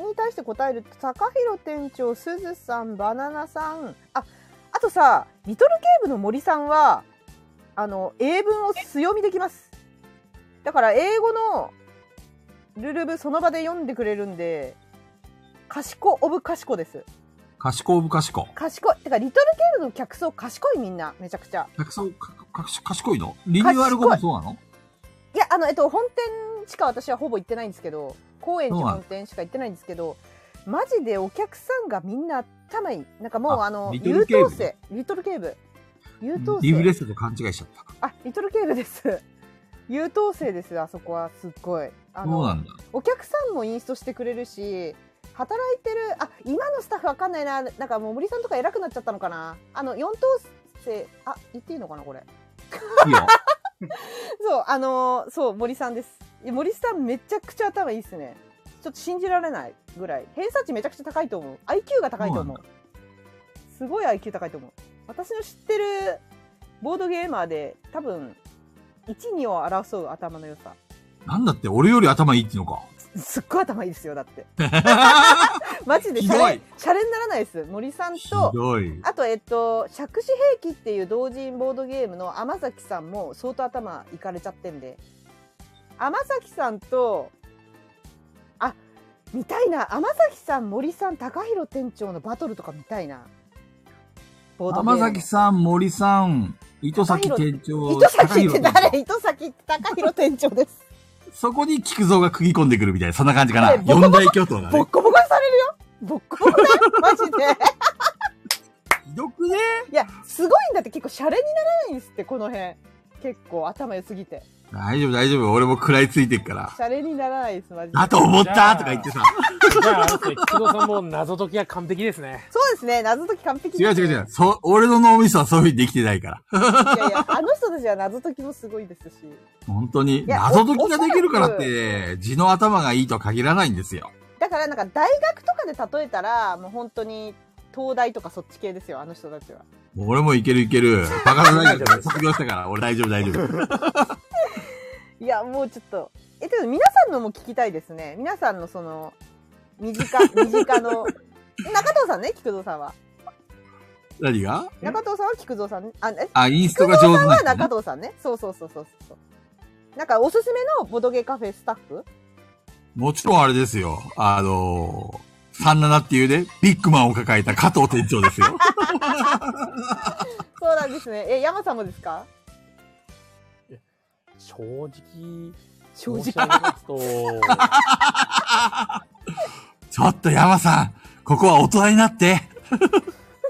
に対して答えると、高弘店長、すずさん、バナナさん。あ、あとさ、リトルケーブの森さんは、あの、英文を素読みできます。だから、英語のルルブその場で読んでくれるんで、賢オブ賢です。賢いぶ賢い。賢い。てか、リトルケーブの客層賢いみんな、めちゃくちゃ。客さん、かか賢いのリニューアル後もそうなのいや、あの、えっと、本店しか私はほぼ行ってないんですけど、高円寺本店しか行ってないんですけど、マジでお客さんがみんな頭いい。なんかもうああの、リト優ルケーブ等生。リトルケーブ。優等リブ生。レスと勘違いしちゃった。あ、リトルケーブです。 <laughs> 優等生です、あそこは。すっごい。あそうなの、んだ。お客さんもインストしてくれるし、働いてる、あ、今のスタッフわかんないな。なんかもう森さんとか偉くなっちゃったのかな。あの、四等生、あ、言っていいのかな、これ。いいよ。そう、あのーそう、森さんです。いや森さんめちゃくちゃ頭いいっすね。ちょっと信じられないぐらい。偏差値めちゃくちゃ高いと思う。IQ が高いと思う。すごい IQ 高いと思う。私の知ってるボードゲーマーで多分、1、2を争う頭の良さ。なんだって、俺より頭いいっていうのか。すっごい頭いいですよ、だって。 <laughs> マジでシャレひどいシャレにならないです。森さんひと、どい。あと、えっと、杓子兵器っていう同人ボードゲームの天崎さんも相当頭いかれちゃってんで。天崎さんと、あ、見たいな。天崎さん、森さん、高弘店長のバトルとか見たいな。ボ天崎さん、森さん、糸崎店長、糸崎って高誰弘糸崎って高弘店長です。そこに菊蔵が食い込んでくるみたいな、そんな感じかな。ねボコボ四コ大巨頭だボッね。コボコにされるよ。ボッコボコだよ。マジで。ひどくねいや、すごいんだって結構シャレにならないんですって、この辺。結構頭良すぎて。大丈夫、大丈夫。俺も食らいついてるから。シャレにならないです、マジで。だと思ったとか言ってさ。じゃあ、あれですね、菊蔵さんも謎解きは完璧ですね。そうですね、謎解き完璧違う違う違う。そう、俺の脳みそはそういうふうにできてないから。いやいや、あの人たちは謎解きもすごいですし。本当に。いや謎解きができるからっおおそて、字の頭がいいとは限らないんですよ。だからなんか大学とかで例えたら、もう本当に東大とかそっち系ですよ、あの人たちは。俺もいけるいける。バカな大学卒業したから、俺大丈夫大丈 <laughs> 夫。いや、もうちょっと。え、でも皆さんのも聞きたいですね。皆さんのその、身 <laughs> 近、身近の。中藤さんね、菊蔵さんは。何が中藤さんは菊蔵さん。あ、え、あ、インス菊トが蔵上さ手んなは人ね中藤さんね。そうそうそうそうそう。なんかおすすめのボドゲカフェスタッフもちろんあれですよ。あのー、37っていうね、ビッグマンを抱えた加藤店長で <laughs> すよ。そうなんですね。え、山さんもですか <laughs> 正直、正直申し上げますと、ちょっと山さん、ここは大人になって。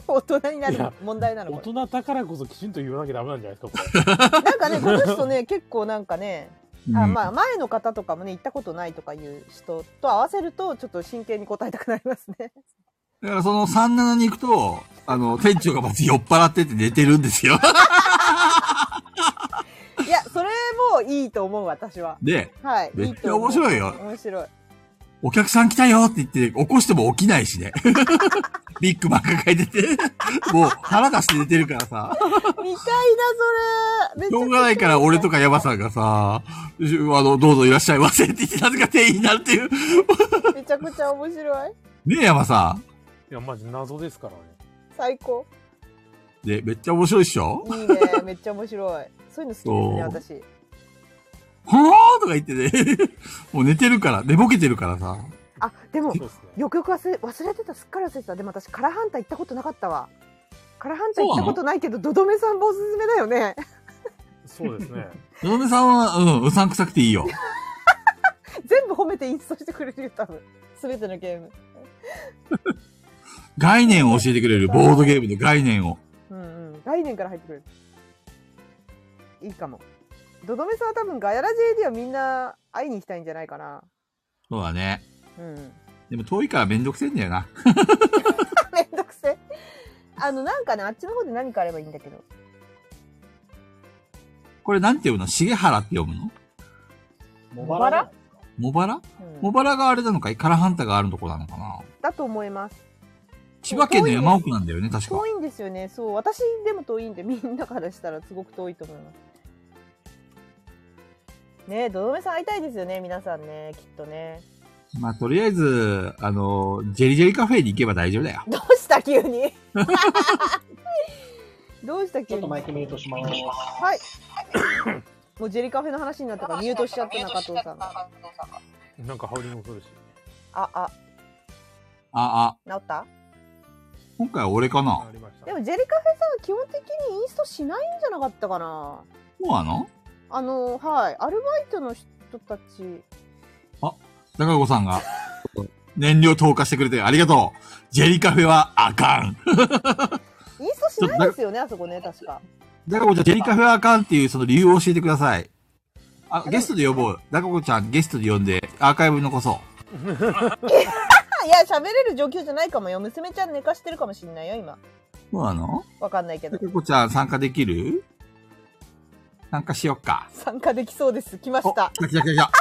大人になるいや問題なの大これ人だからこそきちんと言わなきゃダメなんじゃないですか、これ。なん <laughs> かね、この人ね、結構なんかね、あうんまあ前の方とかもね行ったことないとかいう人と合わせるとちょっと真剣に答えたくなります <laughs> ね。だからその37に行くと、あの、店長がまず酔っ払ってて寝てるんですよ。 <laughs> いやそれもいいと思う私は。で、はい。めっとちゃ思う面白いよ。面白い。お客さん来たよって言って、起こしても起きないしね。 <laughs> ビッグマン抱えてて、もう腹出して寝てるからさ、見たいなそれ。しょうがないから俺とか。か山さんがさ、しあの、どうぞいらっしゃいませって言って、なぜか店員になるっていう。めちゃくちゃ面白い。ねえ、山さん。いや、マジ謎ですからね。最高。で、めっちゃ面白いっしょいい <laughs> ね。めっちゃ面白い。そういうの好きですね私。はぁとか言ってね。 <laughs> もう寝てるから、寝ぼけてるからさ。あでもそうですね。よくよく忘れ忘れてたすっかり忘れてた。でも私カラハンタ行ったことなかったわ。カラハンタ行ったことないけどドドメさんもおすすめだよね。そうです <laughs> ね。のどめさんは、うん、うさんくさくていいよ。全部褒めてインストしてくれるよ多分。すべてのゲーム。概念を教えてくれる、ボードゲームの概念を。うんうん、概念から入ってくれるいいかもどどめさんは多分ガヤラ JD はみんな会いに行きたいんじゃないかなそうだね。うん <laughs> めんでも遠いからめんどくせえんだよな。どくせあのなんかねあっちの方で何かあればいいんだけどこれなんて読むの重原って読むの茂茂原茂原うん茂原があれなのかいカラハンタがあるとこなのかなだと思います千葉県の山奥なんだよね、確か遠。いんですよねそう私でも遠いんでみんなからしたらすごく遠いと思いますねえどどめさん会いたいですよね皆さんねきっとねまあ、とりあえず、あの、ジェリジェリカフェに行けば大丈夫だよ。どうした急にどうしたち急ょっとにマイクミュートします。はい。 <coughs> もうジェリカフェの話になったからミュートしちゃった中藤さんが。なんかハウリング恐るし。あ、あ、あ、あ、治った今回は俺かなありました。でもジェリカフェさんは基本的にインストしないんじゃなかったかなそうなのあの、はい。アルバイトの人たち。高子さ <laughs> んが、燃料投下してくれてありがとうジェリカフェはあかんインストしないですよね、あそこね、確か。高子ちゃん、ジェリカフェはあかんっていうその理由を教えてください。あ、ゲストで呼ぼう。高子ちゃん、ゲストで呼んで、アーカイブに残そあいや、喋れる状況じゃないかもよ。娘ちゃん寝かしてるかもしんないよ、今。う。そうなのわかんないけど。高子ちゃん、参加できる参加しよっか。参加できそうです。来まお、し来たた。来た来た来た。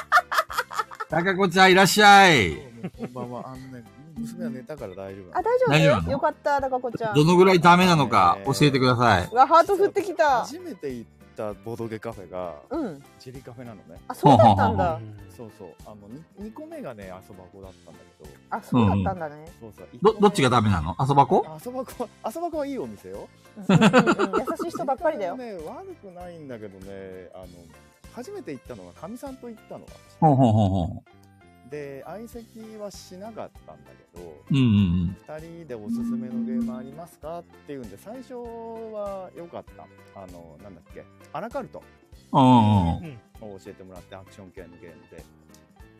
高子ちゃん、いらっしゃい。こんばんは。あのね、娘は寝たから大丈夫。あ、大大丈丈夫な夫のよかった、高子ちゃんど。のぐらいダメなのか教えてください。うわ、ハート振ってきた。初めて行ったボドゲカフェが、うん。ジェリカフェなのね。あ、そうだったんうだ。んそうそう。あの、2個目がね、遊ばこだったんだけど、あ、そうだったんだね。そうそう。一個ど、目どっちがダメなの遊ばこあ遊ばこ、遊ばこはいいお店よ。うんうんうん優しい人ばっかりだよ。ね、悪くないんだけどね、あの、初めて行ったのが、かみさんと行ったのが。ほうほうほうほで、相席はしなかったんだけど、う。うんうん2人でおすすめのゲームありますかっていうんで最初は良かったあのなんだっけアラカルトうん。うんうん。を教えてもらってアクション系のゲームで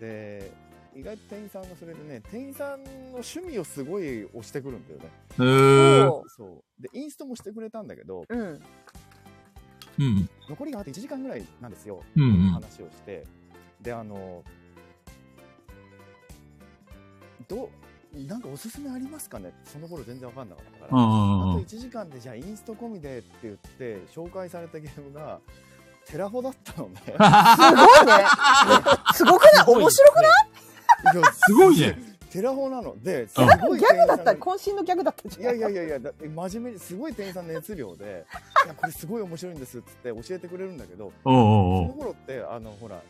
で意外と店員さんがそれでね店員さんの趣味をすごい押してくるんだよねへーそそうでインストもしてくれたんだけどう。うん。うん。残りがあと1時間ぐらいなんですよ、うんうん話をしてであのどなんかおすすめありますかねその頃全然分かんなかったから、うんうあんうとん。 1時間でじゃあインスト込みでって言って紹介されたゲームがテラフォだったのね。すごいね。 <laughs> すごくない面白くない <laughs> すごいね。テラフォなので、すあごい多分ギャグだった店員さんが渾身のギャグだったんじいゃなやいいやいやいや、だ真面目にすごい店員さんの熱量で、いやこれすごい面白いんですっつって教えてくれるんだけど、おうそおうの頃ってあのほら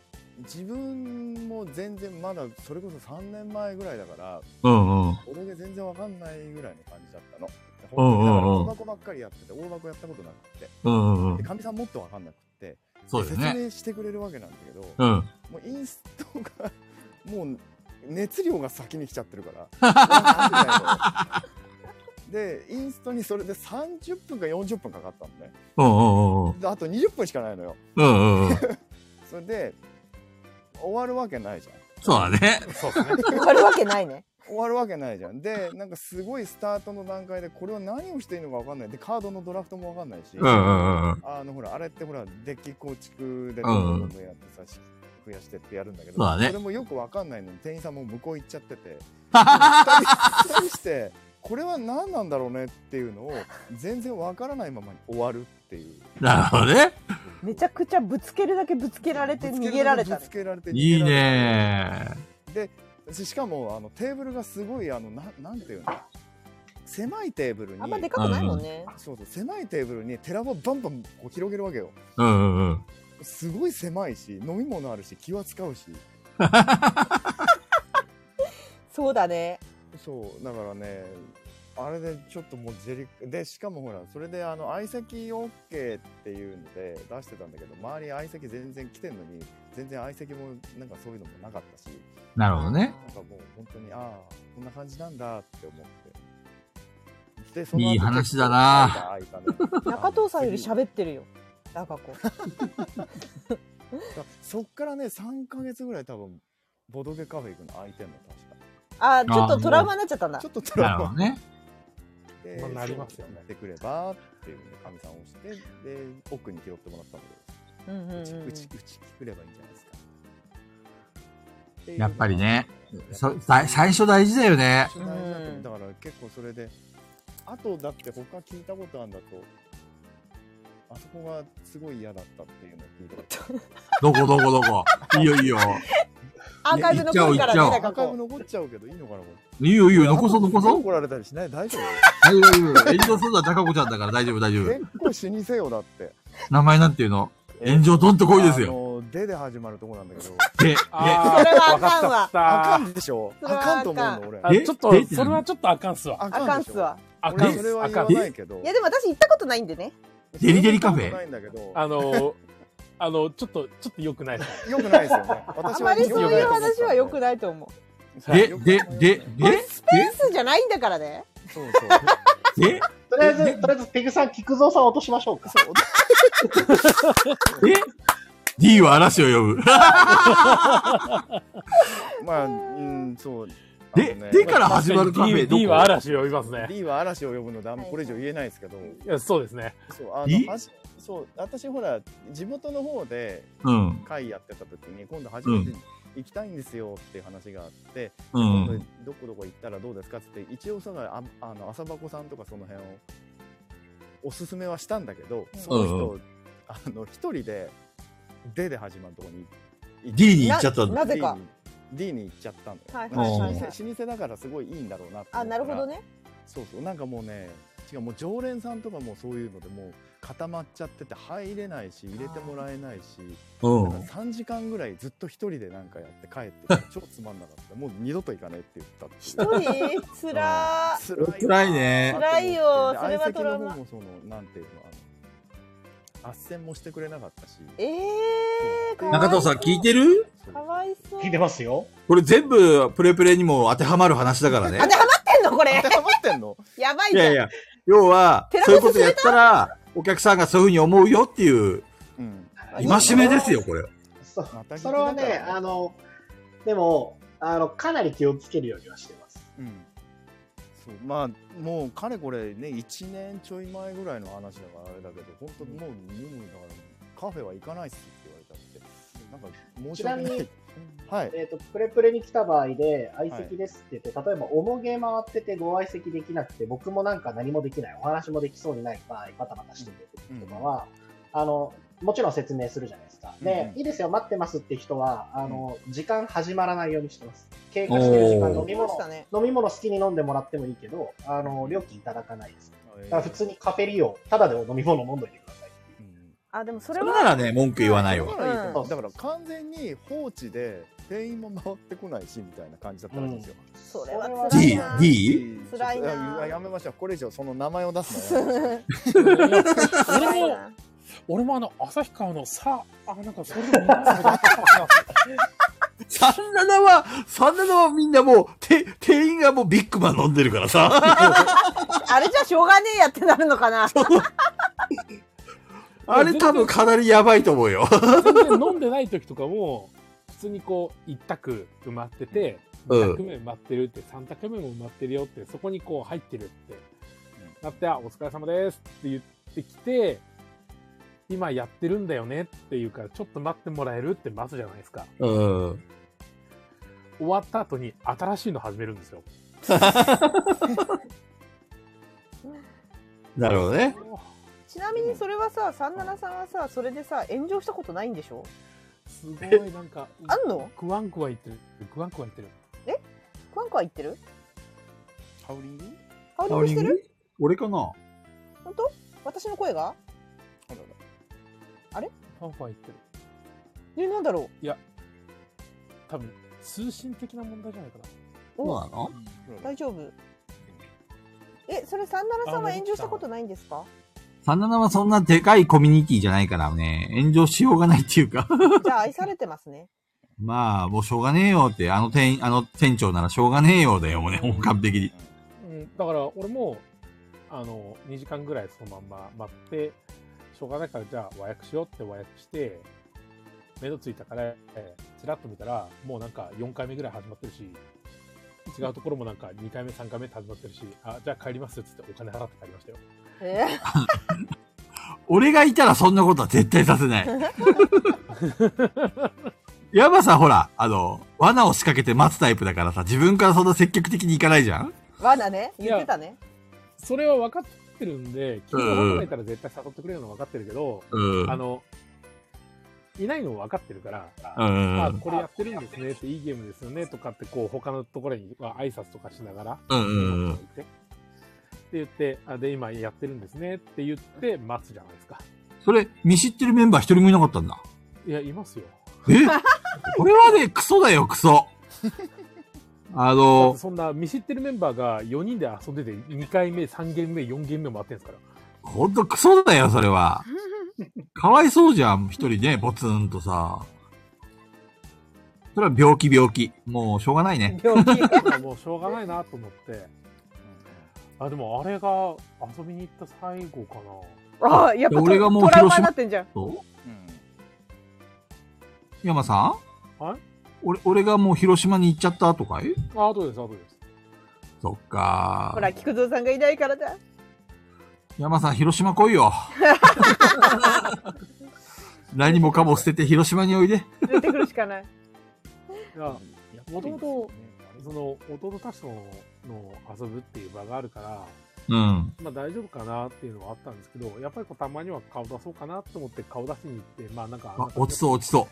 自分も全然まだそれこそ3年前ぐらいだから、おう。うんうん。俺が全然わかんないぐらいの感じだったの。でうんうんうん本当にだから大箱ばっかりやってて、大箱やったことなくて、うんうんうでん。かみさんもっとわかんなくって。そうだよ説ね。明してくれるわけなんだけど、もうん。うインストがもう熱量が先に来ちゃってるから <laughs> わかんないのよでインストにそれで30分か40分かかったのねうんうんうん。であと20分しかないのようんうんうん。それで終わるわけないじゃんそうだね。そうですね。 <laughs> 終わるわけないね。終わるわけないじゃんでなんかすごいスタートの段階でこれは何をしていいのかわかんないでカードのドラフトもわかんないし、うんうんうんうん。あのほらあれってほらデッキ構築でんどんどんどんどんやってさ、し増やしてってやるんだけどそうだねれもよくわかんないのに店員さんも向こう行っちゃってて二人二人してこれは何なんだろうねっていうのを全然わからないままに終わるっていうなるほどね。めちゃくちゃぶつけるだけぶつけられてぶつ逃げられたぶねつ。けられて逃げられいいたねでししかもあのテーブルがすごいあのななんていうの狭いテーブルにあんまでかくないもんね。そうそう狭いテーブルにテラボバンバンこう広げるわけようんうんうん。すごい狭いし飲み物あるし気は使うしそうだね。そうだからねあれでちょっともうジェリでしかもほらそれであの相席 OK っていうので出してたんだけど周り相席全然来てんのに全然相席もなんかそういうのもなかったしなるほどね。なんかもう本当にああこんな感じなんだって思ってでそいい後話だな結構愛が愛がね <laughs> 中藤さんよりあの喋ってるよ。だかこ。次そっからね3ヶ月ぐらい多分ボドゲカフェ行くの空いてんの確あー、ちょっとトラウマになっちゃったんだかちょ。っとトなラるウほどマね。でまあなりますよねやってくればっていうんで、かみさんを押して、で、奥に拾ってもらったのうんうんうで、うんち、うんうち、うちくればいいんじゃないですか。やっぱりねっていうのが。そだ最初大事だよね。最初大事だうと思うんだから結構それで、あとだって他聞いたことあるんだと、あそこがすごい嫌だったっていうのを聞いた <laughs> ことどこどこどこ。いいよいいよ。アーカイブ残るからね行っちゃおだうかアらーカイブこ残っちゃうけどいいのかなこいいよいいれよ、残そう残そう。怒られたりしない大丈大丈夫大丈夫。炎上するのは高子ちゃんだから大丈夫大 <laughs> 丈夫夫。結構死にせよだって名前なんていうの炎上どんとこいですよ。よでで始まるとこなんだけどで、で、うあそれはわ <laughs> あかんわあかかんでしょそれあはかんと思うの俺あえちょっとえそれはちょっとあかんっすわああかんっでしすょわあかん俺っそれすはあ言かわんないけどいやでも私行ったことないんでねデリデリカフェそんなことないんだけどあのあのちょっとちょっと良くないっすよくないですよねあ私まはりそ良くなういいうと思った話は良くないと思うで、で、で、これで、スペースじゃないんだからねそうそうで、とりあえず、とりあえず、ペグさん、菊蔵さんを落としましょうか。そうえ ?D は嵐を呼ぶ。まあ、うん、そう。であのねでから始まるカフェ D, どこ D は嵐を呼びますまあね D は嵐を呼ぶので、あんまこれ以上言えないですけど、いやそうですね <laughs> そう、あの D？、はじそう、私ほら、地元の方でうん、会やってた時に、今度初めて行きたいんですよっていう話があって、う今度ん。どこどこ行ったらどうですかってって、一応その、ああの、朝箱さんとかその辺を、おすすめはしたんだけど、その人、あの、一人で、でで始まるとこに D に行っちゃったんだ。なぜか D に D に行っちゃったんだよ。はいはいはいはいなんか老舗老舗だからすごいいいんだろうなって思あったらなるほど。ねそうそうなんかもうね違うもう常連さんとかもそういうのでもう固まっちゃってて入れないし入れてもらえないしうだからん。 3時間ぐらいずっと一人でなんかやって帰 <laughs> ってきて超つまんなかったもう二度と行かないって言ったっていう一人つらー辛い辛いね辛いよでそれはトラウ相席のマ方もそのなんていうのあの斡旋もしてくれなかったしえーかわいそう中藤さん聞いてるそうかわいそう聞いてますよ。これ全部プレプレにも当てはまる話だからね当。てはまってんのこれ当てはまって <laughs> んのやばいいじゃんやいや、要は、寺そう子いうことやったら、お客さんがそういうふうに思うよっていう、うん戒めですよ、これ。そまた聞いてたそかられはね、あの、でも、あの、かなり気をつけるようにはしてます。うんそうまあもうかれこれね1年ちょい前ぐらいの話だからあれだけど本当もう飲むだからカフェは行かないっすって言われたってなんか申し訳ないちなみにはいえっ、と、プレプレに来た場合で、相席ですって言って、例えば、おもげ回っててご相席できなくて、僕もなんか何もできない、お話もできそうにない場合、バタバタしててとかは、あの、もちろん説明するじゃないですか。でう、んいいですよ、待ってますって人は、あの、時間始まらないようにしてます。経過してる時間、おー飲み見ま物し、たね飲み物好きに飲んでもらってもいいけど、あの、料金いただかないです。えだからー普通にカフェ利用、ただでも飲み物飲んどいてください。うんあでもそそれれはならね、文句言わないだわ。からいいと思ううんだから完全に放置で店員も回ってこないしみたいな感じだったんですよ、それは辛い D な、 <laughs> D？ちょっと辛いなややめましょうこれ以上その名前を出すのはやめましょう俺辛いもな俺もあの旭川のさあなんかそれでも <laughs> いいな37は、37はみんなもう、て、店員がもうビッグマン飲んでるから <laughs> さ。あれじゃしょうがねえやってなるのかなあれ多分かなりやばいと思うよ。全然飲んでない時とかも普通にこう一択埋まっててうん2択目埋まってるって3択目も埋まってるよってそこにこう入ってるってなって「あお疲れ様です」って言ってきて「今やってるんだよね」っていうから「ちょっと待ってもらえる?」って待つじゃないですかうん。終わった後に新しいの始めるんですよなるほどね。ちなみにそれはさ三七さんはさそれでさ炎上したことないんでしょすごいなんかあんのクワンクワ言ってるクワンクワ言ってるクワンクワ言ってるハウリングハウリングしてる俺かな本当私の声があららクワンクワ言ってるえなんだろ多分通信的な問題じゃないかなうおなのあらら大丈夫えそれ三七さんは炎上したことないんですか ?37 はそんなでかいコミュニティじゃないからね、炎上しようがないっていうか。じゃあ愛されてます <laughs> ねまあ、もうしょうがねえよって、あの店員、あの店長ならしょうがねえよだよ、もうね、もう完璧に。うん、だから俺もあの2時間ぐらいそのまんま待ってしょうがないからじゃあ和訳しようって和訳して目処ついたからえーちらっと見たらもうなんか4回目ぐらい始まってるし違うところもなんか2回目3回目って始まってるしあじゃあ帰りますっつってお金払って帰りましたよえ俺がいたらそんなことは絶対させ <laughs> ない。ヤマさんほら、あの、罠を仕掛けて待つタイプだからさ、自分からそんな積極的に行かないじゃん罠ね言ってたねそれは分かっってるんで、君が求めたら絶対誘ってくれるの分かってるけど、うん。あの、いないの分かってるから、うんうんあ、これやってるんですねって、いいゲームですよねとかって、こう、他のところには挨拶とかしながら、うんうんうんって言って、あで、今やってるんですねって言って待つじゃないですか。それ、見知ってるメンバー一人もいなかったんだ。いや、いますよ。えこれはね、クソだよ、クソ。あだっての、そんな見知ってるメンバーが4人で遊んでて、2回目、3ゲーム目、4ゲーム目もあってんですから。ほんとクソだよ、それは。かわいそうじゃん、一人ね、ポツンとさ。それは病気、病気。もう、しょうがないね。<laughs> 病気だからもうしょうがないなと思って。あ、でもあれが遊びに行った最後かああ、やっぱト俺がもうトラウ広マ島になってんじゃん。とうん山さんはい俺、俺がもう広島に行っちゃった後かいな。あ、後です、後です。そっかほら、菊蔵さんがいないからだ。山さん、広島来いよ。何もかも捨てて広島においで。出てくるしかない。いや、もともとそそのの、弟たちとの遊ぶっていう場があるから、うん。まあ大丈夫かなっていうのはあったんですけど、やっぱりこうたまには顔出そうかなと思って顔出しに行って、まあなんかあ、落ちそう、落ちそう。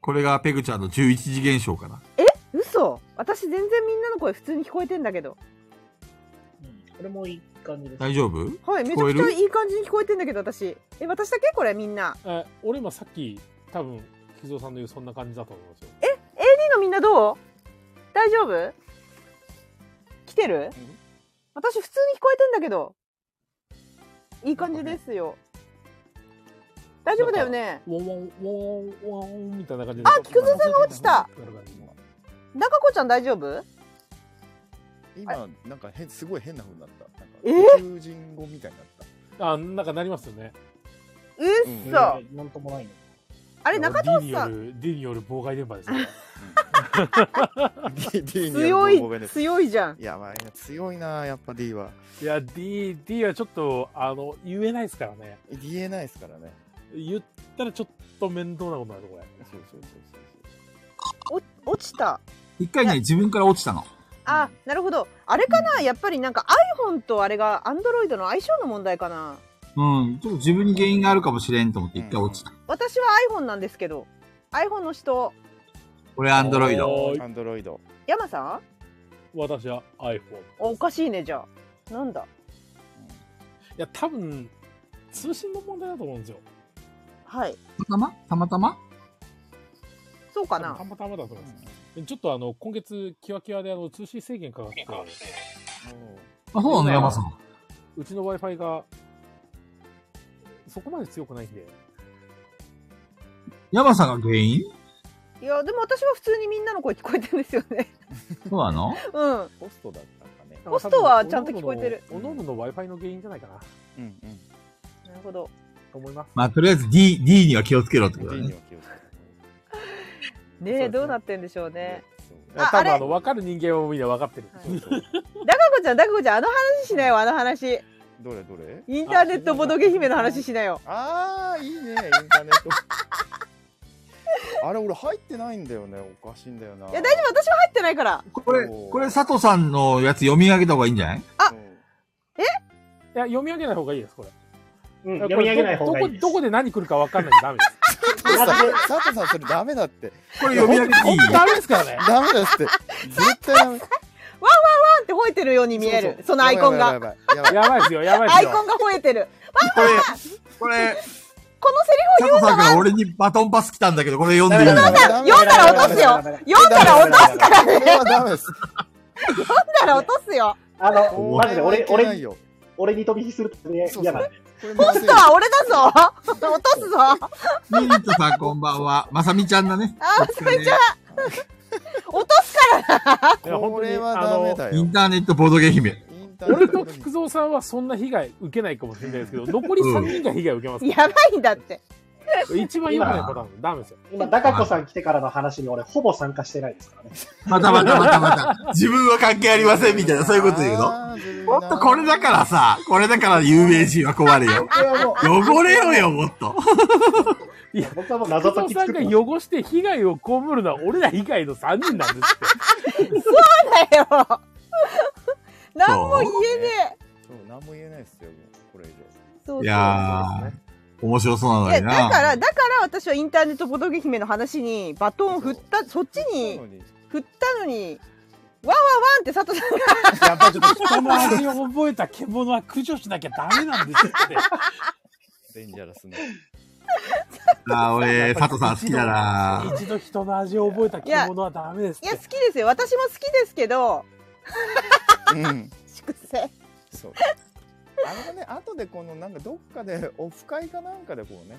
これがペグちゃんの11次現象かな。嘘私全然みんなの声普通に聞こえてんだけど。これもいい感じです。大丈夫はい、め聞ちゃこえくるちゃいい感じに聞こえてんだけど、私。え、私だけこれみんな。え、俺今さっき、多分、菊蔵さんの言うそんな感じだと思うんですよ。みんなみんなどう大丈夫来てる私普通に聞こえてんだけど。いい感じですよ。大丈夫だよね。ワンワン、ワンワン、ワンみたいな感じで。あ菊蔵さんが落ちたなる感じの中子ちゃん大丈夫今なんか変すごい変な風になった。なんかえ宇宙人語みたいになった。あ、なんかなりますよね。うっうんそ。あなんともないね。れ、中藤藤さん。ん。D による妨害電波ですね。 D D に強ごめんい、ね強いじゃん。やばいな強いなやっぱ D は。いや、D、D はちょっと、あの、言えないですからね。言えないですからね。言ったらちょっと面倒なことになる、これ。そうそうそうそうお落ちた。一回ね、自分から落ちたの。あ、なるほど。あれかな、やっぱりなんか iPhone とあれが Android の相性の問題かな。うん。ちょっと自分に原因があるかもしれんと思って一回落ちた。私は iPhone なんですけど iPhone の人俺、アンドロイド。おそう。ーアンドロイド。山さん私は iPhone。おおかしいねじゃあなんだいや、多分、通信の問題だと思うんですよ。はいたまたまたまそうか多分なたまたまだと思います。ちょっとあの、今月、キワキワであの、通信制限かかって、あ、そうなの、山さん。うちの Wi-Fi が、そこまで強くないんで。山さんが原因いやでも私は普通にみんなの声聞こえてるんですよね <laughs> そうなのうんホストだったかね。ホストはちゃんと聞こえてるおのおのの Wi-Fi の原因じゃないかな。うんうん。なるほどと思います。まあ、とりあえず D、D には気をつけろってこと D だにね。は気をつけて。ねそうえですねどうなってんでしょうねそういや多あ分ああれの分かる人間はみんな分かってる。はいそうそうダカ子ちゃんダカ子ちゃんあの話しなよあの話どれどれ？インターネットボドゲ姫の話しなよ <laughs> ああいいねインターネッ <laughs> ト。あれ俺入ってないんだよねおかしいんだよな。いや大丈夫私は入ってないからこれ、これ佐藤さんのやつ読み上げた方がいいんじゃないあうんいや、読み上げない方がいいです、これ。うん、読み上げない方がいいこでれす。どこどこで何来るか分かんないとダメです。佐藤さんそれダメだってこれ読み上げていい本当ダメですからね。ダメだって絶対ダメパンって吠えてるように <laughs> 見えるそのアイコンやがばいやばいややばばいやばいいですよ、やばいでアすイよ。コンが吠えてるこれ、これ、このセリ佐藤さんから俺にバトンパス来たんだけど、これ読んでいい佐藤フ読んだら落とすよ読んだら落とすからねこれはダメ <laughs> です読んだら落とすよあの、こマジれでは俺、いけない俺、よ俺に飛び火するとねそうそう嫌なんで。これポまずスいトは俺だぞ落とすぞミニットさんこんばんは。まさみちゃんだね。あ、それじゃ落とすいや本当こにれはダメあだイよンターネットボードゲー姫。インターネ俺ットと菊蔵さんはそんな被害受けないかもしれないですけど、残りうん3人が被害受けますやかばいんだってら。一番今のパターン、ダメですよ。今、ダカ子さん来てからの話に俺、ほぼ参加してないですからね。またまたまたまた。自分は関係ありませんみたいな、そういうこと言うのもっとこれだからさ、これだから有名人は困るよ。僕はもう汚れろよ、もっと。僕はもう謎菊解蔵きさ作んってがます汚して被害を被るのは俺ら以外の3人なんですって。だよ何も言えねそう何も言えないですよこれ以そうそういやー上。そうですね面白そうなのいやにだな。から、だから私はインターネットボドゲ姫の話にバトンを振った、そっちにそうなのに振ったのに、ワンワンワンって佐藤さんが、やっぱりちょっと人の味を覚えた獣は駆除しなきゃダメなんですって。デンジャラスな。あー俺、佐藤さん好きだな。一度人の味を覚えた獣はダメですっいてや、好きですよ。私も好きですけど、うん。粛清。 <laughs> そう。あれがね、後でこのなんかどっかでオフ会かなんかでこうね。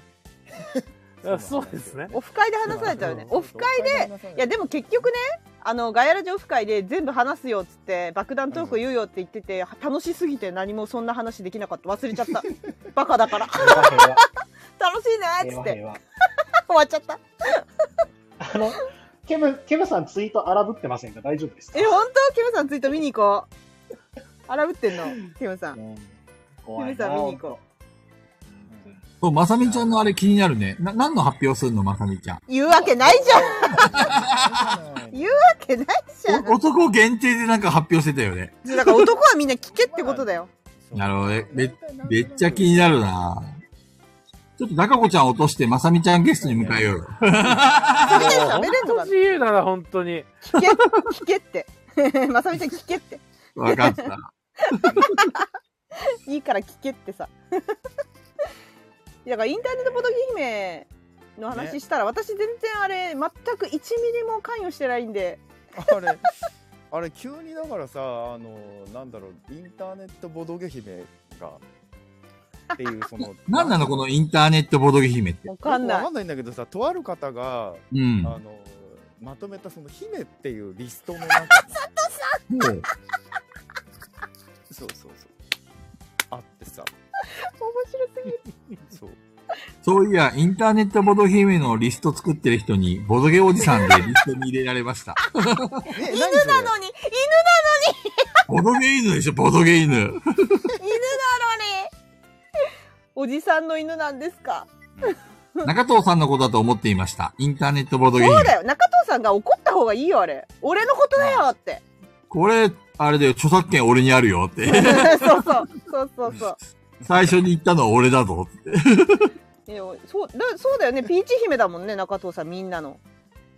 あそうですねオフ会で話されちゃうね。そうオフ会で、オフいやでも結局ね、あのガヤラジオフ会で全部話すよっつって爆弾トーク言うよって言ってて、楽しすぎて何もそんな話できなかった忘れちゃったバカだから平和平和楽しいねっつ平っ和て平和。終わっちゃったあの、ケム、ケムさんツイート荒ぶってませんか大丈夫ですかえ本当ケムさんツイート見に行こう荒ぶってんのケムさんうん怖いケムな。さん見に行こそう、まさみちゃんのあれ気になるね。な、何の発表するの、まさみちゃん。言うわけないじゃんわ言言ううけないじゃんお男限定でなんか発表してたよね。だから男はみんな聞けってことだよなるほどねめめっちゃ気になるな。ちょっと中子ちゃん落として、まさみちゃんゲストに迎えようよ。それでも喋れんの本当かな自由だな、本当に。聞け聞けって <laughs> まさみちゃん聞けってわか <laughs> った。いいから聞けってさ。 <laughs> だからインターネットボドゲ姫の話したら、私全然あれ全く1ミリも関与してないんであれあれ急にだからさあのなんだろうインターネットボドゲ姫がっていう <laughs> そのなんなのこのインターネットボードゲ姫って。わわかんないわかんないんだけどさとある方が、うあん。のもまとめたその姫っていうリストの中うそうそうそうあってさ面白すぎるそうそういや、インターネットボードゲ姫のリスト作ってる人に、ボドゲおじさんでリストに入れられま <laughs> した。え犬何そなれのに犬ボドゲ犬でしょ、ボドゲ犬。犬なのに <laughs> おじさんの犬なんですか中藤さんのことだと思っていました。インターネットボードゲそう姫。だよ中藤さんが怒った方がいいよあれ俺のことだよってこれ、あれだよ、著作権俺にあるよって。 <laughs> そうそうそうそうそう最初に言ったのは俺だぞって。でもそうだそうだよねピーチ姫だもんね中藤さんみんなの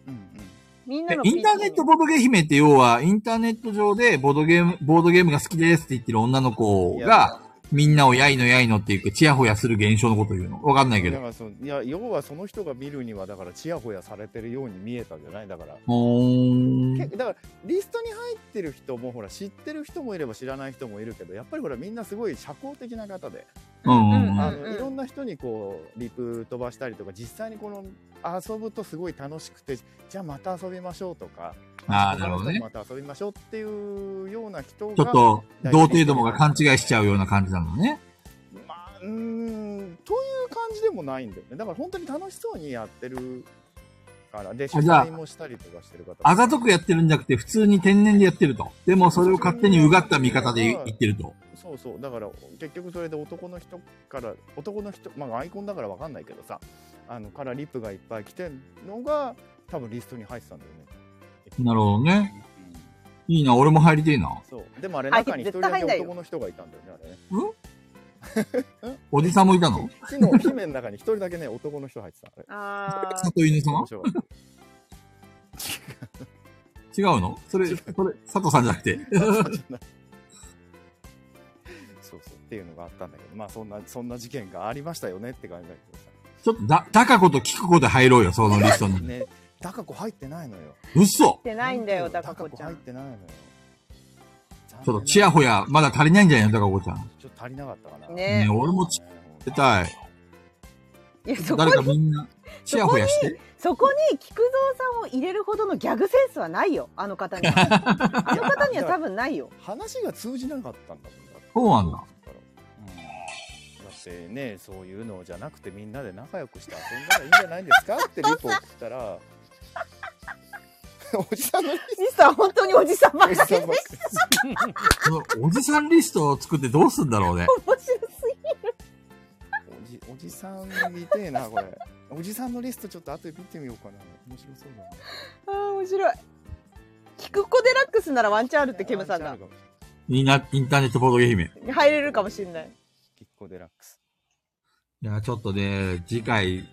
うんみんなえのピイーチン姫ターネットボードゲー姫って要は、インターネット上でボードゲーム、ボードゲームが好きですって言ってる女のうん子いやが、みんなをやいのやいのっていうか、ちやほやする現象のこと言うの。わかんないけだどか。らそういや要はその人が見るにはだからちやほやされてるように見えたんじゃないだからほーんけ。だからリストに入ってる人もほら知ってる人もいれば知らない人もいるけどやっぱりほらみんなすごい社交的な方で、うんうんうんあうんうんのいろんな人にこうリプ飛ばしたりとか実際にこの遊ぶとすごい楽しくてじゃあまた遊びましょうとかあーなるほどね他の人とまた遊びましょうっていうような人がちょっと、童貞どもが勘違いしちゃうような感じなのね。まあうーんという感じでもないんだよねだから本当に楽しそうにやってるからであ取じゃあ材もしたりとかしてる方あざとくやってるんじゃなくて、普通に天然でやってると。でも、それを勝手にうがった見方で言ってると。そうそうだから結局それで男の人から男の人まあアイコンだからわかんないけどさあのからリップがいっぱい来てんのが多分リストに入ってたんだよね。なるほどね。いいな、俺も入りてえな。そうでもあれあ中に一人絶対だ入けんないよ男の人がいたんだよねあれね。おじさんもいたの火の姫の中に一人だけね男の人入ってたあれ。あー里犬様面白かった違うのそれ、それ、佐藤さんじゃなくて。そうそうっていうのがあったんだけどまあそんなそんな事件がありましたよねって感じだけどちょっと、だ、高子と聞く子で入ろうよ、そのリストさ。に。ね高子入ってないのよ。嘘ってないんだよ、本当だかこちゃ入っん。てないのよ。ちょっと、ちやほや、まだ足りないんじゃないの高子ちゃん。ちょっと足りなかったかな。ねね俺もちえ出たい。いや、そこ誰にか、みんな、ちやほやして。そこに菊蔵さんを入れるほどのギャグセンスはないよ、あの方には。 <laughs> あの方には多分ないよ。話が通じなかったんだもんだってそうなんだ。うんだってねそういうのじゃなくてみんなで仲良くして遊んだらいいんじゃないですかってリポを送ったらおじさんのリミスター、本当におじさんばかりポおじでさ面ん白ばっかりそのおじさんリストを作ってどうすんだろうね。すぎおじおじさん見てえなこれおじさんのリストちょっと後で見てみようかな面白そうだなあー面白い。菊子デラックスならワンチャンあるって、ケムさんあがる。かもしれないみんな、インターネットボードゲーム。入れるかもしれない。結コデラックス。いや、ちょっとね、次回、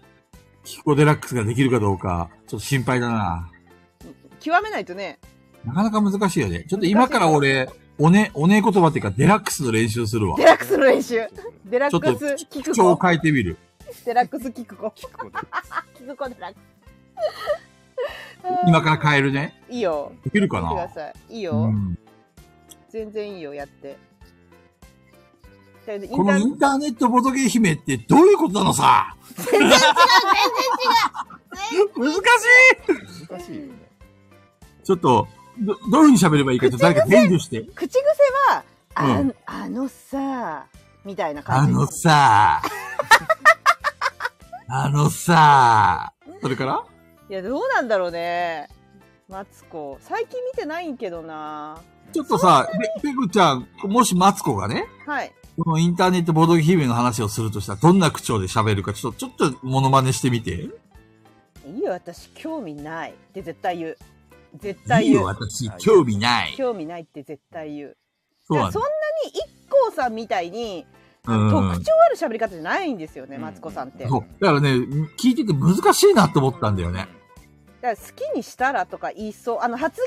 キコデラックスができるかどうか、ちょっと心配だな。極めないとね。なかなか難しいよね。ちょっと今から俺、おね、おね言葉っていうか、デラックスの練習するわデ。ラックスの練習。デラちょッっとクス、キク口調をコ。変えてみる。デラックス、キク <laughs> コ。キッコデラックス。キクコデラ <laughs> ックス。今から変えるね。いいよ。できるか見てくなださい。いいうよ。ん、全然いいよ、やって。とりあえずイこンターのインターネットボトゲ姫ってどういうことなのさ全然違う全然違う難し難しいよね。いちょっと、ど、どういうふうに喋ればいいか、ちょっと誰か伝授して。口癖は、あ,、うあのさ、みたいなあ感じ。の <laughs> さあのさそれからいや、どうなんだろうね。マツコ。最近見てないんけどな。ちょっとさ、ペペコちゃん、もしマツコがね、はい。このインターネットボードゲームの話をするとしたら、どんな口調で喋るか、ちょっと、ちょっとモノマネしてみて。いいよ、私、興味ない。って絶対言う。絶い対い言よ、う。私、興味ない。興味ないって絶対言う。そうだなからんそだんなに一光さんみたいに、うん特徴ある喋り方じゃないんですよね、マツコさんって。うんそう。だからね、聞いてて難しいなって思ったんだよね。だから好きにしたらとか言いそうあの発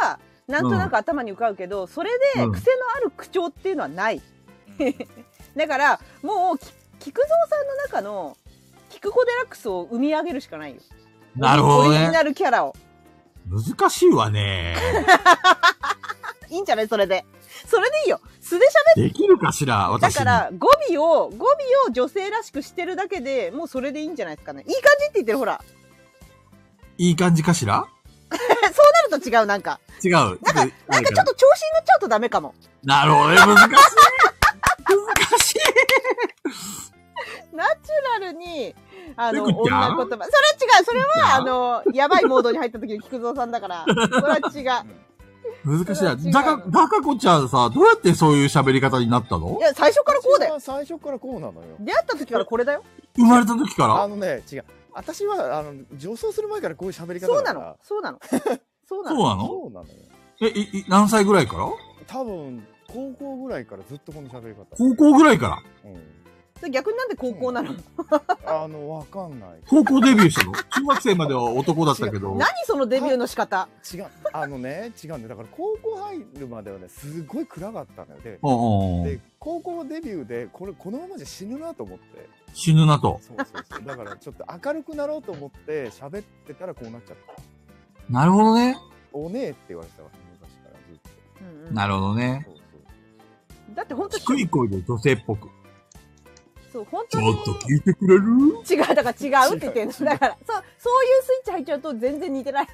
言はなんとなく頭に浮かぶけど、それでうん癖のある口調っていうのは <laughs> ない、うん。だからもうき菊蔵さんの中の菊子デラックスを生み上げるしかないよなるほどオリジね。ナルキャラを難しいわね。いいんじゃないそれでそれでいいよ素でできるかしら、喋だ私。から語尾を語尾を女性らしくしてるだけでもうそれでいいんじゃないですかねいい感じって言ってるほらいい感じかしらそうなると違うなんか違う。なんか、なんなんかちょっと調子に乗っちゃうとダメかもなるほどね、難しい。難しい。ナチュラルに、あの、ペ女コち言ゃん葉。それは違う。それペコちは、ゃあの、やばいモードに入った時の菊蔵さんだから、それは違う。難しいな。 <laughs> 違うだか、だかこちゃんさ、どうやってそういう喋り方になったのいや、最初からこうだよ。。最初からこうなのよ。出会った時からこれだよ。生まれた時かあらのね、違う。私は、あの、女装する前からこういう喋り方そうだなからの。。そうなの。そうなそうの。なのそうなのよ。え、い、い何歳ぐらいから多分、高校ぐらいからずっとこの喋り方。高校ぐらいからうん。で逆になんで高校なのあの、わかんない。高校デビューし <laughs> たの中学生までは男だったけど何。そのデビューの仕方。違う。あのね、違うんだよ。だから高校入るまではね、すごい暗かったのよ。で、うんうん。で、高校デビューで、これ、このままじゃ死ぬなと思って。死ぬなと。そうそうそう。だから、ちょっと明るくなろうと思って、喋ってたらこうなっちゃった。なるほどね。おねえって言われてたわけ、昔からずっと。うんうんなるほどね。そうそうだって本当に、低い声で女性っぽく。そう、本当ちょにっ。と聞いて <laughs> くれる違う、だから違うって言ってるの。だから、そう、そういうスイッチ入っちゃうと全然似てない。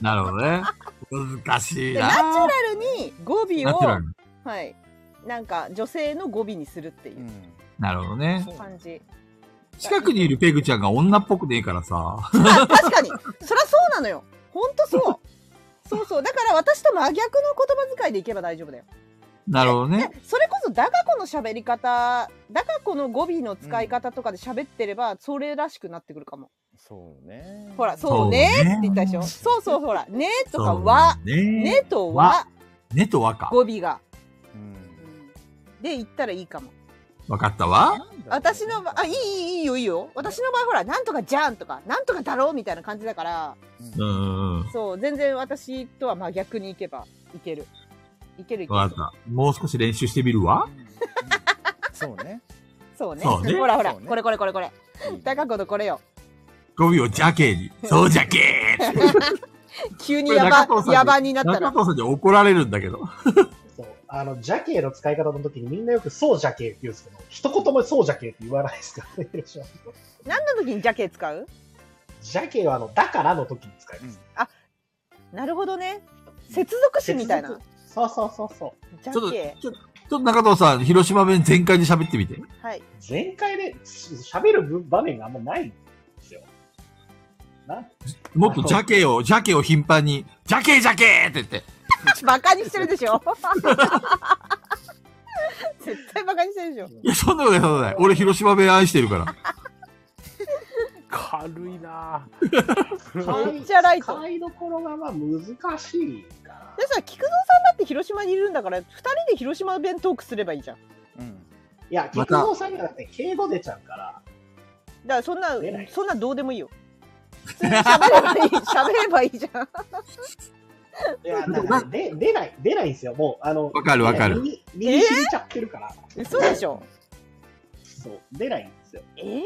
なるほどね。難しいでナな。チュラルに語尾ナチュラをル、。はい。なんか、女性の語尾にするっていうんうなるほどね。そう感じ。近くにいるペグちゃんが女っぽくねえから <laughs> さ。あ確かにそりゃそうなのよほんとそうそうそうだから私と真逆の言葉遣いでいけば大丈夫だよなるほどでね。それこそダカ子の喋り方ダカ子の語尾の使い方とかで喋ってればそれらしくなってくるかもそうね。ほらそそううねねって言ったでしょそうそうほらねとかそうはね。ねとはねとわか。語尾が、う。うんんで言ったらいいかもわかったわ。私の場あいいい。いいいいよいいよ私の場合ほらなんとかじゃんとかなんとかだろうみたいな感じだからうんうんうん。そう全然私とは真逆にいけばいけるいけるいけるわかった。もう少し練習してみるわう。んそうね。そうね。そうねほらほら、そうねこれこれこれこれ。いい高子のこれよ。語尾をジャ <laughs> ケに。そうじゃけーって急にこれや中藤さんば、にやばになった中ら。藤さんに怒られるんだけど。そうあの、ジャケの使い方の時にみんなよくそうじゃけって言うんですけど、一言もそうじゃけって言わないですからね。何の時にジャケ使うジャケはあの、だからの時に使います。なるほどね。接続詞みたいな接。そうそうそうそう。ジちょっと、ャちょケ。ちょっと中藤さん、広島弁全開で喋ってみて。はい。全開でし喋る場面があんまないんですよ。なもっとジャケを、ジャケを頻繁に、ジャケージャケーって言って。バカにしてるでしょ <laughs> 絶対バカにしてるでしょいや、そんなことない、そんなことない。俺、広島弁愛してるから。軽いなめっちゃライト使いどころがまあ難しいから。でさ、菊蔵さんだって広島にいるんだから、二人で広島弁トークすればいいじゃん。うん。いいや、ま結た婚詐欺なんて敬語出ちゃうから、だからそんな出ない、そんなどうでもいいよ。普通に喋ればいい、喋ればいいじゃん。いや、なんかねで出ない、出ないんですよ、もう、あの、わかるわかる右右知れちゃってるから、嘘でしょ。そう、出ないんですよ。え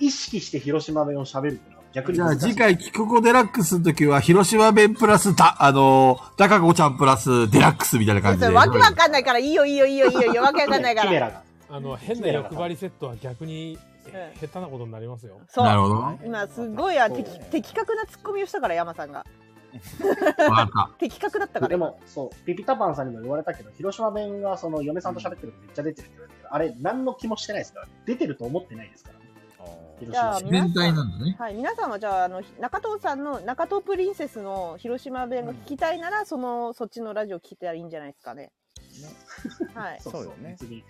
意識して広島弁を喋るっていうのは逆にじゃあ難しい。次回、キクコデラックスの時は、広島弁プラス、た、あのー、高子ちゃんプラス、デラックスみたいな感じそで。れわけわかんないからいいよいいよいいよいいよわけわかんないかキメら。ラが。あの変な欲張りセットは逆にえ下手なことになりますよ。そう。なるほど。わ今すごいあ的的確なツッコミをしたから山さんがかった。的確だったからでも、そう、ピピタパンさんにも言われたけど、広島弁がその嫁さんと喋ってるのめっちゃ出てるって言われたけど、あれ、何の気もしてないですから、出てると思ってないですから、広 <laughs> 島いや弁。全体なんだね。はい皆さんはじゃああの中藤さんの中藤プリンセスの広島弁が聞きたいなら、そのそっちのラジオ聞いたらいいんじゃないですか <laughs> ねはいそうそうそうよね別に、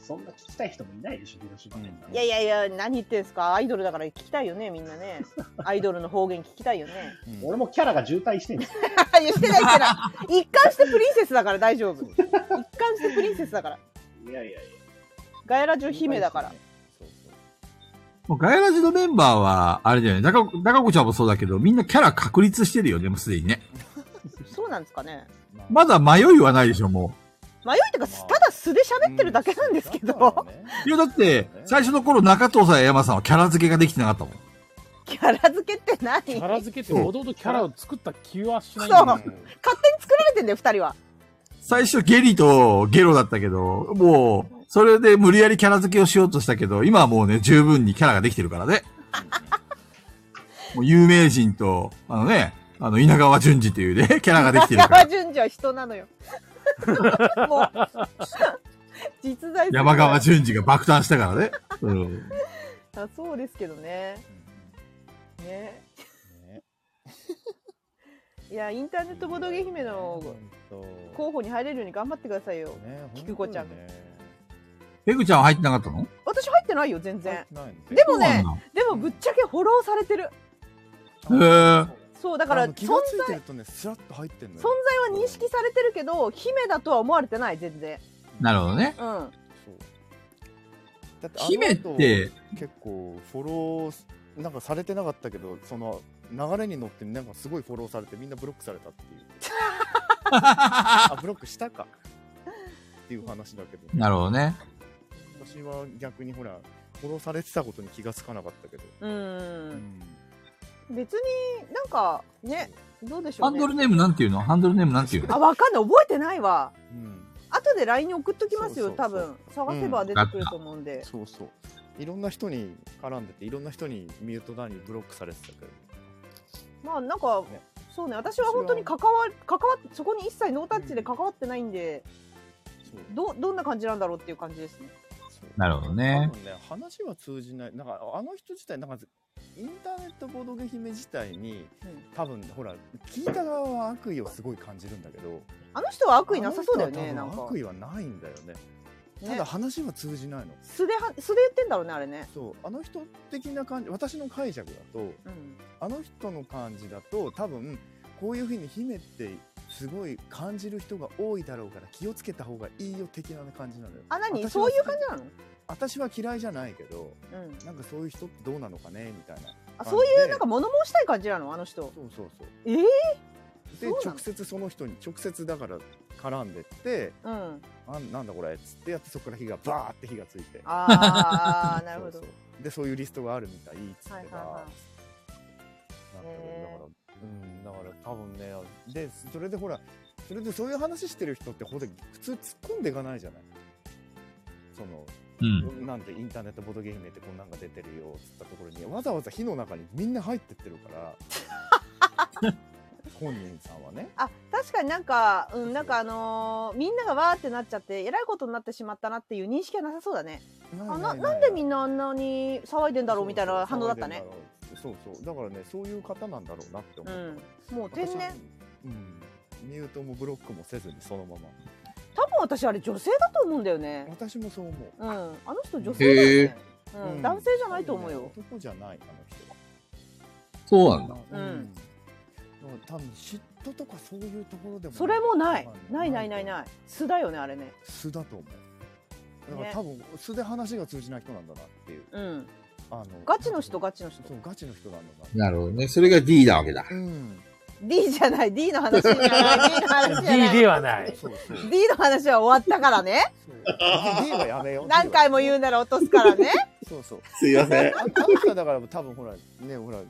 そんな聞きたい人もいないでしょ、広島弁なんてうんいやいやいや何言ってんすかアイドルだから聞きたいよねみんなねアイドルの方言聞きたいよねうん俺もキャラが渋滞してるんですよ。 <laughs> いやしてないして <laughs> ない一貫してプリンセスだから大丈夫一貫してプリンセスだからいやいやいガヤラジオ姫だからそうそうもうガヤラジのメンバーは、あれだよね。高子高子ちゃんもそうだけど、みんなキャラ確立してるよね、もうすでにね。そうなんですかねまあまだ迷いはないでしょ、も迷いっていうかただ素で喋ってるだけなんですけど、う。いや、だって、最初の頃、中藤さんや山さんはキャラ付けができてなかったもん。 <laughs> キャラ付けって何キャ勝ラ付けってもともとキャラを作った気はしないんですけど。手に作られてんだよ2人は最初ゲリとゲロだったけど、もう、それで無理やりキャラ付けをしようとしたけど、今はもうね、十分にキャラができてるから <laughs> ね。もう有名人と、あのね、あの、稲川淳二という <laughs> ね、キャラができてる山から。淳二は人なのよもう実在する山川淳二が爆誕したからね。うん。あそうですけどねねいやインターネットボードゲー姫の候補に入れるように頑張ってくださいよ菊子ちゃんペグちゃんは入ってなかったの私入ってないよ全然でもねそでもぶっちゃけフォローされてるうなんだへえ。そうだから存気在がはついてるとねスラッと入ってんのよ存認識されてるけど姫だとは思われてない全然なるほどね。うんそうだってあの後姫って、結構フォローなんかされてなかったけどその流れに乗ってなんかすごいフォローされてみんなブロックされたって <laughs> いうあブロックしたかっていう話だけどなるほどね。私は逆にほらフォローされてたことに気がつかなかったけど、うんうん別になんかねどうでしょハうンねドルネームなんていうのハンドルネームなんていうのあわかんない覚えてないわうん、後で LINE に送っときますよそうそうそう多分探せば出てくると思うんで、そうそういろんな人に絡んでていろんな人にミュートだにブロックされてたけどまあなんかねそうね私は本当に関わ関わそこに一切ノータッチで関わってないんで、そうどどんな感じなんだろうっていう感じですねそうなるほどね多分ね話は通じないなんかあの人自体なんかインターネットボードゲ姫自体に多分ほら聞いた側は悪意をすごい感じるんだけどあの人は悪意なさそうだよねあなのん人は多分か悪意はないんだよねたねだ話は通じないの素では素で言ってんだろうねあれねそうあの人的な感じ私の解釈だとうんあの人の感じだと多分こういうふうに姫ってすごい感じる人が多いだろうから気をつけた方がいいよ的な感じなのよあ何私はそういう感じなの私は嫌いじゃないけどうんなんかそういう人ってどうなのかねみたいなあ感じそでういうなんか物申したい感じなのあの人そうそうそうええそでうなの直接その人に直接だから絡んでってうんあなんだこれっつってやってそこから火がバーって火がついて <laughs> ああなるほどそうそうでそういうリストがあるみたいっつってな、はいはいはへなんだろうだからうんだから多分ねでそれでほらそれでそういう話してる人ってほんで普通突っ込んでいかないじゃないそのうん。なんてインターネットボードゲームってこんなんが出てるよっつったところにわざわざ火の中にみんな入ってってるから <laughs> 本人さんはねあ確かになんか、うん、なんかあのーみんながわーってなっちゃってえらいことになってしまったなっていう認識はなさそうだねあななんでみんななあんなに騒いでんだろうみたいな反応だったねそうそうだからねそういう方なんだろうなって思うった、んもう天私は然うんミュートもブロックもせずにそのまま多分私あれ女性だと思うんだよね私もそう思う、うんあの人女性だよねうんうん男性じゃないと思うよ、男じゃないあの人はそうなんだ。うんうん多分嫉妬とかそういうところでもそれもないないないとない思うない素だよねあれね素だと思うだから多分素で話が通じない人なんだなっていううん。あのガチの人、ガチの人。そうガチの人なんだななるほどね。それが D なわけだ。うん D じゃない、D の話じゃ <laughs> ない、D の話じゃない。 D ではない。そうそう D の話は終わったから <laughs> ね。そう D はやめよ <laughs> う何回も言うなら落とすからね。そうそうすいません。ああの人はだから多分ほらねほら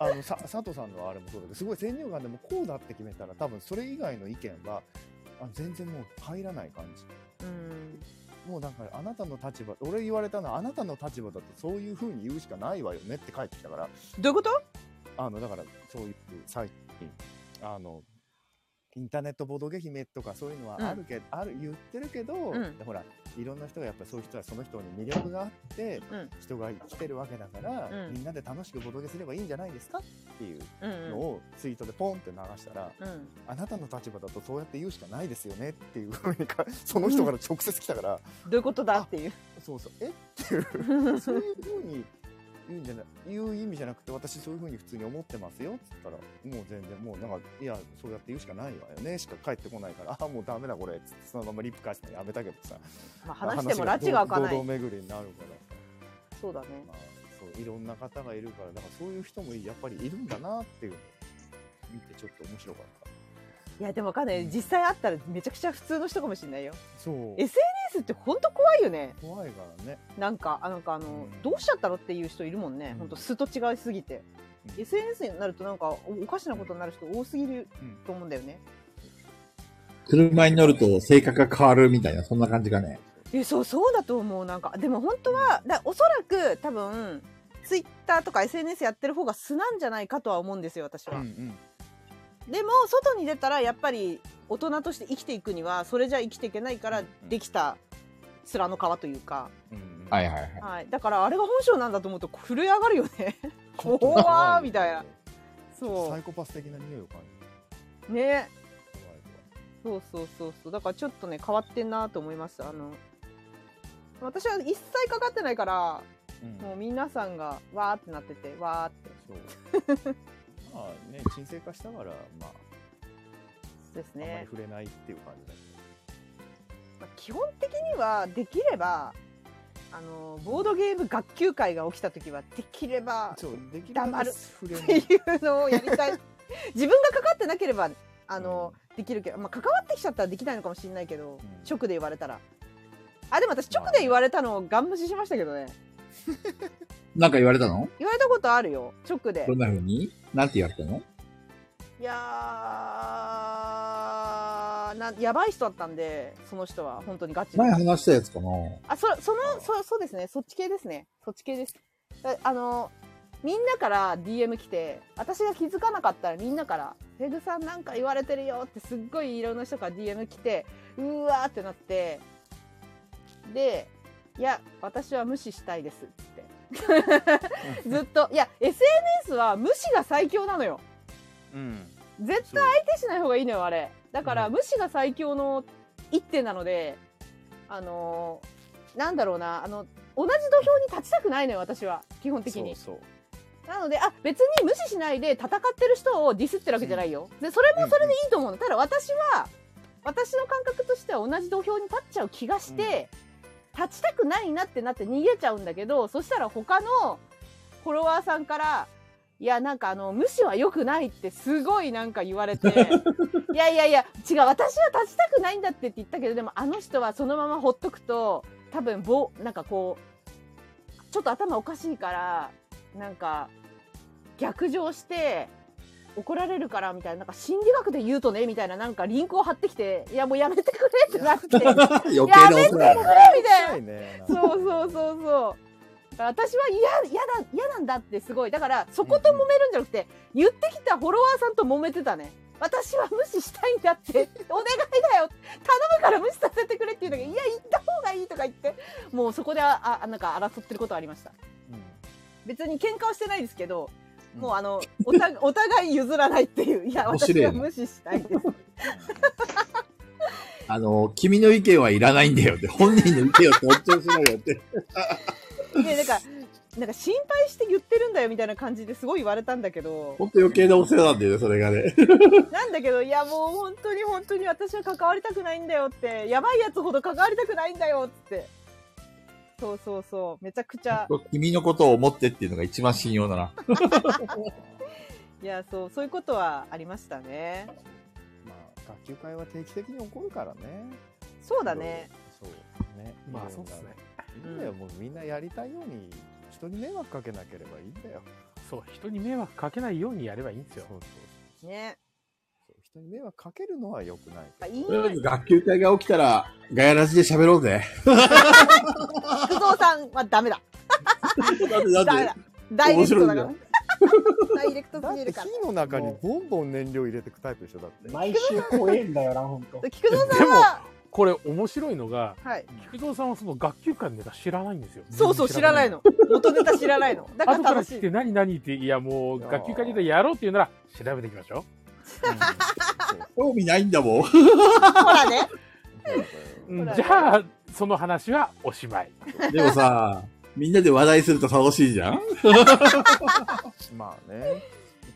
あのさ佐藤さんのあれもそうだけどすごい先入観でもこうだって決めたら多分それ以外の意見はあ全然もう入らない感じうん。もうだからあなたの立場俺言われたのはあなたの立場だとそういうふうに言うしかないわよねって帰ってきたからどういうことあのだからそういう最近あのインターネットボードゲ姫とかそういうのはうんあるけ、ある言ってるけど、んほらいろんな人がやっぱそういう人はその人に魅力があって、うん人が生きてるわけだから、うんみんなで楽しくボードゲすればいいんじゃないですかっていううんのをツイートでポンって流したら、うん。うん。あなたの立場だとそうやって言うしかないですよねっていうふうにかその人から直接来たから、どういうことだっていう。そうそうえってい <laughs> う。そういうふうに言うんじゃない言う意味じゃなくて私そういうふうに普通に思ってますよっつったらもう全然もうなんかいやそうやって言うしかないわよねしか返ってこないからああもうダメだこれっつってそのままリップ返すのやめたけどさまあ話しても拉致が開かな堂い々。巡りになるからそうだね。まあそういろんな方がいるからだからそういう人もやっぱりいるんだなっていうのを見てちょっと面白かったいや、でもわかんない。実際会ったらめちゃくちゃ普通の人かもしれないよ。そう SNS って本当怖いよね。怖いからねなんか、あなんかあうのん、どうしちゃったのっていう人いるもんねう。ん本当素と違いすぎて。うん SNS になるとなんかおおかしなことになる人多すぎるうんと思うんだよね。車に乗ると性格が変わるみたいな、そんな感じがね。えそうそうだと思うなんかでも本当はだおそらく多分ツイッターとか SNS やってる方が素なんじゃないかとは思うんですよ私うんは、うんでも外に出たらやっぱり大人として生きていくにはそれじゃ生きていけないからうんできた面の皮というか、うんうんはいはいはい。はい、だからあれが本性なんだと思うと震え上がるよね <laughs> ちょっと怖ーいみたいなちょっとサそイコパス的な匂いを感うじるね怖い怖いそうそうそうそうだからちょっとね変わってんなと思いましたあの私は一切かかってないからうんもう皆さんがわーってなっててわーってそう <laughs> まあね沈静化したからまあですあんまりね、触れないっていう感じだけどまあ基本的にはできればあのボードゲーム学級会が起きた時はできればっそうできる黙だける触れなていいうのをやりたい自分がかかってなければあの、できるけど、まあ、関わってきちゃったらできないのかもしれないけど、うん直で言われたらあでも私直で言われたのをガン無視しましたけどねなんか言われたの言われたことあるよ直でどんな風になんて言われたのいやーなやばい人だったんでその人は本当にガチで前話したやつかなあ、そ、その、そ、そうですね。そっち系ですね。そっち系です。だあの、みんなから DM 来て、私が気づかなかったらみんなから、ペグさんなんか言われてるよってすっごいいろんな人から DM 来て、うーわーってなって、で、いや、私は無視したいですって。 <laughs> ずっと、いや、SNS は無視が最強なのよ。うん絶対無視しない方がいいのよあれだから無視が最強の一手なのであのーなんだろうなあの同じ土俵に立ちたくないのよ私は基本的にそうそうなのであ別に無視しないで戦ってる人をディスってるわけじゃないよ、でそれもそれでいいと思うの、ただ私は私の感覚としては同じ土俵に立っちゃう気がして、立ちたくないなってなって逃げちゃうんだけどそしたら他のフォロワーさんからいやなんかあの無視は良くないってすごいなんか言われ <laughs> ていやいやいや違う私は立ちたくないんだってって言ったけどでもあの人はそのままほっとくと多分ぼなんかこうちょっと頭おかしいからなんか逆上して怒られるからみたいななんか心理学で言うとねみたいななんかリンクを貼ってきていやもうやめてくれってなってやめて <laughs> <laughs> 余計なお世話くだ。れみたいな怖いね <laughs> そうそうそうそう。だから私は嫌嫌だ嫌なんだってすごいだからそこと揉めるんじゃなくて、言ってきたフォロワーさんと揉めてたね私は無視したいんだって <laughs> お願いだよ頼むから無視させてくれっていうのがいや行った方がいいとか言ってもうそこでああなんか争ってることはありました別に喧嘩はしてないですけど、うんもうあのおた <laughs> お互い譲らないっていういや面私白いなは無視したいですあの、君の意 <laughs> 見はいらないんだよって、本人の意見を尊重しろよって。でなんかなんか心配して言ってるんだよみたいな感じですごい言われたんだけどほんと余計なお世話なんだよね、それがね。なんだけどいやもう本当に本当に私は関わりたくないんだよってやばいやつほど関わりたくないんだよってそうそうそうめちゃくちゃ <laughs> 君のことを思ってっていうのが一番信用だな。いやそうそういうことはありましたねまあ、学級会は定期的に起こるからね。そうだねそう。ね。まあいそうんろでなすね。いいんだよ、もうみんなやりたいように、人に迷惑かけなければいいんだよ。そう人に迷惑かけないようにやればいいんですそうよそうねそう。人に迷惑かけるのは良くない。やっぱいいとりあえず学級会が起きたら、ガヤラジで喋ろうぜ。菊蔵さんはダメだだってだダメって <laughs> だ、ダイレクトだか面白いら <laughs> ダイレクトだすっぎてるか火の中にボンボン燃料入れてくタイプでしょだって。毎週怖えんだよな、ほん <laughs> とら。菊蔵さんはこれ面白いのがはい菊蔵さんはその学級会のネタ知らないんですよそうそう知らないの <laughs> 元ネタ知らない <laughs> のだから後から楽知しっいて何何っていやもういやー学級会でやろうっていうなら調べていきましょ興味ないんだもん。ほらねう、んうんほらじゃあその話はおしまいでもさ、みんなで話題すると楽しいじゃんまあね。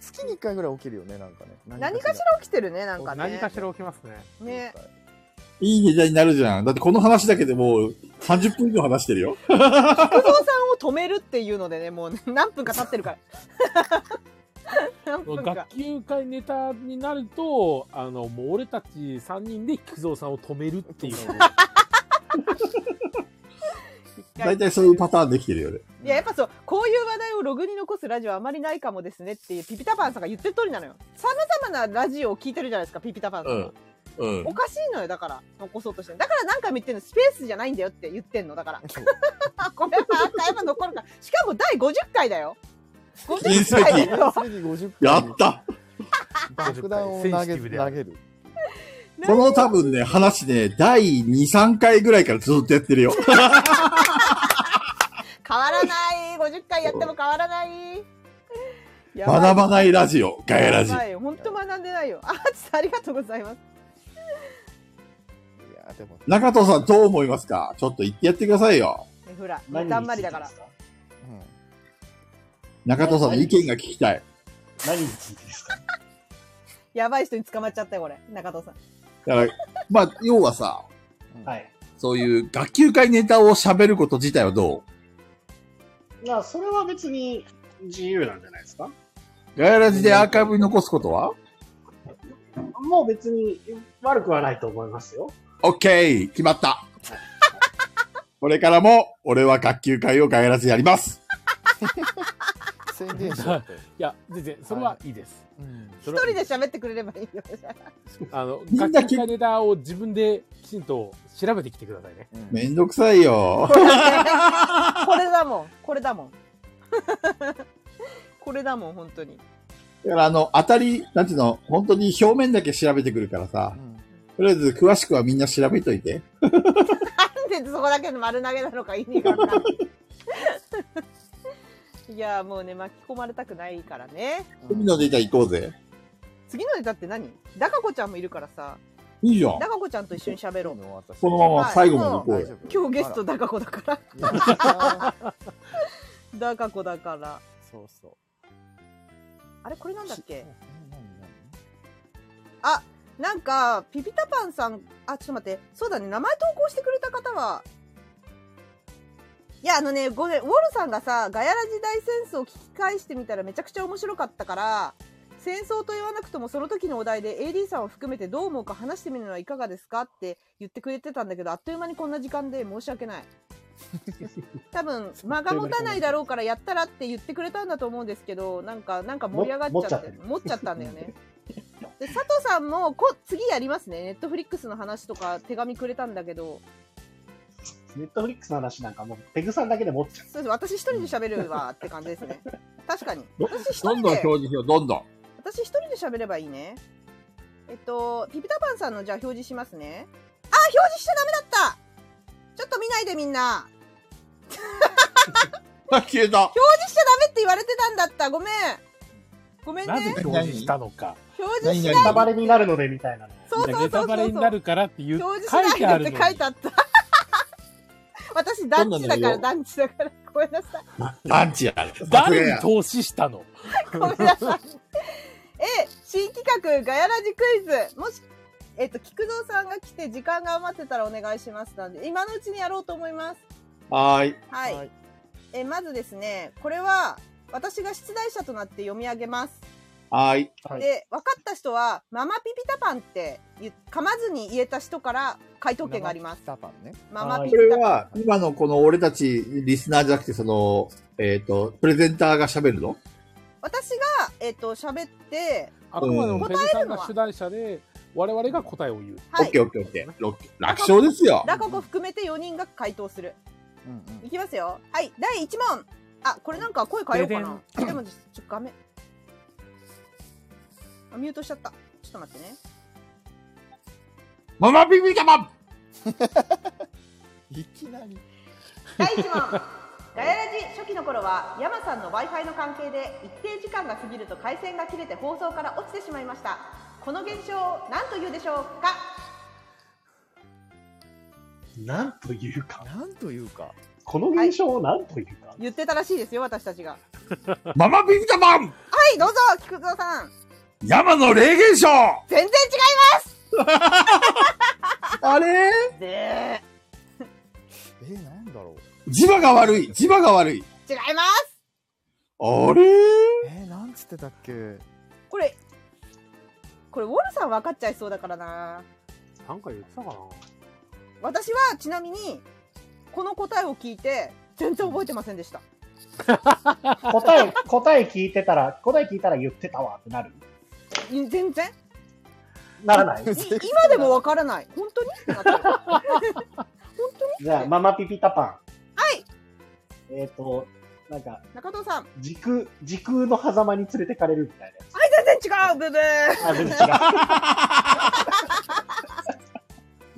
月に1回ぐらい起きるよね、なんかね。 <laughs> 何かしら起きてるねなんかね何かしら起きますねねいいネタになるじゃん。だってこの話だけでもう30分以上話してる <laughs> よ。菊蔵さんを止めるっていうのでねもうね何分か経ってるから <laughs> 何分か学級会ネタになるとあのもう俺たち3人で菊蔵さんを止めるって <laughs> いう大体そういうパターンできてるよね。いややっぱそうこういう話題をログに残すラジオあまりないかもですねっていうピピタパンさんが言ってる通りなのよさまざまなラジオを聞いてるじゃないですかピピタパンさんは、うん。うんお。かしいのよだから残そうとしてるだから何回も言ってんのスペースじゃないんだよって言ってんのだから <laughs> これはアーカイブ残るからしかも第50回だよ人50生回だよ月に50分やった爆弾をセ投ンシテげィブ投であるげる。 <laughs> <laughs> この多分ね、話ね、第2、3回ぐらいからずっとやって <laughs> るよ。変わらない50回やっても変わらないやばい学ばないラジオ、ガヤラジや。ばいよ本当学んでないよあーちさんありがとうございますいや、でも、中藤さんどう思いますかちょっと言ってやってくださいよ。えほら何だんまりだからについてですうん中藤さんの意見が聞きたい。か何についてですかやばい人に捕まっちゃったよこれ中藤さんだから、まあ、要はさ、はい。そういう学級会ネタを喋ること自体はどまあ、それは別に自由なんじゃないですかうガヤラジでアーカイブに残すことはもう別に悪くはないと思いますよ。オッケー決ま <laughs> ったこれからも、俺は学級会をガヤラジでやります宣言しちゃって。いや全然それはいいです、うんそ一れは人で喋ってくれればいいよ <laughs> あのみんな学級会ネタを自分できちんと調べてきてくださいねうんめんどくさいよ。これだもんこれだもん <laughs> これだもん本当にだからあの、当たり、なんていうの、本当に表面だけ調べてくるからさう、んとりあえず詳しくはみんな調べといて。なんでそこだけの丸投げなのか意味が分かんない <laughs> いやもうね巻き込まれたくないからね海のデータ行こうぜ。次のネタって何ダカ子ちゃんもいるからさいいじゃん。ダカ子ちゃんと一緒に喋ろうこのまま最後まで行こう大よ丈。夫今日ゲストあダカ子だかららいやダカ子だからそうそう。あれこれなんだっけえ何何あなんかピピタパンさんあちょっと待ってそうだね名前投稿してくれた方はいやあのねごめんウォルさんがさ「ガヤラ時代戦争」を聞き返してみたらめちゃくちゃ面白かったから戦争と言わなくともその時のお題で AD さんを含めてどう思うか話してみるのはいかがですかって言ってくれてたんだけどあっという間にこんな時間で申し訳ない多分間が持たないだろうからやったらって言ってくれたんだと思うんですけどなんかなんか盛り上がっちゃっても持っちゃったんだよねで佐藤さんもこ次やりますねネットフリックスの話とか手紙くれたんだけどネットフリックスの話なんかもうペグさんだけで持っちゃう。そうです私一人で喋るわって感じですね確かにど私一どん人どんで表示しよう、どんどん。私一人で喋ればいいねえっとピピタパンさんのじゃあ表示しますねあ表示しちゃダメだったちょっと見ないでみんなあ、消えた。表示しちゃダメって言われてたんだったごめんごめんなぜね表示したのか表示しな何い々ネタバレになるのでみたいなの。そうそうそうそうネタバレになるからっていう表示書いしてなあいるよのってに書いてあった <laughs> 私団地だから団地だからごめんなさい団地や。誰に投資したの <laughs> ごめんなさいえ新企画ガヤラジクイズもしえっと菊蔵さんが来て時間が余ってたらお願いしますなんで今のうちにやろうと思いますはーい。はい、はいえまずですねこれは私が出題者となって読み上げますはーい。はいで分かった人はママピピタパンって言う噛まずに言えた人から回答権があります生ピタパンね。ママピこピれタパンは、今のこの俺たちリスナーじゃなくて、その、えっ、と、プレゼンターが喋るの私がえっと喋ってあくまでもペグさん答えるのがは主題者で、我々が答えを言う。はオッいケーオッケーオッケー。ロッケー楽勝ですよ。ラココ含めて4人が回答するうんいきますよはい第1問あこれなんか声変えようかなでもちょっと画面あミュートしちゃったちょっと待ってねママビビタマンうん。いきなり。第1問 <laughs> ガヤラジ初期の頃は山さんの w i f i の関係で一定時間が過ぎると回線が切れて放送から落ちてしまいましたこの現象を何というでしょうかなんというか、なんというか。この現象をなんというか、言ってたらしいですよ私たちがはママビビタマンいどうぞ菊蔵さん山の霊現象全然違いあれますでえー、なんだろう。磁場が悪い磁場が悪い違いますあれえー、なんつってたっけ。これこれウォルさん分かっちゃいそうだからななんか言ってたかな私はちなみにこの答えを聞いて全然覚えてませんでした答え、答え聞いてたら、答え聞いたら言ってたわってなるい全然ならないい今でも分からない本当にってなってる本当にじゃあ、ママピピタパン。はいえっ、と、なんか、中藤さん時空、時空の狭間に連れてかれるみたい全然違うブブーなやつ。あ、全然違う。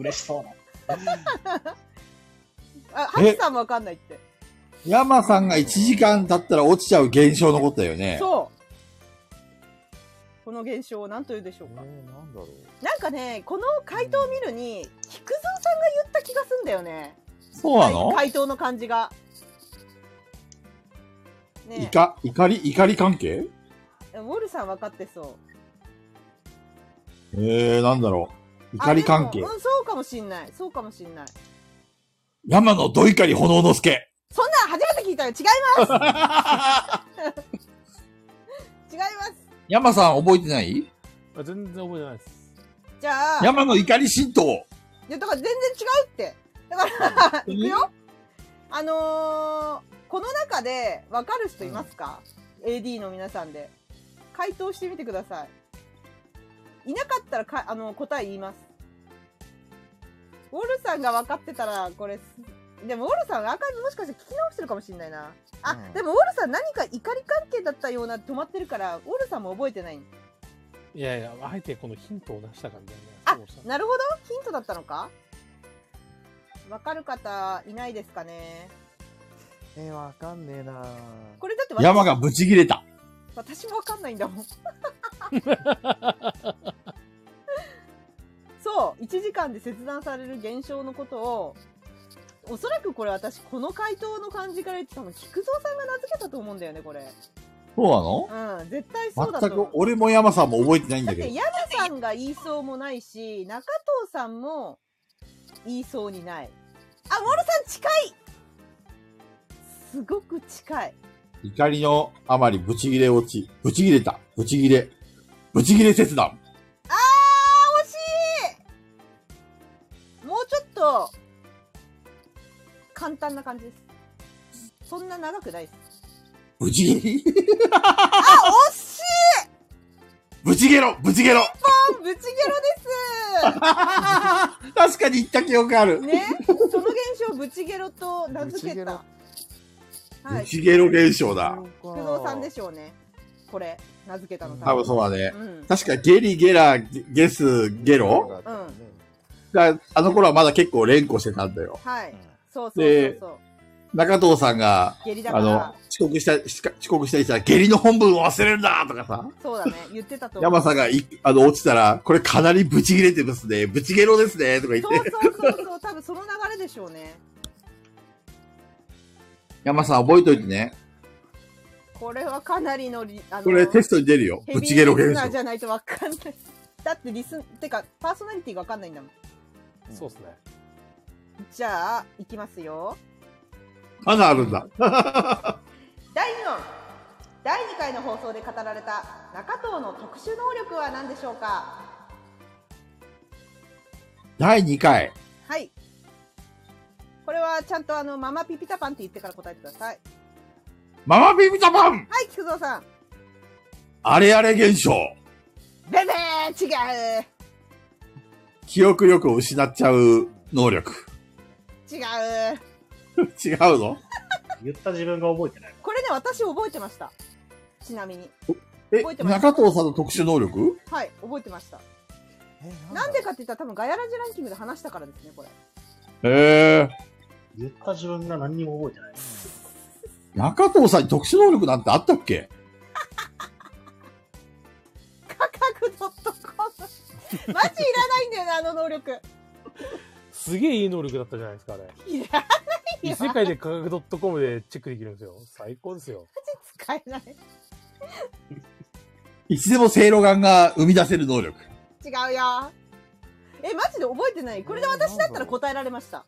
嬉しそうな。あハチさんも分かんないって山さんが1時間経ったら落ちちゃう現象のことだよね。そうこの現象を何と言うでしょうえかー、なんだろう。なんかねこの回答を見るに菊蔵さんが言った気がすんだよねそうなの回答の感じがねえいか、怒り、怒り関係ウォルさん分かってそうえー、なんだろう。怒り関係あで。もうん、そうかもしんない。そうかもしんない。山のど怒り炎の <laughs> 助。そんなん初めて聞いたよ。違います。違います。山さん覚えてないあ全然覚えてないです。じゃあ、いや、山の怒り神道。だから全然違うって。だから、いくよ。あのー、この中で分かる人いますか、?AD の皆さんで。回答してみてください。いなかったらか、あの答え言います。ウォルさんが分かってたら、これ、でもウォルさん、アーカイブもしかして聞き直してるかもしれないな。あ、うんでもウォルさん何か怒り関係だったような止まってるから、ウォルさんも覚えてない。いやいや、あえてこのヒントを出した感じだあね。そうなるほどヒントだったのかわかる方いないですかねえー、わかんねえな。これだって私山がブチ切れた。私もわかんないんだもん <laughs> そう1時間で切断される現象のことをおそらくこれ私この回答の感じから言ってたの菊蔵さんが名付けたと思うんだよねこれそううん絶対なそうのだと全思うく俺も山さんも覚えてないんだだっけどて。山さんが言いそうもないし中藤さんも言いそうにないあモルさん近いすごく近い怒りのあまりブチ切れ落ち。ブチ切れた。ブチ切れ。ブチ切れ切断。あー惜しいもうちょっと簡単な感じですそんな長くないですブチ切れ。あ惜しブチゲロブ <laughs> チゲロいブチゲロで確かに言った記憶ある。すねその現象ブチゲロと名付けたはブいチゲロ現象だ。菊菊蔵さんでしょうねこれ名付けたの多分そうだね。うん確かゲリゲラゲゲスゲロうんだあの頃はまだ結構連呼してたんだよ。はい、うんそうそうそうでそう中藤さんが、下痢だかあのら、遅刻した、しか遅刻したりしたら、下痢の本文を忘れるなとかさ。そうだね言ってたと思う山さんがい、あの、落ちたら、これかなりブチ切れてますね。ブチゲロですね。とか言っそうて。そうそうそう多分その流れでしょうね山さん、覚えといてね。これはかなりのリあのこれテストに出るよ。ヘぶビちゲローゲリースでナーすじよ。ゃないとわかんない。だってリスン、てか、パーソナリティがわかんないんだもん。そうですね。じゃあ、いきますよ。まだあるんだ。第2問第2回の放送で語られた中藤の特殊能力は何でしょうか第2回。はいこれはちゃんとあのママピピタパンって言ってから答えてくださいママビビタパンはい菊蔵さんあれあれ現象。ベベー違う記憶力を失っちゃう能力。 <laughs> 違う違うの言った自分が覚えてない。これね私覚えてましたちなみにえ覚え、てます中藤さんの特殊能力はい覚えてましたえなんでかって言ったら多分ガヤラジランキングで話したからですねこれへえ。言った自分が何にも覚えてない。中藤さんに特殊能力なんてあったっけ価格 .com <laughs> マジいらないんだよねあの能力すげえいい能力だったじゃないですか、あ <laughs> れ。いらない異よ世界で科学 .com でチェックできるんですよ。最高ですよ。使えないいつでもセいろがんが生み出せる能力。違うよえマジで覚えてないこれで私だったら答えられました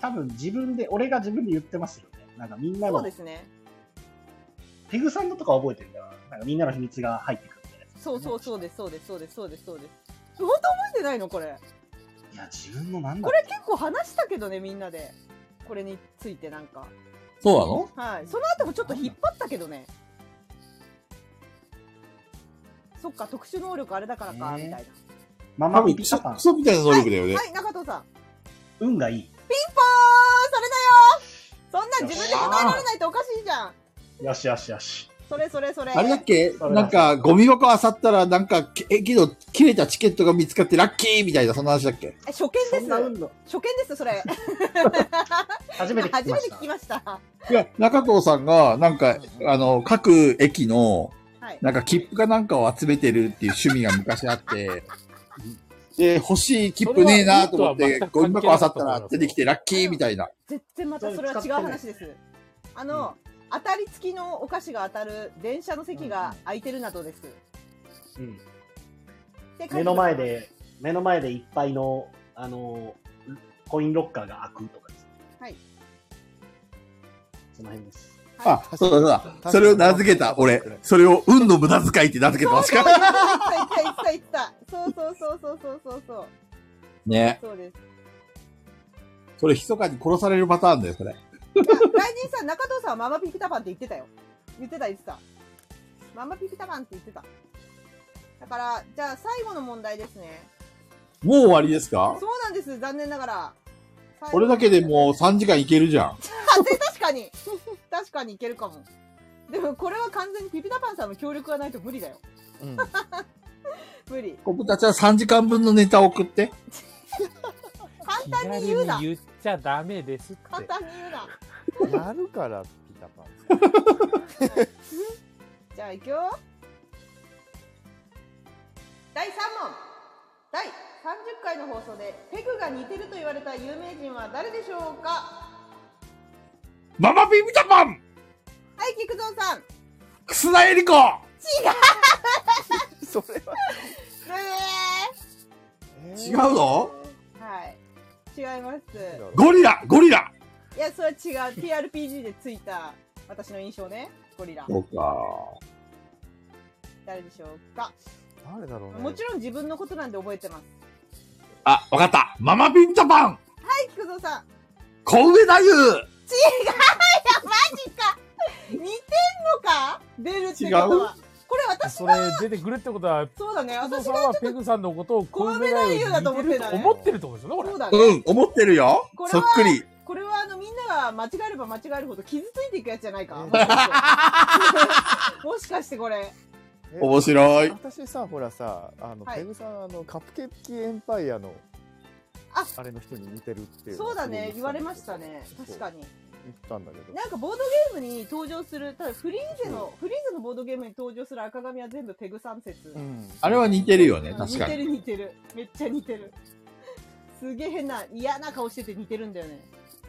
多分自分で、俺が自分で言ってますよね。なんかみんなそうので、すねペグさんのとか覚えてるんだよな。なんかみんなの秘密が入ってくるみたいなやつそうそうそうですそうですそうですそうですそうです本当覚えてないのこれいや、自分のなんだころれ結構話したけどねみんなでこれについてなんかそうなのはいその後もちょっと引っ張ったけどねそっか特殊能力あれだからかねみたいマ多マ分ピクピソタパンク、ソみたいな能力だよねな。はい中藤さん運がいい。ポーンそれだよそんなん自分で答えられないとおかしいじゃんよしよしよし。それそれそれあれだっけそれなんか、ゴミ箱漁ったら、なんか、け駅の切れたチケットが見つかってラッキーみたいな、そんな話だっけえ初見ですそんな運の、初見ですそれ初めて聞きました。ました。いや、中藤さんが、なんか、あの、各駅の、はい。なんか、切符かなんかを集めてるっていう趣味が昔あって、で、欲しい切符ねえなと思っそれはて運、とゴは全くミ箱漁ったら出てきてラッキーみたいな。絶対またそれは違う話です。あの、当たり付きのお菓子が当たる電車の席が空いてるなどです。うんで目の前。で、目の前でいっぱいの、あの、コインロッカーが開くとかですね。はい。その辺です。あ、そうだそうだ。それを名付けた、俺。それを、運の無駄遣いって名付けた、確か。書いてある言った言った言った言った。そうそうそうそうそうそう。ね。そうです。それ、密かに殺されるパターンだよ、それ。来人さん、中藤さんはママピピタパンって言ってたよ。言ってた言ってた。ママピピタパンって言ってた。だから、じゃあ最後の問題ですね。もう終わりですかそうなんです、残念ながら。最後俺だけでもう3時間いけるじゃん。あで確かに確かにいけるかもでもこれは完全にピピタパンさんの協力がないと無理だようん無理僕たちは3時間分のネタを送って。簡単に言うな気軽に言っちゃダメですっ簡て。単に言うなやるから、ピタパン。 <laughs> じゃあいくよ第3問第30回の放送でペグが似てると言われた有名人は誰でしょうかママビビタパンはい菊蔵さんブ楠田絵理子それは。えー違うのーはい違いますゴリラゴリラいやそれは違う TRPG でついた私の印象ねゴリラそうか。誰でしょうか誰だろうね。もちろん自分のことなんで覚えてます。あ、わかった。ママビビタパンはい、菊蔵さん。小上太マジか。似てんのか出るってことは。これ私、それ出てくるってことは、そうだね。加藤私さんがはペグさんのことを小梅太夫だと似てると思ってると思うんですよね、これそう。だ夫うね。ん、思ってるよこ。れそはっくり。これはあのみんなが間違えれば間違えるほど傷ついていくやつじゃないか。もしかして <laughs> これ。え面白い。私さ、ほらさ、あの、はいペグさん、あの、カップケーキエンパイアの、ああれの人に似てるっていう。そうだね。言われましたね。確かに。に。言ったんだけど。なんかボードゲームに登場する、ただフリーゼの、フリーゼのボードゲームに登場する赤髪は全部ペグさん説。うんあれは似てるよね、うん確かに。似てる似てるめっちゃ似てるすげえ変な嫌な顔してて似てるんだよね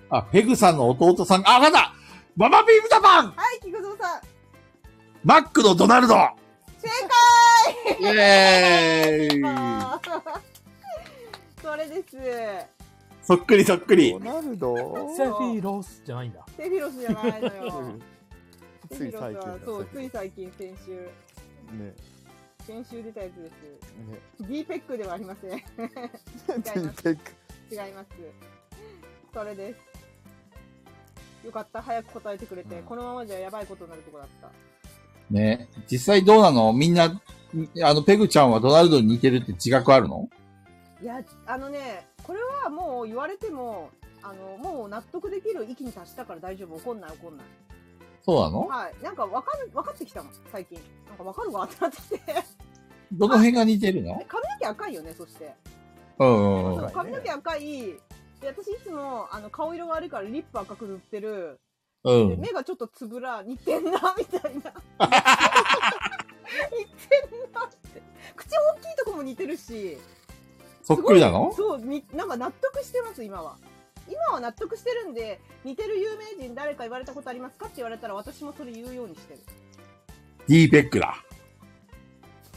あ、ペグさんの弟さん、あ、わかったママビームジャパンはい、菊蔵さん。マックのドナルド正解イエーイあー <laughs> それです。そっくりそっくりド。ナルドセフィロスじゃないんだ。セフィロスじゃないの <laughs> よ。ついセフ最ィロスは近そう、つい最近、先週。ね先週出たやつです。ね D ペックではありません。 <laughs> 違いティーペックます。違います。それです。よかった、早く答えてくれて、うんこのままじゃやばいことになるとこだった。ね実際どうなのみんな、あの、ペグちゃんはドナルドに似てるって自覚あるのいや、あのね、これはもう言われても、あの、もう納得できる域に達したから大丈夫、怒んない怒んない。そうなのはい。なんかわかる、分かってきたの、最近。なんかわかるわってなって <laughs> きて。どの辺が似てるのえ髪の毛赤いよね、そして。うんうんうそん。う髪の毛赤い。で、私いつも、あの、顔色悪いからリップ赤く塗ってる。うでん。目がちょっとつぶら、似てんな、みたいな。似てんなって。口大きいとこも似てるし。そっくりなのすごいそうに、なんか納得してます、今は。今は納得してるんで、似てる有名人誰か言われたことありますかって言われたら、私もそれ言うようにしてる。ディーペックだ。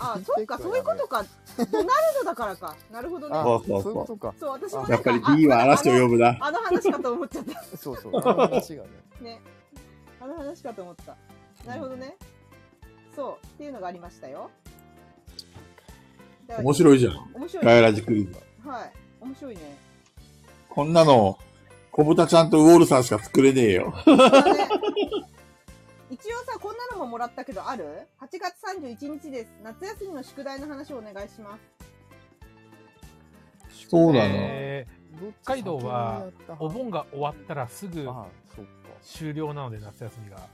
あ <laughs> あ、そっか、そういうことか。ドナルドだからか。なるほどあね。そそうそううそういうことかそう、私もなんかやっぱり D は嵐を呼ぶな。あのあの話かと思っちゃった。そう <laughs> そうあの話がねね。あの話かと思った。なるほどね。そう、っていうのがありましたよ。面白いじゃん。面白い。ガイラジクイズ。はい。面白いね。こんなの、小豚ちゃんとウォールさんしか作れねえよ。そうだね <laughs> 一応さ、こんなのももらったけど、ある ?8 月31日です。夏休みの宿題の話をお願いします。そうなの。えー北海道はお盆が終わったらすぐあそっか終了なので夏休みが。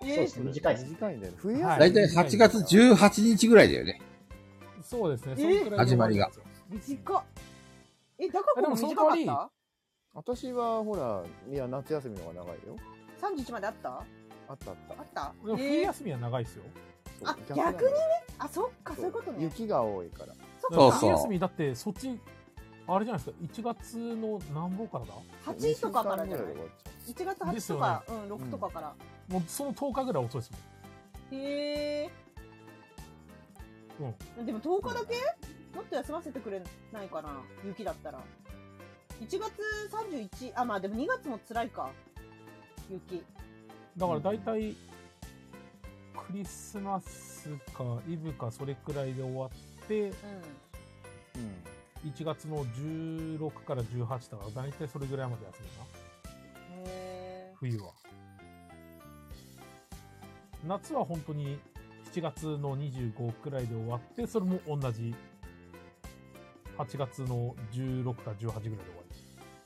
えそうですね、短いです。短いね冬は休だみいたい8月18日ぐらいだよね。そうですね。えそんくらいで終わる始まりが。短っ。え、だからこもあでもそ短のか代っ私はほらいや夏休みの方が長いよた ?31 まであったあったあっあったでも冬えー休みは長いですよ。たあそう逆にねなのあ、そっか、そういうことね。雪が多いからそっそうかそ冬う。休みだってそっちあれじゃないですか。1月の何本からだ。 8とかからじゃない二週間ぐらいで終わっちゃ ?1 月8とか、うん、よね6とかから。もうその10日ぐらい遅いですへもん。うん。ーでも10日だけもっと休ませてくれないかな雪だったら。1月31、あ、まあでも2月も辛いか。雪。だから大体、クリスマスかイブかそれくらいで終わって、うん。う1月の16から18だから大体それぐらいまで休むな、へ冬は。夏は本当に7月の25くらいで終わって、それも同じ8月の16か18ぐらいで終わー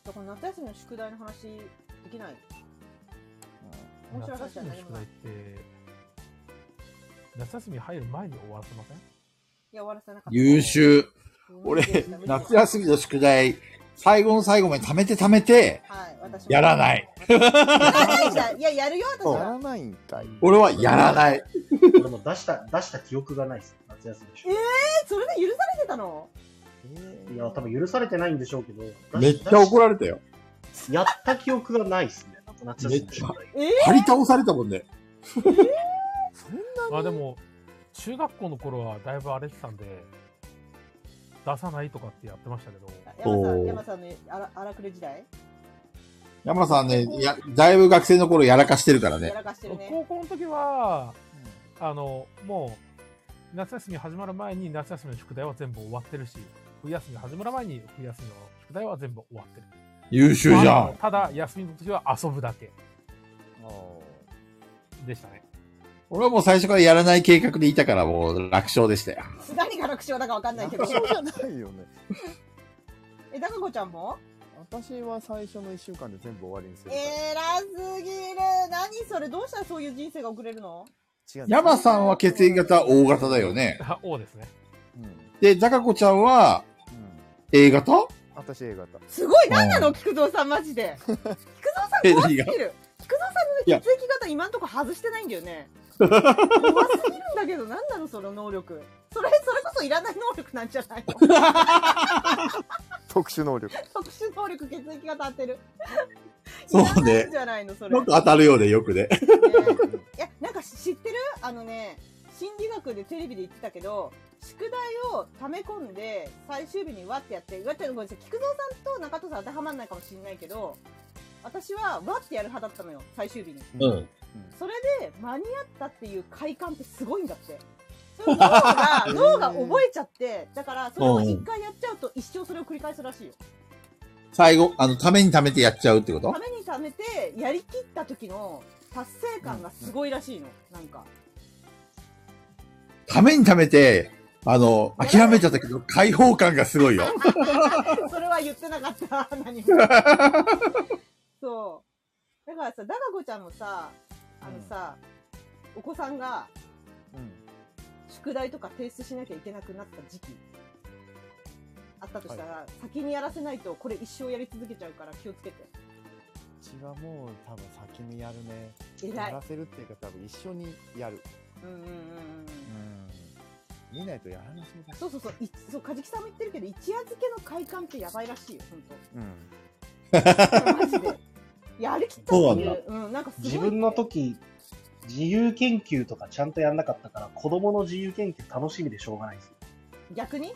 だから夏休みの宿題の話できない。んり。面白い話夏休はみ何のも宿な題っい。て、夏休み入る前に終わらせませんいや、終わらせなかった。優秀。うん。俺でした、夏休みの宿題、最後の最後まで貯めて貯めて、はい、私もやらない。やらないじゃんいや、やるよ、私やは。らないんかい俺はやらない。俺も出した、出した記憶がないです。夏休みでしえ、それで許されてたのょ。いや、多分許されてないんでしょうけど。めっちゃ怒られたよ。れやった記憶がないですね。夏休みの宿題。え張り倒されたもんね。まあでも中学校の頃はだいぶ荒れてたんで出さないとかってやってましたけど山さおん、ー山さんのあら荒くれ時代山さんね、や、だいぶ学生の頃やらかしてるからやね。らかしてるね。高校の時はあのもう夏休み始まる前に夏休みの宿題は全部終わってるし冬休み始まる前に冬休みの宿題は全部終わってる優秀じゃまあん。ただ休みの時は遊ぶだけあーでしたね <laughs> 俺はもう最初からやらない計画でいたからもう楽勝でしたよ。何が楽勝だかわかんないけど。そうじゃないよねえ、高子ちゃんも私は最初の1週間で全部終わりにするからえらすぎる。何それ、どうしたらそういう人生が送れるの違う山さんは血液型 O 型だよね。あ O ですねうんうんで、ザカ子ちゃんは A 型私 A 型すごい、何何ななのの菊蔵さん、マジで。菊蔵さえん、怖すぎ何る。菊蔵さんの血液型、今んとこ外してないんだよ <laughs> ね。怖すぎるんだけど、何なの、その能力。それ、それこそいらない能力なんじゃないの特殊能力 <laughs> 特殊能力、血液型当てる。そういらなねいんじゃないのそれよく当たるようで、よくで。。いやなんか知ってるあのね心理学でテレビで言ってたけど宿題を溜め込んで最終日にわってやってわってごめんなさい菊蔵さんと中戸さん当てはまんないかもしれないけど私はわってやる派だったのよ最終日にうんそれで間に合ったっていう快感ってすごいんだってそれを脳が脳が覚えちゃってだからそれを一回やっちゃうと一生それを繰り返すらしいよ最後、あの、ためにためてやっちゃうってことためにためてやりきった時の達成感がすごいらしいのなんかためにためて、あの、諦めちゃったけど、解放感がすごいよ。 <laughs> それは言ってなかった。 <laughs> 何 <laughs> も。そう。だからさ、ダガ子ちゃんもさ、あのさ、お子さんが宿題とか提出しなきゃいけなくなった時期あったとしたら、先にやらせないとこれ一生やり続けちゃうから気をつけて。ちはもう多分先にやるね。偉いやらせるっていうか多分一緒にやる。うんうんうんうん。うん。見ないとやらなそうだし。そうそうそう、いそう、カジキさんも言ってるけど、一夜漬けの快感ってやばいらしいよ、本う当。ん。マジ <laughs> で。やりきったっていそうう、うん、なんかすごい。自分の時、自由研究とかちゃんとやんなかったから、子供の自由研究楽しみでしょうがないですよ。逆に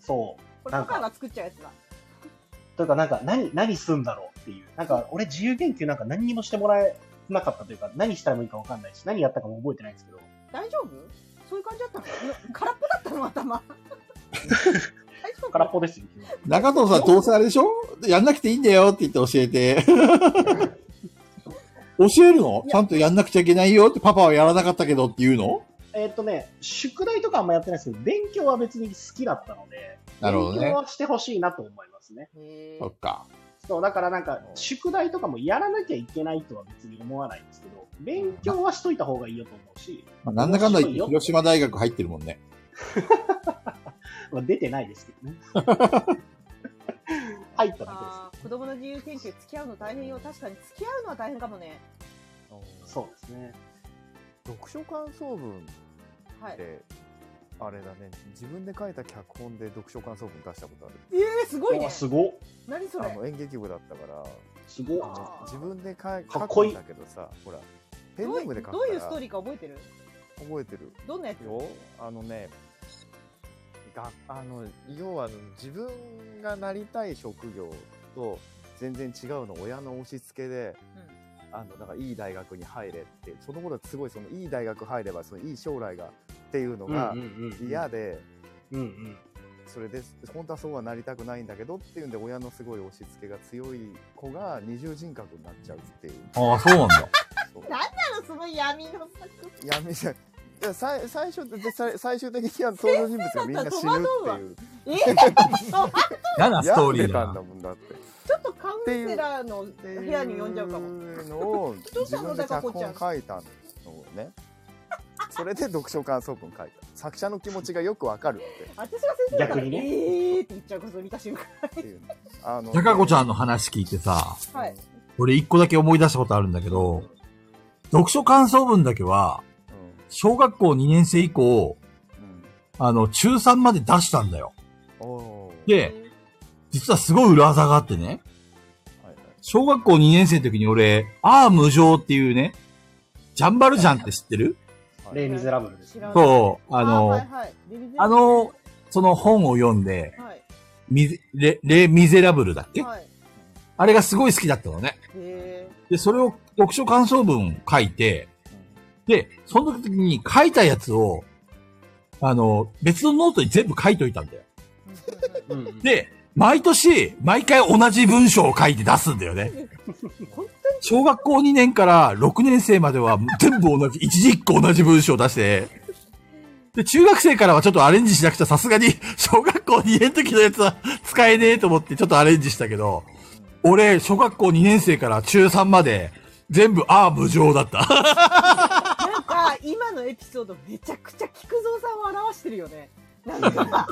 そこう。れなパんパか、が作っちゃうやつだ。というかなんか、何、何すんだろうっていう。なんか、俺自由研究なんか何にもしてもらえなかったというか、何したらもいいかわかんないし、何やったかも覚えてないんですけど、大丈夫そういう感じだったの <laughs> 空っぽだったの <laughs> 頭大丈夫空っぽですよ。中藤さん、どうせあれでしょやんなくていいんだよって言って教えて。 <laughs> 教えるのちゃんとやんなくちゃいけないよって、パパはやらなかったけどって言うのえーっとね、宿題とかあんまやってないですけど、勉強は別に好きだったので、なるほどね勉強はしてほしいなと思いますね。へそっか。そう、だからなんか、宿題とかもやらなきゃいけないとは別に思わないんですけど、勉強はしといた方がいいよと思うし、まあなんだかんだ言っ面白いてよ広島大学入ってるもんね。まあ、出てないですけ <laughs> どね。入っただあー子供の自由研究付き合うの大変よ確かに付き合うのは大変かもねけです。そうですね。読書感想文っはいえて、あれだね。自分で書いた脚本で読書感想文出したことある。ー、すごいおねーすごっ何そあれの演劇部だったから、すごっあのあー自分で書いかっこいい書くんだけどさ、ほら、ペンどういうネームで書くからどういうストーリーか覚えてる覚えてる。どんなやつ <laughs> よあのねがあの要はあの自分がなりたい職業と全然違うの親の押し付けで、あのなんかいい大学に入れってその頃すごいそのいい大学入ればそのいい将来がっていうのがうんうんうん嫌で、うんうん。それで本当はそうはなりたくないんだけどっていうんで親のすごい押し付けが強い子が二重人格になっちゃうっていうああ、そうなんだ。そう何なのその闇の <laughs> 作闇じゃいや最最初で最最終的には登場人物がみんな死ぬってえいう。ー、そうあ嫌なストーリやーってだたんなだ。もんだって。ちょっとカウンセラーの部屋に呼んじゃうかもっていうのを自分で脚本書いたのをね。それで読書感想文書いた。作者の気持ちがよくわかるっ私が先生だったら逆にねえーって言っちゃうこと見た瞬間てっていう。あの高子ちゃんの話聞いてさ、はい俺一個だけ思い出したことあるんだけど、読書感想文だけは、小学校2年生以降、うんうんあの、中3まで出したんだよ。おーで、実はすごい裏技があってね、はいはい小学校2年生の時に俺、ああ無情っていうね、ジャンバルジャンって知ってるはいレイ・ミゼラブルです知。らないそう、あの、はいはい、レビゼあの、その本を読んで、はいミゼレ、レ・ミゼラブルだっけはいあれがすごい好きだったのね。へで、それを読書感想文を書いて、で、その時に書いたやつを、あの、別のノートに全部書いといたんだよ。ーうんうん、で、毎年、毎回同じ文章を書いて出すんだよね。本小学校2年から6年生までは全部同じ、一字一個同じ文章を出して、で、中学生からはちょっとアレンジしなくちゃさすがに、小学校2年の時のやつは使えねえと思ってちょっとアレンジしたけど、俺、小学校2年生から中3まで、全部、ああ、無情だった。なんか今のエピソードめちゃくちゃ菊蔵さんを表してるよね。なんか菊蔵さんっ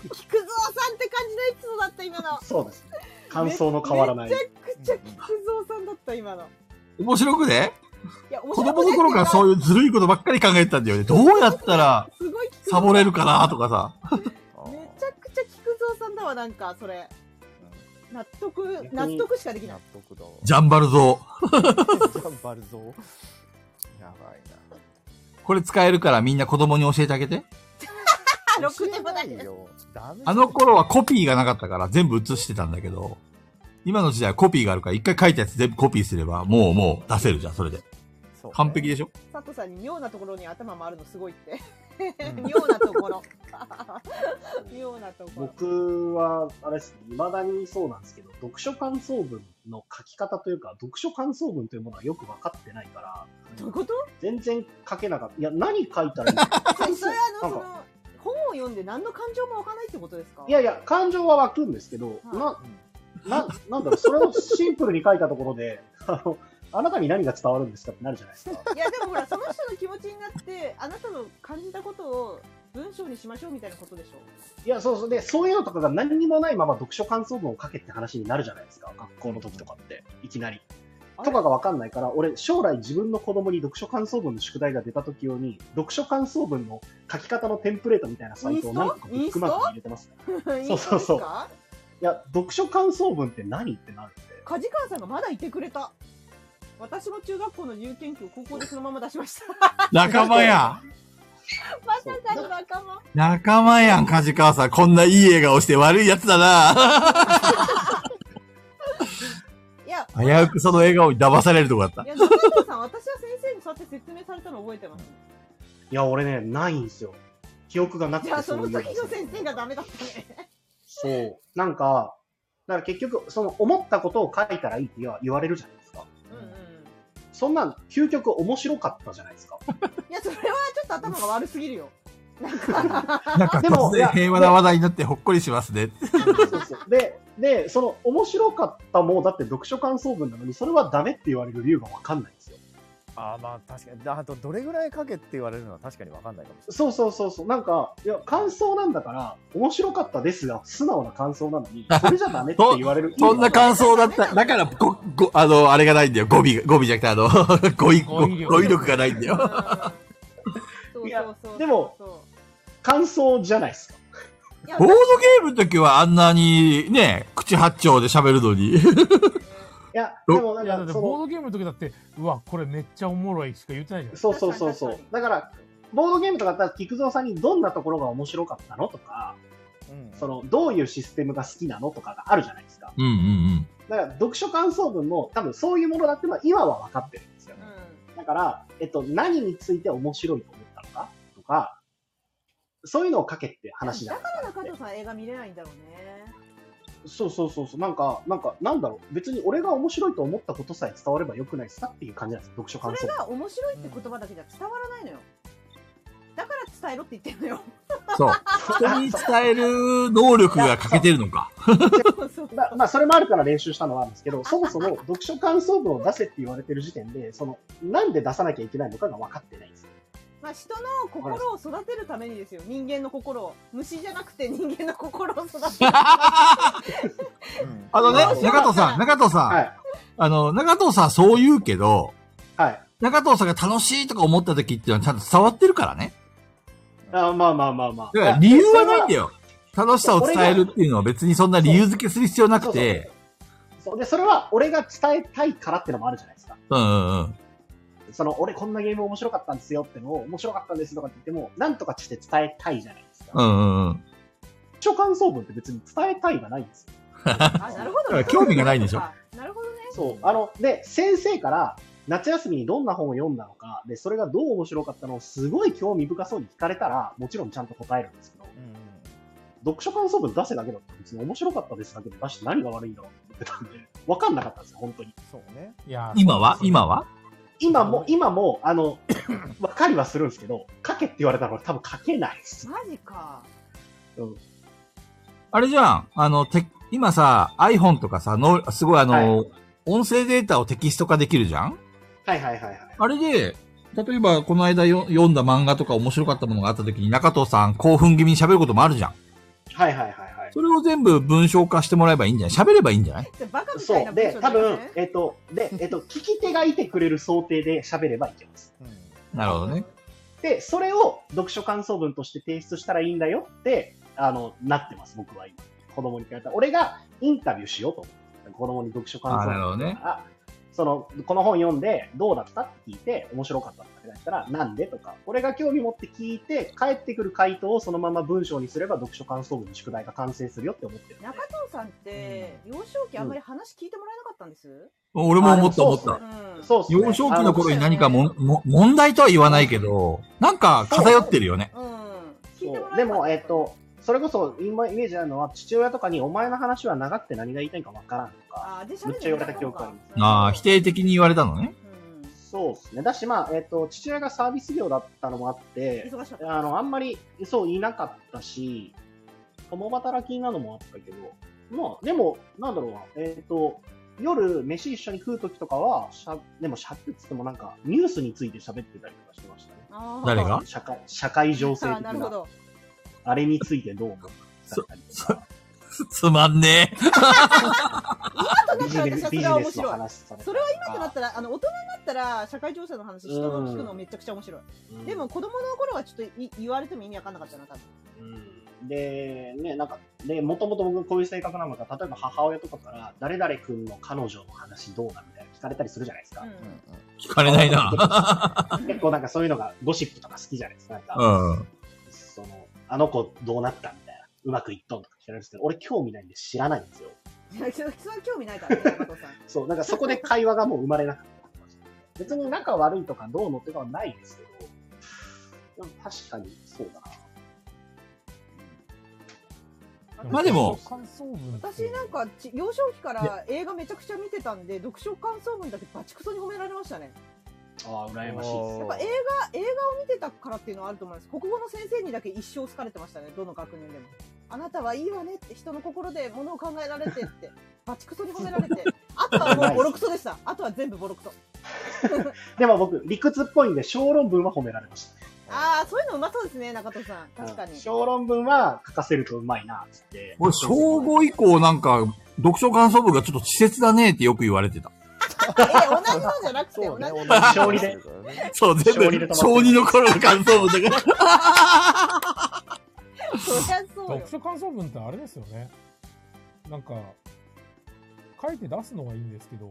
て感じのエピソードだった今の。そうですね。感想の変わらないめ。めちゃくちゃ菊蔵さんだった今の。面白くねいや面子白供の頃からそいうういうずるいことばっかり考えてたんだよね。どうやったら、すごい菊蔵サボれるかなとかさ。あーめちゃくちゃ菊蔵さんだわなんかそれ。納得、納得しかできない納。得だわ。ジャンバルゾー。ジャンバルゾー。やばいな。これ使えるからみんな子供に教えてあげて。あ、 <laughs> ろくでもない教えよ。ダメだあの頃はコピーがなかったから全部写してたんだけど、今の時代はコピーがあるから一回書いたやつ全部コピーすれば、もうもう出せるじゃん、それで。そうね完璧でしょ佐藤さんに妙なところに頭回るのすごいって。うん妙なところ。妙なところ。僕は、あれですね、未だにそうなんですけど、読書感想文の書き方というか、読書感想文というものはよく分かってないから、どういうこと全然書けなかった。いや、何書いたらいいのか <laughs> それそれあの、そなんかの、本を読んで何の感情もわかないってことですかいやいや、感情は湧くんですけど、な、な、なんだろう、それをシンプルに書いたとこ <laughs> ろで、あの、あなたに何が伝わるんですかってなるじゃないですか。いやでもほらその人の気持ちになってあなたの感じたことを文章にしましょうみたいなことでしょいや、そうそう。で、そういうのとかが何にもないまま読書感想文を書けって話になるじゃないですか。学校の時とかって、いきなり。あれとかがわかんないから、俺、将来自分の子供に読書感想文の宿題が出た時用に、読書感想文の書き方のテンプレートみたいなサイトを何個かブックマークに入れてます。いい <laughs> そうそうそうですかいや、読書感想文って何ってなるんで。梶川さんがまだいてくれた私の中学校の自由研究を高校でそのまま出しま <laughs> した仲間やまただ仲間仲間やん、梶川さん。こんないい笑顔して悪いやつだないや危うくその笑顔に騙されるとこだったい。や中川さん私は先生にそうやって説明されたの覚えてますいや、俺ね、ないんですよ。記憶がなくてじゃあそのう時いえばの先生がダメだった <laughs> ねそう。なんか、だから結局、その思ったことを書いたらいいって言わ言われるじゃないですか。うんうんそんなん、究極面白かったじゃないですか。いやそれはちょっと頭が悪すぎるよなんかなんかでも突然平和な話題になってほっこりしますね。。そうそうで、で、その面白かったも、だって読書感想文なのに、それはダメって言われる理由がわかんないんですよ。あーまあ確かに。あと、どれぐらいかけって言われるのは確かにわかんないかもしれそうそうそうそう。なんか、いや、感想なんだから、面白かったですが、素直な感想なのに、それじゃダメって言われるそんな感想だった。だから、ご、ご、あの、あれがないんだよ。語尾が、語尾じゃなくて、あの、 <laughs> 語彙、語語彙力語彙力がないんだよ。うんそういそやうそうでもそ感想じゃないですか。ういやボードゲームの時はあんなに、ね、口八丁で喋るのに。 <laughs> いや、でもないやだんってか、そボーの、ドゲームの時だってうわこれめっちゃおもろいしか言ってないじゃんそうそうそうそ確かうに確か。にだから、ボードゲームとかだったら、菊蔵さんにどんなところが面白かったのとか、ない。うんその、どういうシステムが好きなのとかがあるじゃないですか。うんうんうん。だから、読書感想文も、多分そういうものだっていうのは、今は分かってるんですよね。うんだから、えっと、何について面白いと思ったのかとか、そういうのを書けって話じゃだなかいら中藤さん映画見れないんだろうね。そうそうそうそう。なんか、なんか、なんだろう。別に俺が面白いと思ったことさえ伝わればよくないですかっていう感じなんです。読書そ感れ想。が面白いって言葉だけじゃ伝わらないのよ。だから伝えろって言ってるのよ。そう。人に伝える能力が欠けてるのか。そうそうまあ、まあ、それもあるから練習したのはあるんですけど、そもそも読書感想文を出せって言われてる時点で、その、なんで出さなきゃいけないのかが分かってないんですよ。まあ人の心を育てるためにですよ。人間の心を。虫じゃなくて人間の心を育てる。うんあのねそう、そう中藤さん、中藤さん、はい。あの、中藤さんそう言うけど、はい。中藤さんが楽しいとか思った時っていうのはちゃんと伝わってるからね。あまあまあまあまあ。だから理由はないんだよ。楽しさを伝えるっていうのは別にそんな理由付けする必要なくて、そうで、それは俺が伝えたいからってのもあるじゃないですか。うんうんうん。その、俺こんなゲーム面白かったんですよってのを、面白かったんですとかって言っても、なんとかして伝えたいじゃないですか。うんうんうん。読書感想文って別に伝えたいがないんですよ。あ、なるほど、だから興味がないんでしょあなるほどね。そう。あの、で、先生から、夏休みにどんな本を読んだのか、で、それがどう面白かったのをすごい興味深そうに聞かれたら、もちろんちゃんと答えるんですけど、うんうん読書感想文出せだけだったら別に面白かったですだけで出して何が悪いんだろうって思ってたんで、わかんなかったんですよ、本当に。そうね。いや今は今は今も、今も、あの、 <coughs> わかりはするんですけど、書けって言われたら俺多分書けないです。マジか。あれじゃん。あの、て、今さ、iPhone とかさ、の、すごいあの、音声データをテキスト化できるじゃんはいはいはいはい。あれで、例えばこの間よ読んだ漫画とか面白かったものがあった時に中藤さん興奮気味に喋ることもあるじゃん。はいはいはいはい。それを全部文章化してもらえばいいんじゃない喋ればいいんじゃないじゃあバカみたいそなう。文で章、多だよ分ね、えっと、で、えっと、聞き手がいてくれる想定で喋ればいけます。うんなるほどね。で、それを読書感想文として提出したらいいんだよって、あの、なってます、僕は今。子供に聞かれた。俺がインタビューしようと思った。子供に読書感想あなるほどねあその、この本読んでどうだったって聞いて、面白かったってだったら、なんでとか、俺が興味持って聞いて、返ってくる回答をそのまま文章にすれば、読書感想文の宿題が完成するよって思ってる。中藤さんって、幼少期あんまり話聞いてもらえなかったんです。俺も思った思っあた。うん。そうっすね。幼少期の頃にあ何かもんも問題とは言わないけど、なんか偏ってるよね。うん。聞いてもらえなかっそうたでも、えっ、と、それこそ、今イメージあるのは、父親とかに、お前の話は長くて何が言いたいかわからんとか、あーでめっちゃ言われた記憶ありますああ、否。定的に言われたのね。うんそうですね。だし、まあ、えっ、と、父親がサービス業だったのもあって、忙しかった。あの、あんまり、そう、いなかったし、共働きなのもあったけど、まあ、でも、なんだろうな、えっ、と、夜、飯一緒に食う時とかは、しゃ、でも、しゃってつってもなんか、ニュースについて喋ってたりとかしてましたね。あー誰が社会、社会情勢あー的なるほな、ど。あれについてどう思うだったりとか、 <laughs> つまんねえ。となっビジたらネ私はス、そビれジは面ネスの白い。話されたりとかそれは今となったら、あの、大人になったら、社会情勢の話、人が聞くのめちゃくちゃ面白い。うんでも、子供の頃はちょっとい言われても意味わかんなかったな、多分。うんで、ね、なんか、で、もともと僕こういう性格なのか、例えば母親とかから、誰々君の彼女の話どうなみたいな聞かれたりするじゃないですか。うん聞かれないな。 <laughs> 結構なんかそういうのが、ゴシップとか好きじゃないですか。なんか、 <laughs> うん。その、あの子どうなったみたいな、うまくいっとんとか聞かれるんですけど、俺興味ないんで知らないんですよ。いや、それ <laughs> それは興味ないからね、中藤さん。 <laughs> そう、なんかそこで会話がもう生まれなかった。別に仲悪いとかどうのってのはないですけど、でも確かにそうだな。まあでも感想文って私なんかち幼少期から映画めちゃくちゃ見てたんで読書感想文だけバチクソに褒められましたねああ、羨ましいですやっぱ映画映画を見てたからっていうのはあると思います国語の先生にだけ一生好かれてましたねどの学年でもあなたはいいわねって人の心で物を考えられてってバチクソに褒められてあとはもうボロクソでしたあとは全部ボロクソでも僕、理屈っぽいんで、小論文は褒められました。ああそういうのうまそうですね中藤さん確かに <laughs> うん小論文は書かせるとうまいな、つって。俺、小5以降なんか、読書感想文がちょっと稚拙だねってよく言われてた。え同じのじゃなくてそ同うじね、同じ勝利でそう、全小二で止ま部、ってる小2の頃の感想 <laughs> 文だから。そりゃそうよ読書感想文ってあれですよね。なんか、書いて出すのはいいんですけど、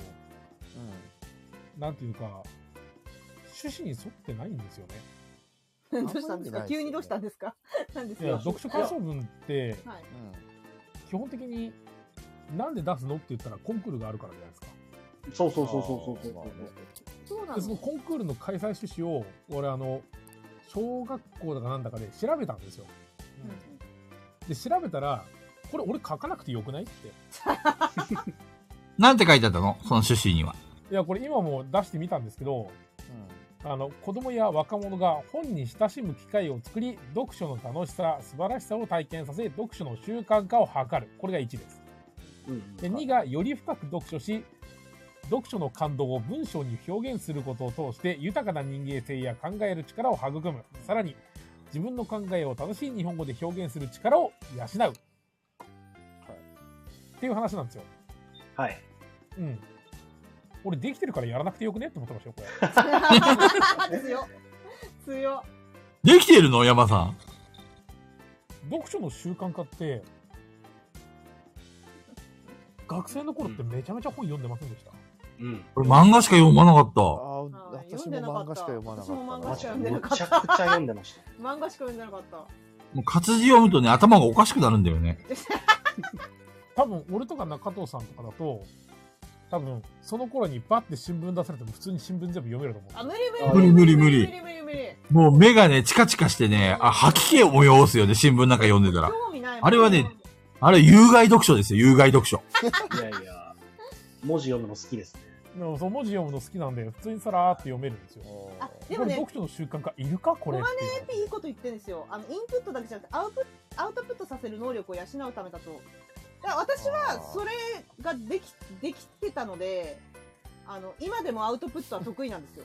なんていうか、趣旨に沿ってないんですよね。 <laughs> どうしたんですか急にどうしたんですか <laughs> なんですいや、よ読書感想文って、はい基本的に、なんで出すのって言ったらコンクールがあるからじゃないですか。そうそうそうそうそうそう。そうなで、そののコンクールの開催趣旨を、俺あの、小学校だかなんだかで調べたんですよ。 <laughs> うんで、調べたら、これ俺書かなくてよくないって。なんて書いてあったのその趣旨には。いや、これ今も出してみたんですけど、あの子供や若者が本に親しむ機会を作り読書の楽しさ素晴らしさを体験させ読書の習慣化を図るこれが1ですうんで2がより深く読書し読書の感動を文章に表現することを通して豊かな人間性や考える力を育むさらに自分の考えを正しい日本語で表現する力を養う、っていう話なんですよはい。うん俺できてるからやらなくてよくねって思ってましたよこれ強強できているの山さん。読書の習慣化って学生の頃ってめちゃめちゃ本読んでませんでした、うん。俺漫画しか読まなかった。ああー私も漫画しか読まなか私ったも漫マ画ジしでか読んでめちゃなくかちっゃた読んでました。漫画しか読んでなかったもう活字読むとね、頭がおかしくなるんだよね。多分俺とか中藤さんとかだと多分その頃にバッて新聞出されても普通に新聞全部読めると思あう無理無理無理無無理無理理無理無理もう目がね、チカチカしてね、あ、吐き気を催すよね、新聞なんか読んでたら。興味ないもんあれはねあれ、有害読書ですよ、有害読書。いやいや、文字読むの好きですね。でもその文字読むの好きなんで普通にさらーって読めるんですよあででももね、ねこれ読書の習慣化いるかこれ小っていいういこと言ってるんですよあのインプットだけじゃなくてアウプアウトプットさせる能力を養うためだとだから私はそれができできてたのであの今でもアウトプットは得意なんですよ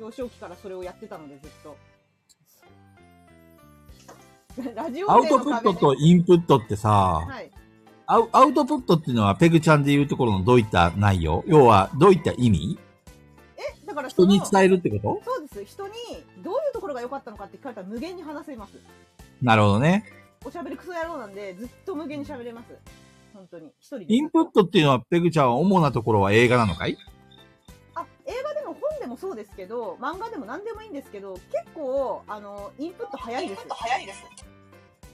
幼少期からそれをやってたのでずっと <laughs> ラジオアウ勢トのプッ壁トとインプットってさ、はいアウアウトプットっていうのはペグちゃんで言うところのどういった内容要は、どういった意味えだからそ人のに伝えるってことそうです人にどういうところが良かったのかって聞かれたら無限に話せますなるほどね。おしゃべりクソ野郎なんで、ずっと無限に喋れます。本当に。一人で。インプットっていうのは、ペグちゃんは主なところは映画なのかいあ、映画でも本でもそうですけど、漫画でも何でもいいんですけど、結構、あの、インプット早いです。早いです。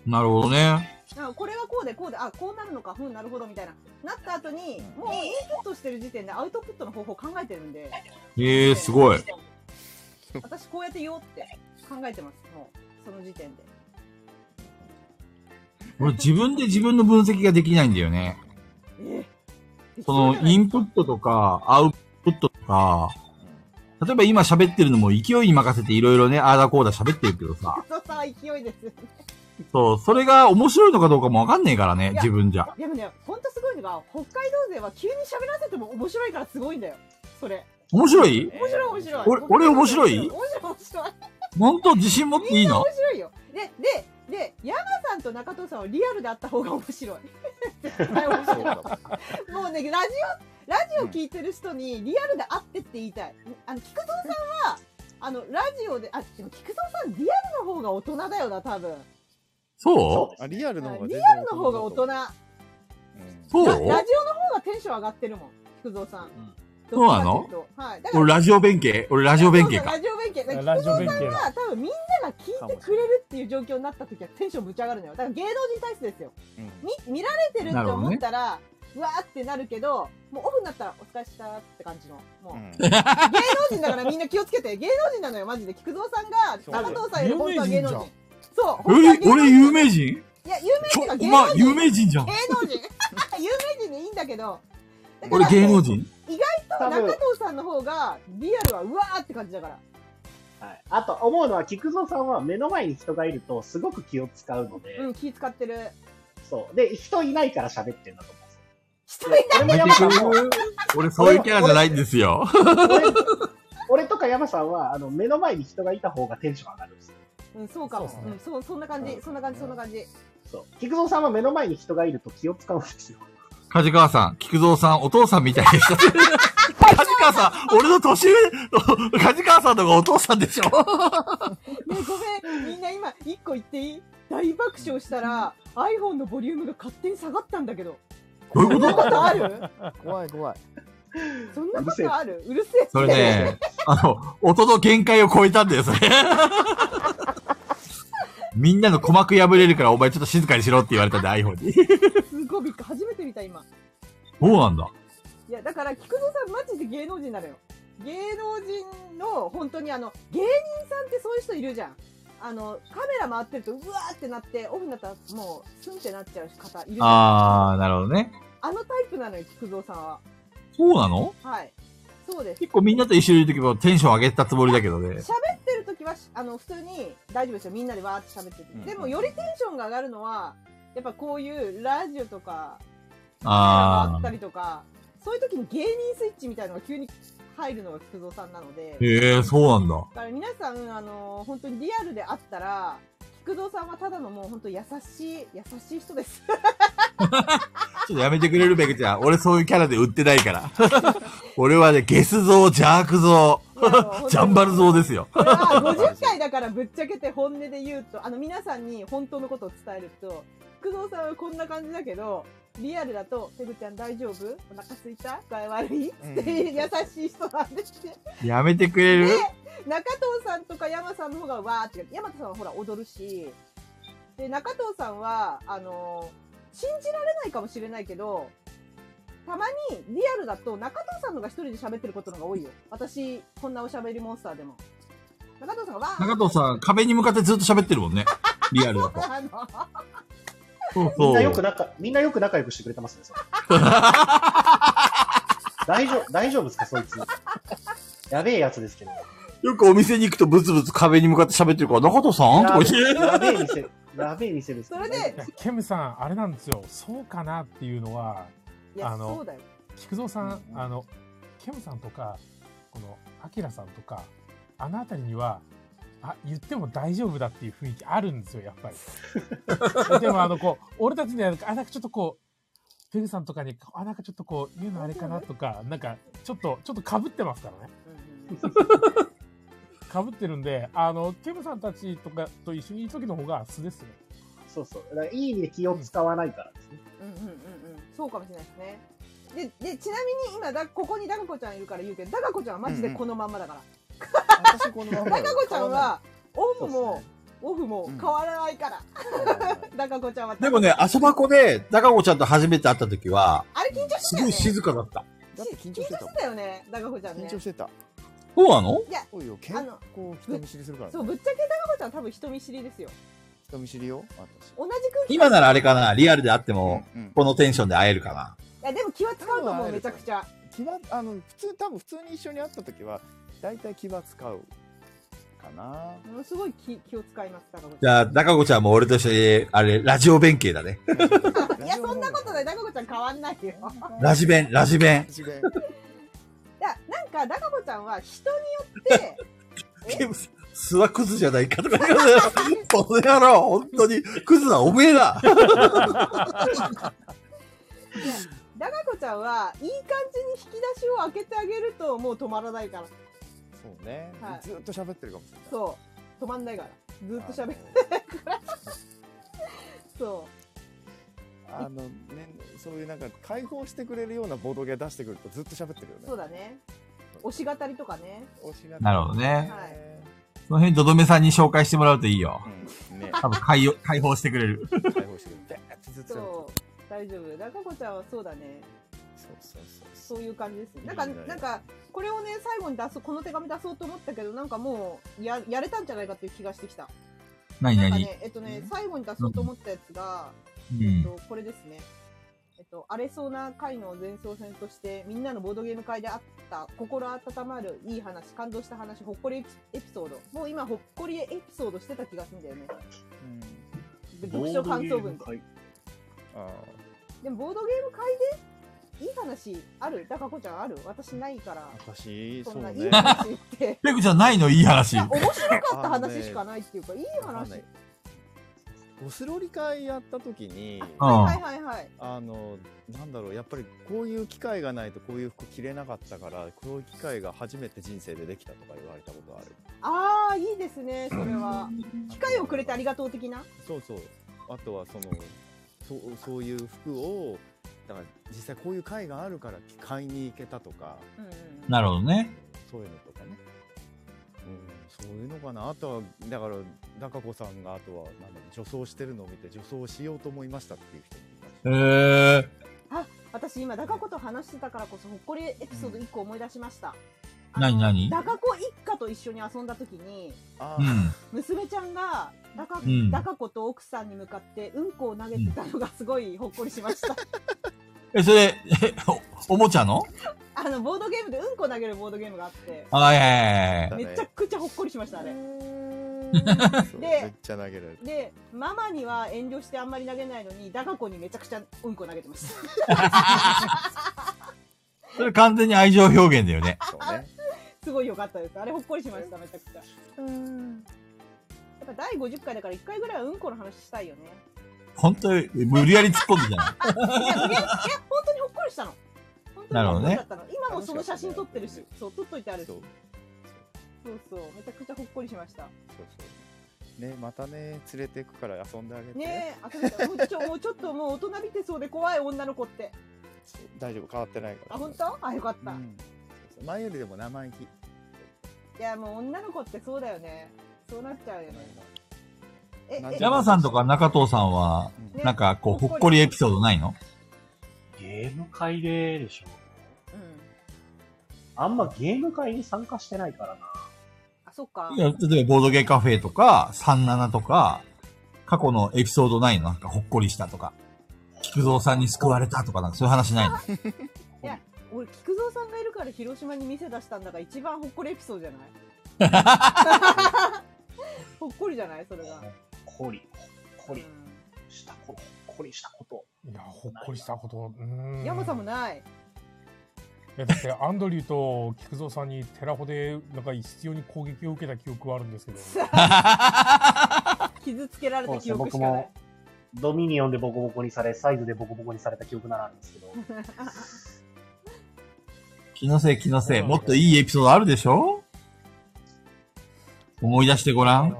なるほどね。なんかこれはこうでこうであこうなるのかふんなるほどみたいななった後にもうインプットしてる時点でアウトプットの方法考えてるんでええすごい。私こうやって言おうって考えてますもうその時点で俺自分で自分の分析ができないんだよね。その、インプットとか、アウトプットとか、例えば今喋ってるのも勢いに任せていろいろね、ああだこうだ喋ってるけどさ、そうさ勢いですそう、それが面白いのかどうかもわかんねえからね、自分じゃ。でもねほんとすごいのが北海道勢は急に喋らせても面白いからすごいんだよそれ面白い面白い面白い俺俺面白い面白い面白い本当自信持っていいの面白いよ。で、で、で、山さんと中藤さんはリアルであった方が面白い。 <laughs> 絶対面白い。もうね、ラジオ、ラジオ聞いてる人にリアルで会ってって言いたい。あの、菊蔵さんは、あの、ラジオで、あ、でも菊蔵さんリアルの方が大人だよな、多分。そうあリアルの方がリ全然アルの方が大人。ラそうラジオの方がテンション上がってるもん、菊蔵さん。そうなのどっちかっていうとはい。俺ラジオ弁慶俺ラジオ弁慶かラ。ジオ弁慶。だからラ菊ジオ蔵弁慶ださんは多分みんなが聞いてくれるっていう状況になった時はテンションぶち上がるのよ。だから芸能人体質ですよ。み見られてるって思ったら、うわーってなるけど、もうオフになったらお疲れしたって感じの。もう。芸能人だからみんな気をつけて。芸能人なのよ、マジで。菊蔵さんが、高藤さんより本当は芸能人。そう、え本当は芸能人。俺有名人いや、有名人はお芸能前人。有名人じゃん芸。能人。 <laughs> 有名人でいいんだけど、俺芸能人意外と中藤さんの方がリアルはうわーって感じだから。はい、あと思うのは、菊蔵さんは目の前に人がいるとすごく気を使うので、うん、気使ってる。そう。で、人いないから喋ってるんだと思うんです人よ。いないやめてくれる俺そういうキャラじゃないんですよ。俺とか山さんは、あの、目の前に人がいた方がテンション上がるんですよ。うん、そうかも。うん、そう、そんな感じ、そんな感じ、そんな感じ。そう。菊蔵さんは目の前に人がいると気を使うんですよ。梶川さん、菊蔵さん、お父さんみたいで <laughs> した。梶川さん、俺の年上、梶川さんの方がお父さんでしょねごめん、みんな今、一個言っていい大爆笑したら、iPhone のボリュームが勝手に下がったんだけど。どういそんうことなことある怖い怖い。そんなことあるうるせえってそれね、あの、音の限界を超えたんだよ、それ。 <laughs> みんなの鼓膜破れるから、お前ちょっと静かにしろって言われたんで、iPhone に。すごいびっくり初めて見た、今。そうなんだ。いや、だから、菊蔵さん、マジで芸能人なのよ。芸能人の、本当にあの、芸人さんってそういう人いるじゃん。あの、カメラ回ってると、うわーってなって、オフになったら、もう、スンってなっちゃう方、いるじゃん。あー、なるほどね。あのタイプなのよ、菊蔵さんは。そうなのはい。そうです。結構みんなと一緒にいるときもテンション上げたつもりだけどね。喋ってる時はしあの普通に大丈夫ですよみんなでわーって喋ってて、うんでもよりテンションが上がるのはやっぱこういうラジオとかああったー。りとかそういう時に芸人スイッチみたいのが急に入るのが菊蔵さんなのでへえー、そうなんだだ。から皆さんあの本当にリアルであったら菊蔵さんはただのもう本当優しい優しい人です <laughs> ちょっとやめてくれるべきじゃん。俺そういうキャラで売ってないから。 <laughs> 俺はね、ゲス像、ジャーク像、ジャンバル像ですよ。これは50回だからぶっちゃけて本音で言うとあの皆さんに本当のことを伝えると工藤さんはこんな感じだけどリアルだと「ペグちゃん大丈夫お腹すいた具合悪い?」っていう優しい人なんですねやめてくれる中藤さんとか山さんの方がわーって山田さんはほら踊るしで中藤さんはあのー信じられないかもしれないけどたまにリアルだと中藤さんのが一人で喋ってることの方が多いよ私こんなおしゃべりモンスターでも中藤さんがわー中藤さん、壁に向かってずっと喋ってるもんね。リアルだと。あのそうみんなよそくう。仲、みんなよく仲良くしてくれてますね、そ <laughs> れ大丈夫、大丈夫ですか、そいつ。やべえやつですけど。よくお店に行くとブツブツ壁に向かって喋ってるから、中藤さんとやかべえ言って。やべえ店、やべえ店ですけど。それでいやケムさんあれなんですよそうかなっていうのはいやあのそうだよ菊蔵さん、あのケムさんとかこのアキラさんとかあの辺りにはあ言っても大丈夫だっていう雰囲気あるんですよやっぱ <laughs> りでもあのこう俺たちにはあなんかちょっとこうペグさんとかにあなんかちょっとこう言うのあれかなとかなんかちょっとちょっとかぶってますからねかぶってるんであのケムさんたちとかと一緒にいる時の方が素ですよそうそう。だからいい意味で気を使わないからですね。うんうんうんうんそうかもしれないですねででちなみに今だここにダカ子ちゃんいるから言うけどダカ子ちゃんはマジでこのまんまだから、私このままよダカ子ちゃんはオフそうも、っすオフもうん変わらないから、変わらないダカ子ちゃんはでもね、あそばこで、高子ちゃんと初めて会った時は、あれ緊張してすたよごいね静かだった。だって緊張してたもんだよねダカ子ちゃんね緊張してたそうなのおいよ結あの構人見知りするからそうねぶっちゃけダカ子ちゃん多分人見知りですよ人見知りよ私同じ空気今ならあれかな、リアルで会っても、うんうんこのテンションで会えるかな。いやでも気は使うと多分思会うえめるちゃくちゃ気はあの普通多分普通に一緒に会った時は大体気は使うかなものすごい気気を使いますダカ子じちゃんゃあ、高子ちゃんも俺として、あれ、ラジオ弁慶だね。いやそんなことないダカ子ちゃん変わんないよラジ弁、ラジ弁。一面いやなんかダカ子ちゃんは人によってえすわクズじゃないかとか言うからこの野郎、本当に、クズはおめえだ。ダカ子ちゃんはいい感じに引き出しを開けてあげるともう止まらないからそうね、はいずっと喋ってるかもしれないそう止まんないからずっと喋るそあのあのねそういうなんか解放してくれるようなボードゲー出してくるとずっと喋ってるよねうそうだね推し語りとかね推しがなるほどねはいその辺、ドドメさんに紹介してもらうといいよ。うんね多分 <laughs> 解、解放してくれる。解放してくれるベーってずっと喋ってるそう大丈夫ダカ子ちゃんはそうだねそうそうそうそういう感じですねなんかいいねなんかこれをね最後に出そうこの手紙出そうと思ったけどなんかもうややれたんじゃないかっていう気がしてきたなにななんかにねえっとね最後に出そうと思ったやつが、うえっん。と、これですね。えっと、荒れそうな回の前哨戦として、みんなのボードゲーム会であった、心温まるいい話、感動した話、ほっこりエピソード。もう今、ほっこりエピソードしてた気がするんだよね。うん読書感想文でボード。ゲーム会あでも、ボードゲーム会で、いい話あるだかこちゃんある私ないからあ、私そそんうないいね話言 <laughs> って。ペグちゃんないのいい話い。や、面白かったあのね話しかないっていうか、いいわ話。かんはないいゴスロリ会やった時にうんはいはいはい。あのなんだろうやっぱりこういう機会がないとこういう服着れなかったからこういう機会が初めて人生でできたとか言われたことあるああ、いいですね、それは。機会をくれてありがとう的な。そうそうあとはそのそうそういう服をだから実際こういう会があるから買いに行けたとかうんうんうんなるほどね。そういうのとかね、うん、そういうのかなあとはだから中子さんがあとはなんだろう女装してるのを見て女装しようと思いましたっていう人もいたしへえ。あ、私今、ダカ子と話してたからこそ、ほっこりエピソード1個思い出しました。なになにダカ子一家と一緒に遊んだ時に、あうーん。娘ちゃんが、ダカ、んダカ子と奥さんに向かって、うんこを投げてたのがすごいほっこりしました。え、それ、え、お、おもちゃのあの、ボードゲームでうんこ投げるボードゲームがあって、あ、えだめねちゃくちゃほっこりしました、あれ。そでうめっちゃ投げられ <laughs> るで、ママには遠慮してあんまり投げないのに、ダカ子にめちゃくちゃうんこ投げてました。えそれ完全に愛情表現だよね。そうね <laughs> すごい良かったです。あれほっこりしました、めちゃくちゃ。やっぱ第50回だから1回ぐらいはうんこの話したいよね。本当に、無理やり突っ込んでじゃ <laughs> ない。いや、いやいや本当にほっこりしたの。本当にほっこりだったの。今もその写真撮ってるし、そう、撮っといてあるし。そそううそう、めちゃくちゃほっこりしました。そうそうねまたね連れてくから遊んであげて、ねえ、あとなんかもうちょ、も <laughs> うちょっともう大人びてそうで怖い女の子って。そう大丈夫変わってないからあ、本当あ、よかっうた。んそうそう前よりでも生意気いや、もう女の子ってそうだよね。そうなっちゃうよね。え、なんえで山さんとか中藤さんは、うんねなんかこう、ほっこりエピソードないのゲーム会ででしょ。うん。あんまゲーム会に参加してないからな。あ、そっかい。や、例えばボードゲーカフェとか、37とか、過去のエピソードないのなんかほっこりしたとか、菊蔵さんに救われたとか、なんかそういう話ないの <laughs> 俺、菊蔵さんがいるから広島に店出したんだが、一番ほっこりエピソードじゃ <laughs> ないほっこりじゃないそれがほ。っこり、ほっこうりんしたこと、ほっこりしたこと。いや、ほっこりしたこと。うーん山さんもない。いやだってアンドリューと菊蔵さんにテラホでなんか必要に攻撃を受けた記憶はあるんですけど傷つけられた記憶し僕かないも。ドミニオンでボコボコにされ、サイズでボコボコにされた記憶ならあるんですけど、気のせい気のせい。もっといいエピソードあるでしょ思い出してごらあん。ーうん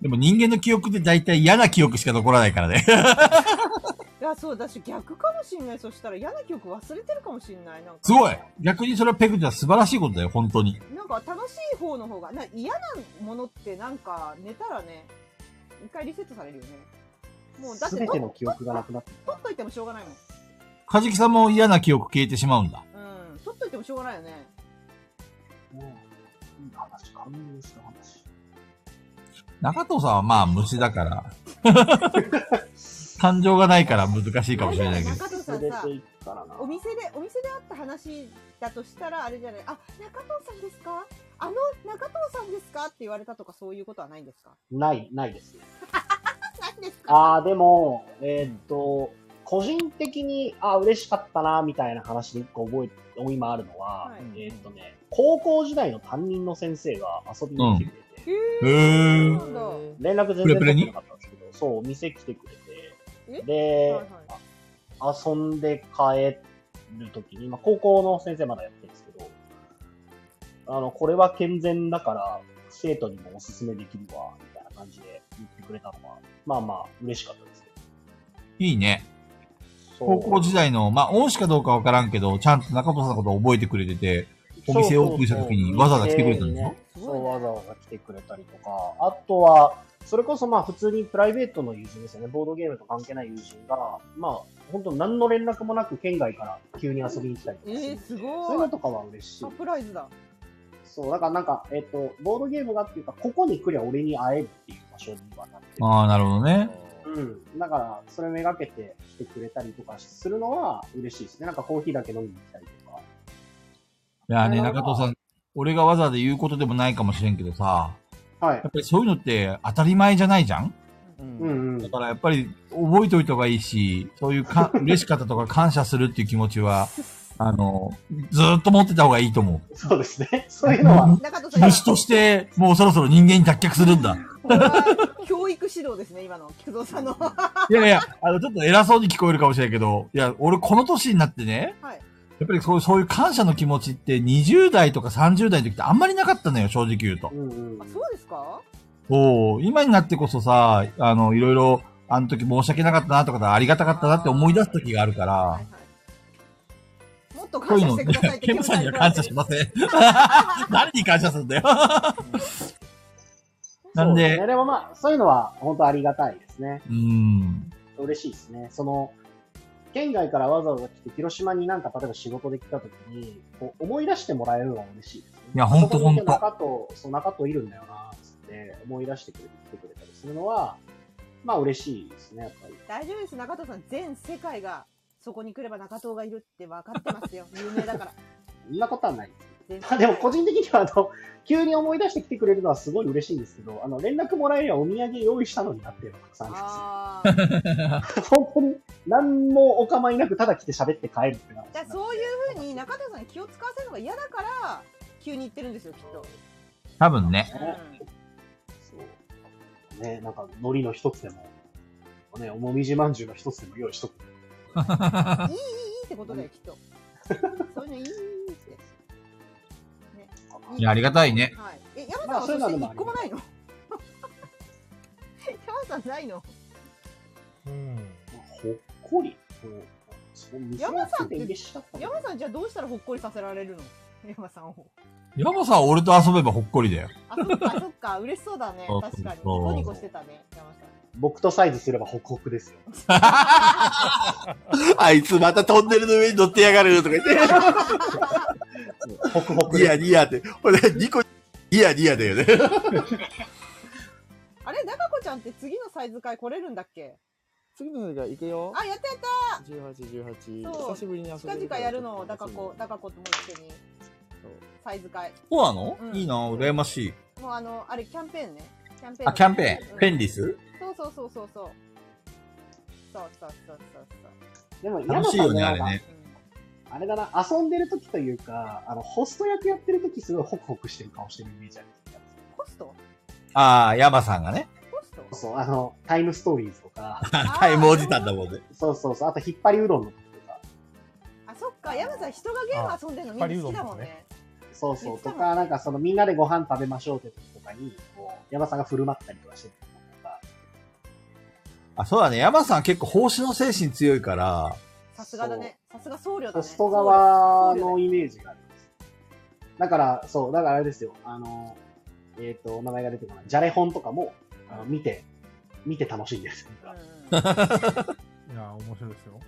でも人間の記憶って大体嫌な記憶しか残らないからね。 <laughs> いやそうだし逆かもしんないそしたら嫌な曲忘れてるかもしんないなんかすごい逆にそれはペグちゃん素晴らしいことだよ、本当に。なんか楽しい方の方がな嫌なものってなんか寝たらね一回リセットされるよねもうだってすべての記憶がなくなって取っといてもしょうがないもんカジキさんも嫌な記憶消えてしまうんだ。うん取っといてもしょうがないよねもう、いい話、完了した話。中藤さんはまあ虫だから。 <laughs> 感情がないから難しいかもしれないけど。中藤さん連されていくからな。お店でお店であった話だとしたらあれじゃないあ中藤さんですかあの中藤さんですかって言われたとかそういうことはないんですかない、ないですね。ないんですかああ、でも、えーっと、個人的に、ああ、嬉しかったな、みたいな話で一個覚えて、今あるのは、はいえーっとね、高校時代の担任の先生が遊びに来てくれて、へへーーそうなんだ連絡全然取ってなかったんですけど、そう、お店来てくれて、で、はい遊んで帰るときに、まあ、高校の先生まだやってるんですけど、あの、これは健全だから、生徒にもおすすめできるわ、みたいな感じで言ってくれたのは、まあまあ、嬉しかったですけいいね。ど。高校時代、代の、まあ、恩師かどうかわからんけど、ちゃんと中藤さんのことを覚えてくれてて、お店オープンした時にわざわざ来てくれたんでしょそうそう、わざわざ来てくれたりとか、あとは、それこそまあ普通にプライベートの友人ですよね。ボードゲームと関係ない友人が、まあ本当何の連絡もなく県外から急に遊びに来たりとえかして、ー、すそういうごのいとかは嬉しいサ。プライズだそう、だからなんか、えっ、と、ボードゲームがっていうか、ここに来りゃ俺に会えるっていう場所にはなってるああ、なるほどね。うん。だから、それめがけて来てくれたりとかするのは嬉しいですね。なんかコーヒーだけ飲みに来たりとか。いやーね、なるほ中ど藤さん、俺がわざわざ言うことでもないかもしれんけどさ、はいやっ。ぱりそういうのって当たり前じゃないじゃんうんうんうだん。からやっぱり覚えておいた方がいいし、そういうか嬉しかったとか感謝するっていう気持ちは、あの、ずーっと持ってた方がいいと思 <laughs> そうですね。そういうのは、中藤う。さん虫として、もうそろそろ人間に脱却するんだ。これは教育指導ですね今の菊蔵さんのはいやいや、あの、ちょっと偉そうに聞こえるかもしれんけど、いや、俺この年になってね、いやっぱりそうそういう感謝の気持ちって20代とか30代の時ってあんまりなかったのよ、正直言うとう。んうんあ。そうですかおう今になってこそさ、あの、いろいろ、あの時申し訳なかったなとか、ありがたかったなって思い出す時があるかはらい、はいもっとこ感ういう謝してくのださいっね、てケムさんには感謝しません。誰に感謝するんだよ。そうでなんですねでもまあ、そういうのは本当ありがたいですね。うん。嬉しいですね。その、県外からわざわざ来て、広島になんか例えば仕事で来た時に、こう思い出してもらえるのは嬉しいですね。いやほんとあそこにほんと中と、そう、中といるんだよな、つって思い出してくれて、来てくれたりするのは、まあ嬉しいですね、やっぱり。大丈夫です中藤さん全世界がそこに来れば中藤がいるって分かってます <laughs> よ有名だからそんなことはない全ですけど。まあでも個人的には、あの、急に思い出してきてくれるのはすごい嬉しいんですけど、あの、連絡もらえればお土産用意したのになってるのがたくさんあります。ああ本当に、何もお構いなく、ただ来て喋って帰るってなるんじでゃあすよそういう風に中田さんに気を使わせるのが嫌だから急に言ってるんですよきっと。多分ね。そう。ね、なんか、海苔の一つでも、ね、おもみじまんじゅうの一つでも用意しとく。うん、いいいいいいってことだよきっ <laughs> と。そういうのいいって。いやありがたいねはい。え山まあさんはそそういしうのては一個もないの。 <laughs> 山さんないの。うん。ほっこり。そうそう店をつけて嬉しかった山さんじゃあどうしたらほっこりさせられるの。山さんを。山さんは俺と遊べばほっこりだよ。あそっか <laughs> そっか嬉しそうだねそうそう確かにそうニコニコしてたね山さん。僕とサイズすればホクホク <laughs> ですよ。あいつまたトンネルの上に乗ってやがるとか言 <laughs> って、ホクホクニでヤニヤって。これ、ニコ、ニヤニヤだよね。あれ中子ちゃんって次のサイズ会来れるんだっけ。次の世界行くよ。あやったやった18、18。そう久しぶりに遊ぶ。近々やるのだかこだかことも一緒にそうサイズ会。そうなの、うんいいな、羨ましい。もうあの、あれ、キャンペーンね。キャンペーン。あ、キャンペーン。ペンリ。リスそうそうそうそうそう。そうそうそうそうそも、山楽しいさよんね、なあんれかね。う。うんあれだな、遊んでる時というか、あの、ホスト役やってる時すごいホクホクしてる顔してるイメージある。ホストああ、山さんがね。ホストそう、あの、タイムストーリーズと <laughs> か、タイムおじさんだもんね。そうそうそう、あと引っ張りうどんの時とか、あ、そっか。山さん、人がゲーム遊んでるのみんな好きだもんね。そうそう、言ってたともんねか、なんかそのみんなでご飯食べましょうって時とかに、こう、山さんが振る舞ったりとかしてるのあ、そうだね。山さん結構奉仕の精神強いから、さすがだね。さすが僧侶だね。ホスト側のイメージがあります。だから、そう、だからあれですよ。あの、えっ、と、名前が出てこない。じゃれ本とかも、あの見て、見て楽しいんです。僧侶だねいや、面白いですよ。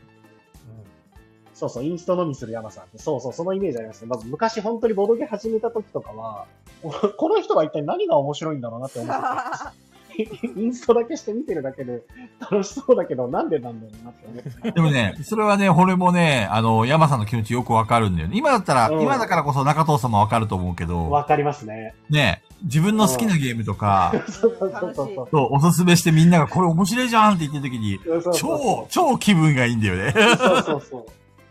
そうそう、インスト飲みする山さんって、そうそう、そのイメージありますね。まず昔本当にボドゲ始めた時とかは、 <laughs> おこの人は一体何が面白いんだろうなってうん思って <laughs> た。インストだけして見てるだけで楽しそうだけど、なんでなんだろうなって思ってでた。もね、それはね、俺もね、あの、山さんの気持ちよくわかるんだよね。今だったら、うん今だからこそ中藤さんもわかると思うけど、わかりますね。ね、自分の好きなゲームとか、そうそうそうそうそう。そう、おすすめしてみんながこれ面白いじゃんって言ってる時に、そうそう超、超気分がいいんだよね。そうそうそう。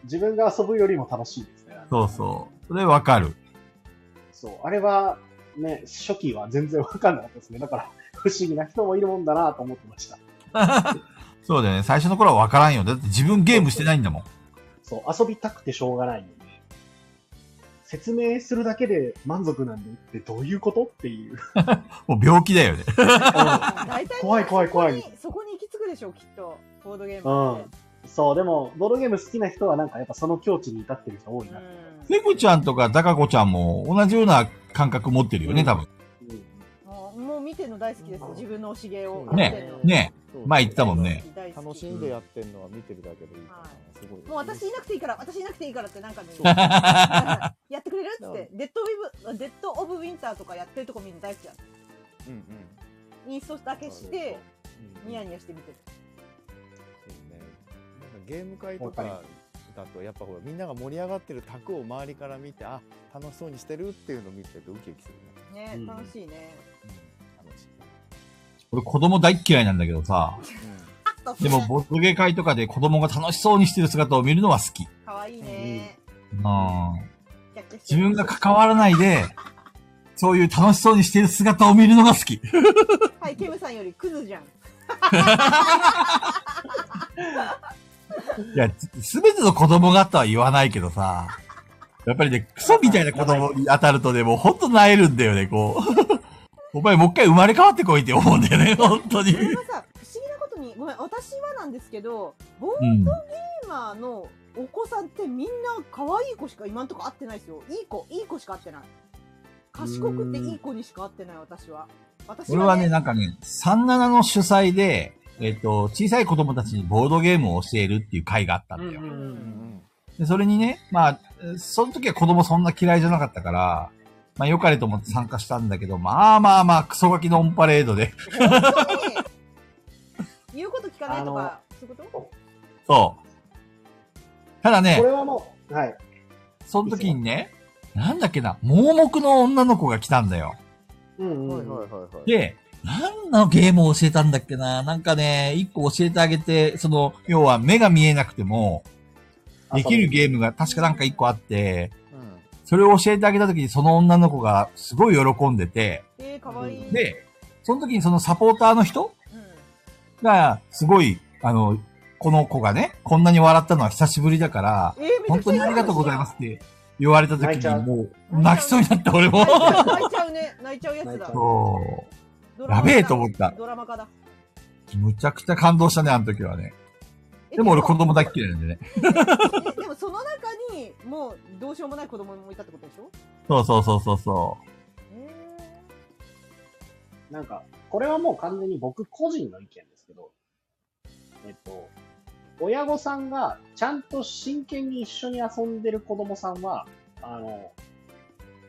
自分が遊ぶよりも楽しいですね。そうそう。それわかる。そう。あれは、ね、初期は全然わかんなかったですね。だから、不思議な人もいるもんだなと思ってました。そうだよね。最初の頃はわからんよ。だって自分ゲームしてないんだもん。そう、遊びたくてしょうがないので、説明するだけで満足なんでってどういうことって <laughs> いう。もう病気だ <laughs> よね。大体怖い怖い怖そいこにそこに行き着くでしょきっとボードゲーうムっん。そう、でも、ボードゲーム好きな人はなんかやっぱその境地に至ってる人多ていな。うんペグちゃんとかダカコちゃんも同じような感覚持ってるよね、多分。うんもうもう見てるの大好きです自分のおしげをねね前言ったもんね大好楽きしんでやってんのは見てるだけでいいかはら、すごい。もう私いなくていいから私いなくていいからってなんかねそう <laughs> やってくれるっつってデッドウィブデッドオブウィンターとかやってるとこ見るの大好きだうんうん。インストだけしてうんニヤニヤして見てるそうね。なんかゲーム会とかだと、やっぱほら、みんなが盛り上がってる卓を周りから見て、あ、楽しそうにしてるっていうのを見てるとウキウキするね。ねうん楽しいねうん、楽しい。俺子供大っ嫌いなんだけどさ。でも、ボトゲ会とかで子供が楽しそうにしてる姿を見るのは好き。可愛いねうん。キャッキャして自る分が関わらないで、そういう楽しそうにしてる姿を見るのが好き。はいケムさんよりクズじゃんいや、すべての子供がとは言わないけどさ、やっぱりね、クソみたいな子供に当たるとね、もうほんと萎えるんだよね、こう。 <laughs> お前もう一回生まれ変わってこいって思うんだよね、本当にこ。れがさ不思議なことにごめん私はなんですけどボーうドん。ゲーマーのお子さんってみんな可愛い子しか今んとこ会ってないですよいい子いい子しか会ってない賢くていい子にしか会ってない私は私俺ははねね、なんかね、37の主催で、えっ、と、小さい子供たちにボードゲームを教えるっていう会があったんだよ。うんうんうんで、それにね、まあ、えーその時は子供そんな嫌いじゃなかったから、まあ、良かれと思って参加したんだけど、まあまあまあ、クソガキのオンパレードで、本当 <laughs> に言うこと聞かないとかそういうことそう。ただこねれ、はもう、はい。その時にね、なんだっけな、盲目の女の子が来たんだよ。うんうんはういんはいはいはい。で、何のゲームを教えたんだっけななんかね、一個教えてあげて、その、要は目が見えなくても、できるゲームが確かなんか一個あって、それを教えてあげた時にその女の子がすごい喜んでて、えー、可愛いで、その時にそのサポーターの人が、すごい、あの、この子がね、こんなに笑ったのは久しぶりだから、うん、えー、めちゃ本く当ちにゃありがとうございますって言われた時泣いちゃに、うもう、泣きそうになった俺も。泣いちゃうね泣いちゃうやつだ泣いちゃそドラマ化だやべえと思ったドラマ化だう。むちゃくちゃ感動したね、あの時はね。でも俺子供だっ嫌いなんでね。え <laughs> でもその中にもうどうしようもない子供もいたってことでしょそうそうそうそうそなんか、これはもう完全に僕個人の意見ですけど、えっと、親御さんがちゃんと真剣に一緒に遊んでる子供さんは、あの、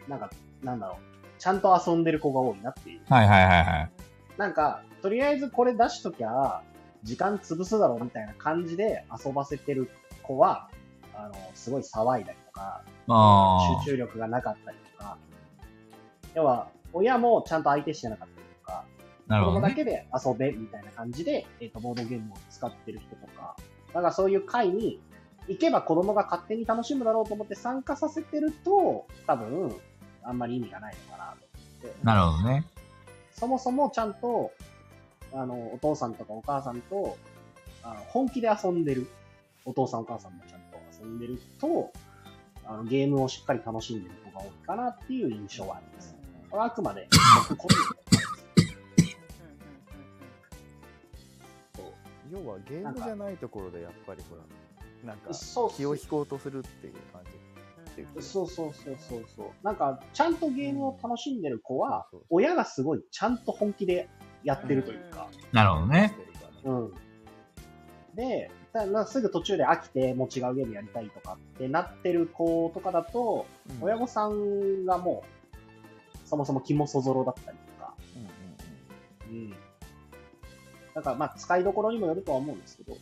なんか、なんだろう、ちゃんと遊んでる子が多いなっていう。う。はいはいはいはい。なんか、とりあえずこれ出しときゃ、時間潰すだろうみたいな感じで遊ばせてる子は、あの、すごい騒いだりとか、あ集中力がなかったりとか、要は、親もちゃんと相手してなかったりとか、あ、なる子ほど供だね。けで遊べみたいな感じで、えっとボードゲームを使ってる人とか、だからそういう会に行けば子供が勝手に楽しむだろうと思って参加させてると、多分、あんまり意味がないのかなと思って。なるほどね。そもそもちゃんと、あの、お父さんとかお母さんと、あの本気で遊んでる。お父さんお母さんもちゃんと遊んでると、あのゲームをしっかり楽しんでる子が多いかなっていう印象はあります。これはあくまで、僕個人の意見ですうそう要はゲームじゃないところでやっぱりほらなんかそうそう気を引こうとするっていう感じっていう気がそうそうそうそうそう。なんか、ちゃんとゲームを楽しんでる子は、親がすごいちゃんと本気でやってるというか。なるほどね。してるからねうん。で、だなすぐ途中で飽きて、もう違うゲームやりたいとかってなってる子とかだと、うん親御さんがもう、そもそも肝そぞろだったりとか、うんうんうん。だから、まあ、使いどころにもよるとは思うんですけど、や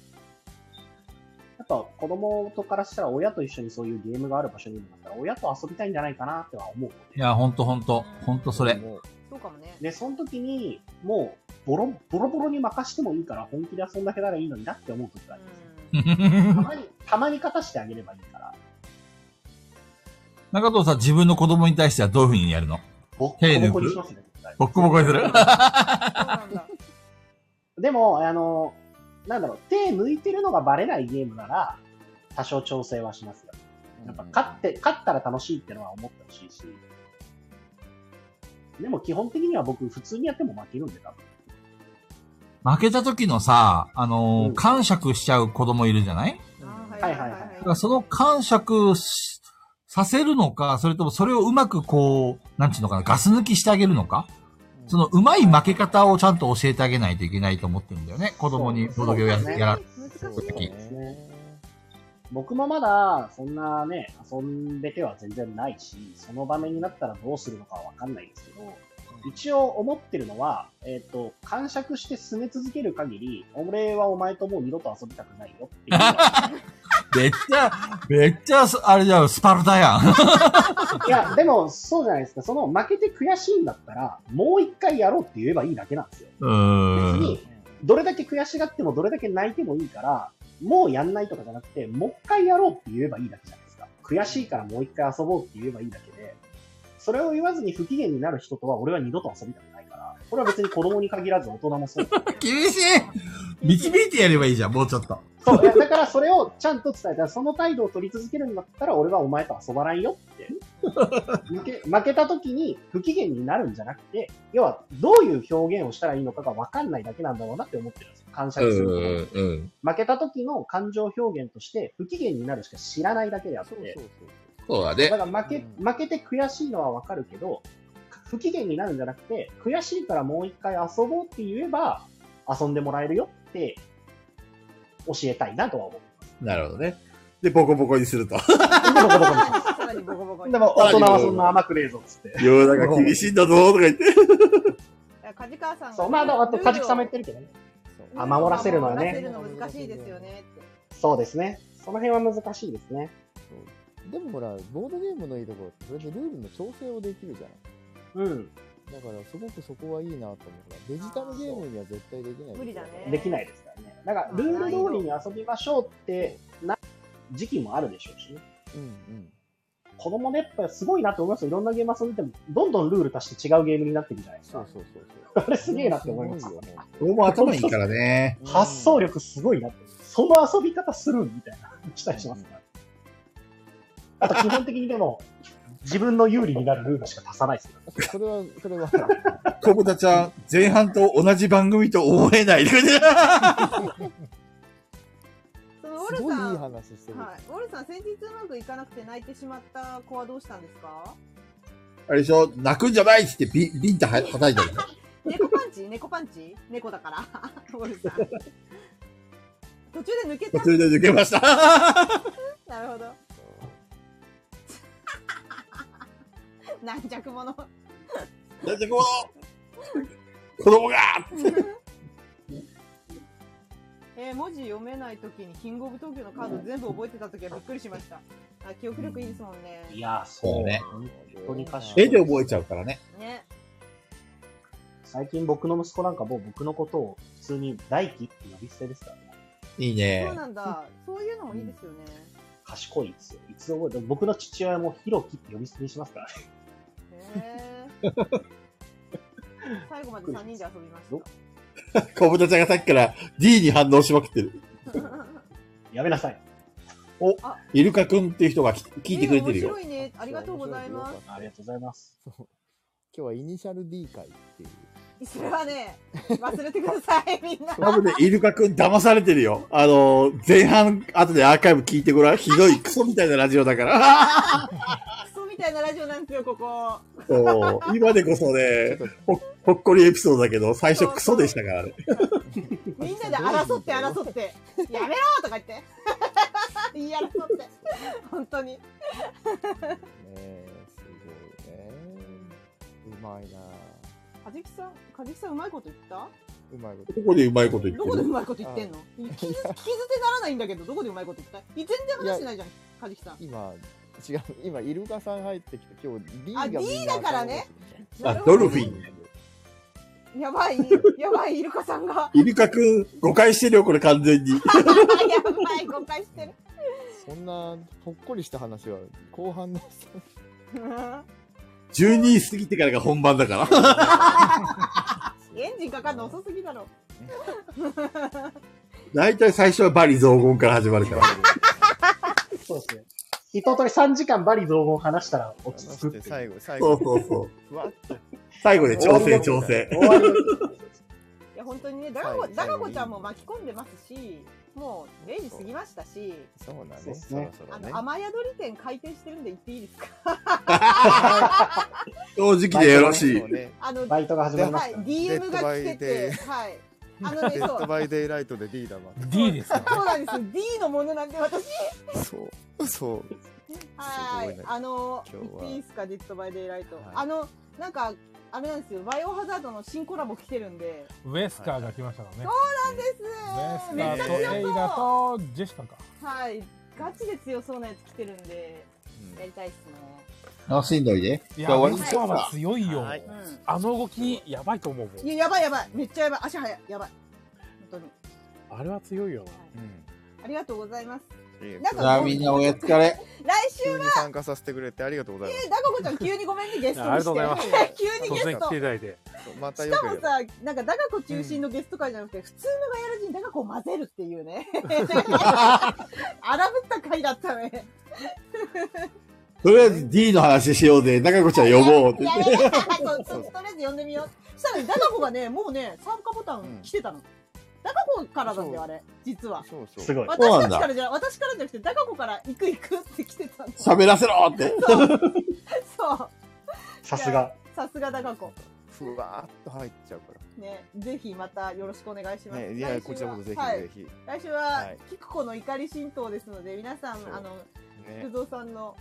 っぱ子供とからしたら親と一緒にそういうゲームがある場所にいるんだったら、親と遊びたいんじゃないかなっては思う。いや、ほんとほんと、ほんとそれ。 <laughs> もうそうかもね。で、その時に、もう、ボロ、ボロボロに任してもいいから、本気で遊んだけならいいのになって思う時があります。たまに、たまに勝たしてあげればいいから。中藤さん、自分の子供に対してはどういうふうにやるのボ手ッ抜コボコくにしますね、絶対ボッコボコに <laughs> するそうなんだ。でも、あの、なんだろう、手抜いてるのがバレないゲームなら、多少調整はしますよ。やっぱ、勝って、勝ったら楽しいってのは思ってほしいし。でも、基本的には僕、普通にやっても負けるんで、多分。負けた時のさ、あのーうん感触しちゃう子供いるじゃないあーはいはいはいだからその感触しさせるのか、それともそれをうまくこう、なんちゅうのかな、ガス抜きしてあげるのか、そのうまい負け方をちゃんと教えてあげないといけないと思ってるんだよね。子供にボドゲをや,、そうですねやら、難そうしいねよ。ですね。僕もまだ、そんなね、遊んでては全然ないし、その場面になったらどうするのかはわかんないですけど、一応思ってるのは、えっ、と、感触して進め続ける限り、俺はお前ともう二度と遊びたくないよっていうのは。めっちゃ、めっちゃ、あれじゃん、スパルタや <laughs> ん。いや、でも、そうじゃないですか。その、負けて悔しいんだったら、もう一回やろうって言えばいいだけなんですよ。う別ーん。に、どれだけ悔しがっても、どれだけ泣いてもいいから、もうやんないとかじゃなくて、もう一回やろうって言えばいいだけじゃないですか。悔しいからもう一回遊ぼうって言えばいいだけで、それを言わずに不機嫌になる人とは、俺は二度と遊びたくないから、これは別に子供に限らず大人もそうだ厳しい導いてやればいいじゃん、もうちょっと。そう、いやだからそれをちゃんと伝えたら、その態度を取り続けるんだったら、俺はお前と遊ばないよって。負け負けた時に不機嫌になるんじゃなくて、要はどういう表現をしたらいいのかが分かんないだけなんだろうなって思ってるんですよ。感謝することもうん。負けた時の感情表現として不機嫌になるしか知らないだけであって、そうそうそうそうだだね。から負けうん負けて悔しいのはわかるけど、不機嫌になるんじゃなくて、悔しいからもう一回遊ぼうって言えば、遊んでもらえるよって教えたいなとは思う。なるほどね。で、ボコボコにすると。 <laughs> ボコボコにしまさらにボコボコ <laughs> すに。でも大人はそんな甘くねえぞっつって。世の中厳しいんだぞ、とか言って。 <laughs> いや梶川さんがねそう、まあ、だから、カジキさんも言ってるけどね。そうあ守らせるのはね守らせるの難しいですよねって。そうですね。その辺は難しいですね。でもほらボードゲームのいいところってそれでルールの調整をできるじゃないうん。だからすごくそこはいいなと思うからデジタルゲームには絶対できない無理だねできないですからね。だから、ルール通りに遊びましょうってな時期もあるでしょうしね。うんうん子供ね、やっぱすごいなと思いますよ。いろんなゲーム遊んでても、どんどんルール足して違うゲームになってるじゃないですそかう。そうそうそうあれすげえなって思いますごよよ。ね僕も頭いいからね。発想力すごいなって。その遊び方するんみたいな、したりしますから。あと、基本的にでも、自分の有利になるルールしか足さないですよ。それはそれは <laughs> コブタちゃん、前半と同じ番組と思えない。そのウォルすごいいいさん、話してるはい、ウォルさん先日うまくいかなくて泣いてしまった子はどうしたんですか？あれでしょ泣くんじゃないっつってビビンタは叩いたり。猫パンチ？猫パンチ？猫だから。 <laughs> ウォルさん。途中で抜けちゃそれで抜けました。う。なるほど。 <laughs> 軟弱者。 <laughs> なんでこの子供がえー文字読めないときにキングオブ東京のカード全部覚えてたときはびっくりしました。あ記憶力いいですもんね。やー、そうね。本当に賢い絵で覚えちゃうからね。ね。最近僕の息子なんかもう僕のことを普通に大輝って呼び捨てですからね。いいそねう。なんだ。そういうのもいいですよね。賢いですよ。いつ覚えても僕の父親もヒロキって呼び捨てにしますからね。へ <laughs> ー最後まで3人で遊びました。コブタちゃんがさっきから D に反応しまくってる。やめなさい。イルカくんっていう人がき聞いてくれてるねよ。面白いね。ありがとうございます。ありがとうございます。今日はイニシャル D 会っていうそれはね、忘れてください、 <laughs> みんな。多分ね、イルカくん騙されてるよ。あの、前半、後でアーカイブ聞いてごらん。ひどいクソみたいなラジオだから。クソみたいなラジオなんですよ、ここ。そう今でこそね、ほほっこりエピソードだけど、最初クソでしたからね。みんなで争って争って、やめろとか言って。 <laughs> 言い争って。本当に。え、すごいね。うまいな。かじきさん、かじきさんうまいこと言ったうまいこと。ここでうまいこと言どこでっうてる。まいこと言ってんの聞き捨てならないんだけど、どこでうまいこと言った全然話してないじゃん、かじきさん。今、違う、今、イルカさん入ってきて、今日 D があみんな D だからね。なるあ、ほドどルフィン。やばい、やばい、イルカさんが。 <laughs> イルカくん、誤解してるよ、これ完全に。やばい、誤解してる。 <laughs> そんな、ほっこりした話は、後半の、 12過ぎてからが本番だ <laughs> から。エンジンかかるの遅すぎだろ。だいたい最初はバリ雑言から始まるから。そうですね。一通り3時間バリ雑言話したら落ち話着くっしていう。て、最後、<laughs> 最そ後う、そうそう。ふわっと。最後で調整調整。終わりのいや、本当にね、ダガはゴ、いダガゴちゃんも巻き込んでますし、もう0時過ぎましたし、そうだそうね。っすそろねそろあねの、。雨宿り店開店してるんで行っていいですか <laughs> 正直でよろしいそう。ねあの、 <laughs> バはイトが始まりましい、たね。 DM が来てて、デはい。あのデね、ッそドう。バイデイライトで D だわ。 D ですよ。そうなんです。D のものなんで、私。そう、そう。はすごいいね。あの、今日言っはていいですか、デッドバイデイライトはい。あの、なんか、あれなんですよ、バイオハザードの新コラボ来てるんで。ウェスカーが来ましたからね。です。ウめェっちゃスカーとエイ強ラそとジェシカか。う。はい。ガチで強そうなやつ来てるんで、うんやりたいっす楽しんどいで。いじや、ゃあウ終わェりにスしカーようはか。強いよ。はいね。うん。あの動き、やばいと思うもんい。や、やばいやばい。めっちゃやばい。足速い。やばい。本当に。あれは強いよな。うありがとうございます。ん。いいよなんじゃかあみんなおやつかれ。来週急は、に参加させてくれてありがとうございえダカ <laughs> 子ちゃん急にごめんね、ゲストあにりがとうしございまて。 <laughs> 急に突ゲ然ス来ていト。ただいて。ます。またしよかけもれば。さ、なんかダカ子中心のゲスト会じゃなくて、普通のガヤラ人ダカ子を混ぜるっていうね。荒ぶった会だったね。とりあえず D の話しようぜ。中子ちゃん呼ぼうって言やっめて。てそうととりあえず呼んでみよう。したら、ダカ子がね、もうね、参加ボタン来てたの。ダカ子からなんだよ、あれ。実は。そうそう。すごい。そう私なたんちだからじゃ、私からじゃなくて、ダカ子から行く行くって来てたの。喋らせろって。そう。さすが。さすがダカ子。ふわーっと入っちゃうかね、ぜひまたよろしくお願いしら。ます。ね、いや、来週はこちらこそぜひはいぜひ。来週は、はいキクコの怒り神道ですので、皆さんそう、あの、ね福。蔵さんの、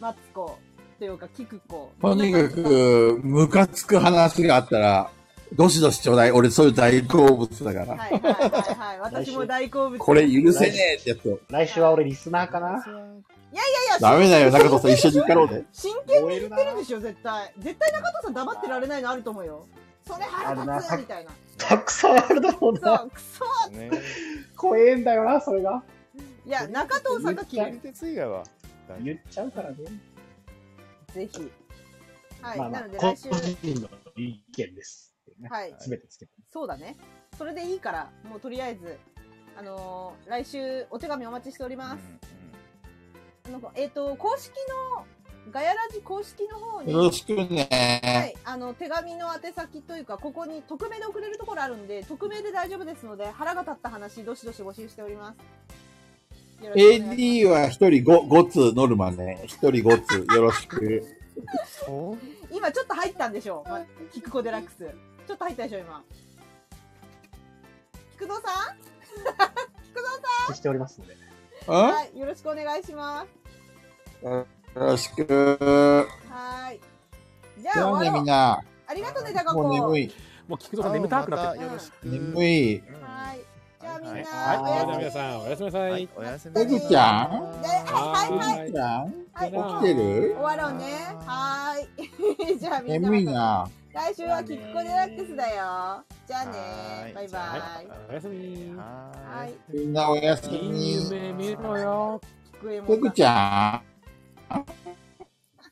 マツコ、というか、キクコ。とにかく、ムカつく話があったら、どしどしちょうだい。俺そういう大好物だから。はいはいはいはい。私も大好物。これ許せねえってやつを。来週は俺リスナーかな。いやダメだよ、中子さん一緒に行かろうぜ。真剣に言ってるでしょ、絶対。絶対中田さん黙ってられないのあると思うよ。それ腹立つみたいな。たくさんあるだろうそな。う、くそね。怖えんだよな、それが。いや、中藤さんが決める。鉄以外は。言っちゃうからね。ぜひ。はい、まあまなあの、で個来週人、の意見です。はい、すべてですけど。そうだね。それでいいから、もうとりあえず、あのー来週お手紙お待ちしております。あの、えっ、と、公式の、ガヤラジ公式の方に、よろしくはね。い、あの、手紙の宛先というか、ここに匿名で送れるところあるんで、匿名で大丈夫ですので、腹が立った話、どしどし募集しております。よろしくお願いします AD は一人 5, 5通ノルマね。一人5通。よろしく。そう。今ちょっと入ったんでしょう、ま、キクコデラックス。ちょっと入ったでしょ、今。菊蔵さんお待ちしておりますので。んはい、よろしくお願いします。よろしく。はーい。じゃじあゃあ終ね、わろみ。うんな。ありがとうね、高子。もう眠い。もう聞くと眠たくなってよろしく。眠い。うん。はーい。じゃあみんな、はい、はいそれでおやすみ。は皆さん、おやすみなさはいい。。おやすみ。エビちゃんではいはいはい。いちゃんはい、起きてる終わろうね。はーい。じ <laughs> ゃあみんな。眠い。な。来週はキッコデラックスだよ。じゃあはねい。バイバイ。おやすみ。ははーいい。。みんなおやすいいみ。夢見ろよ。キッコエモペンがグちゃん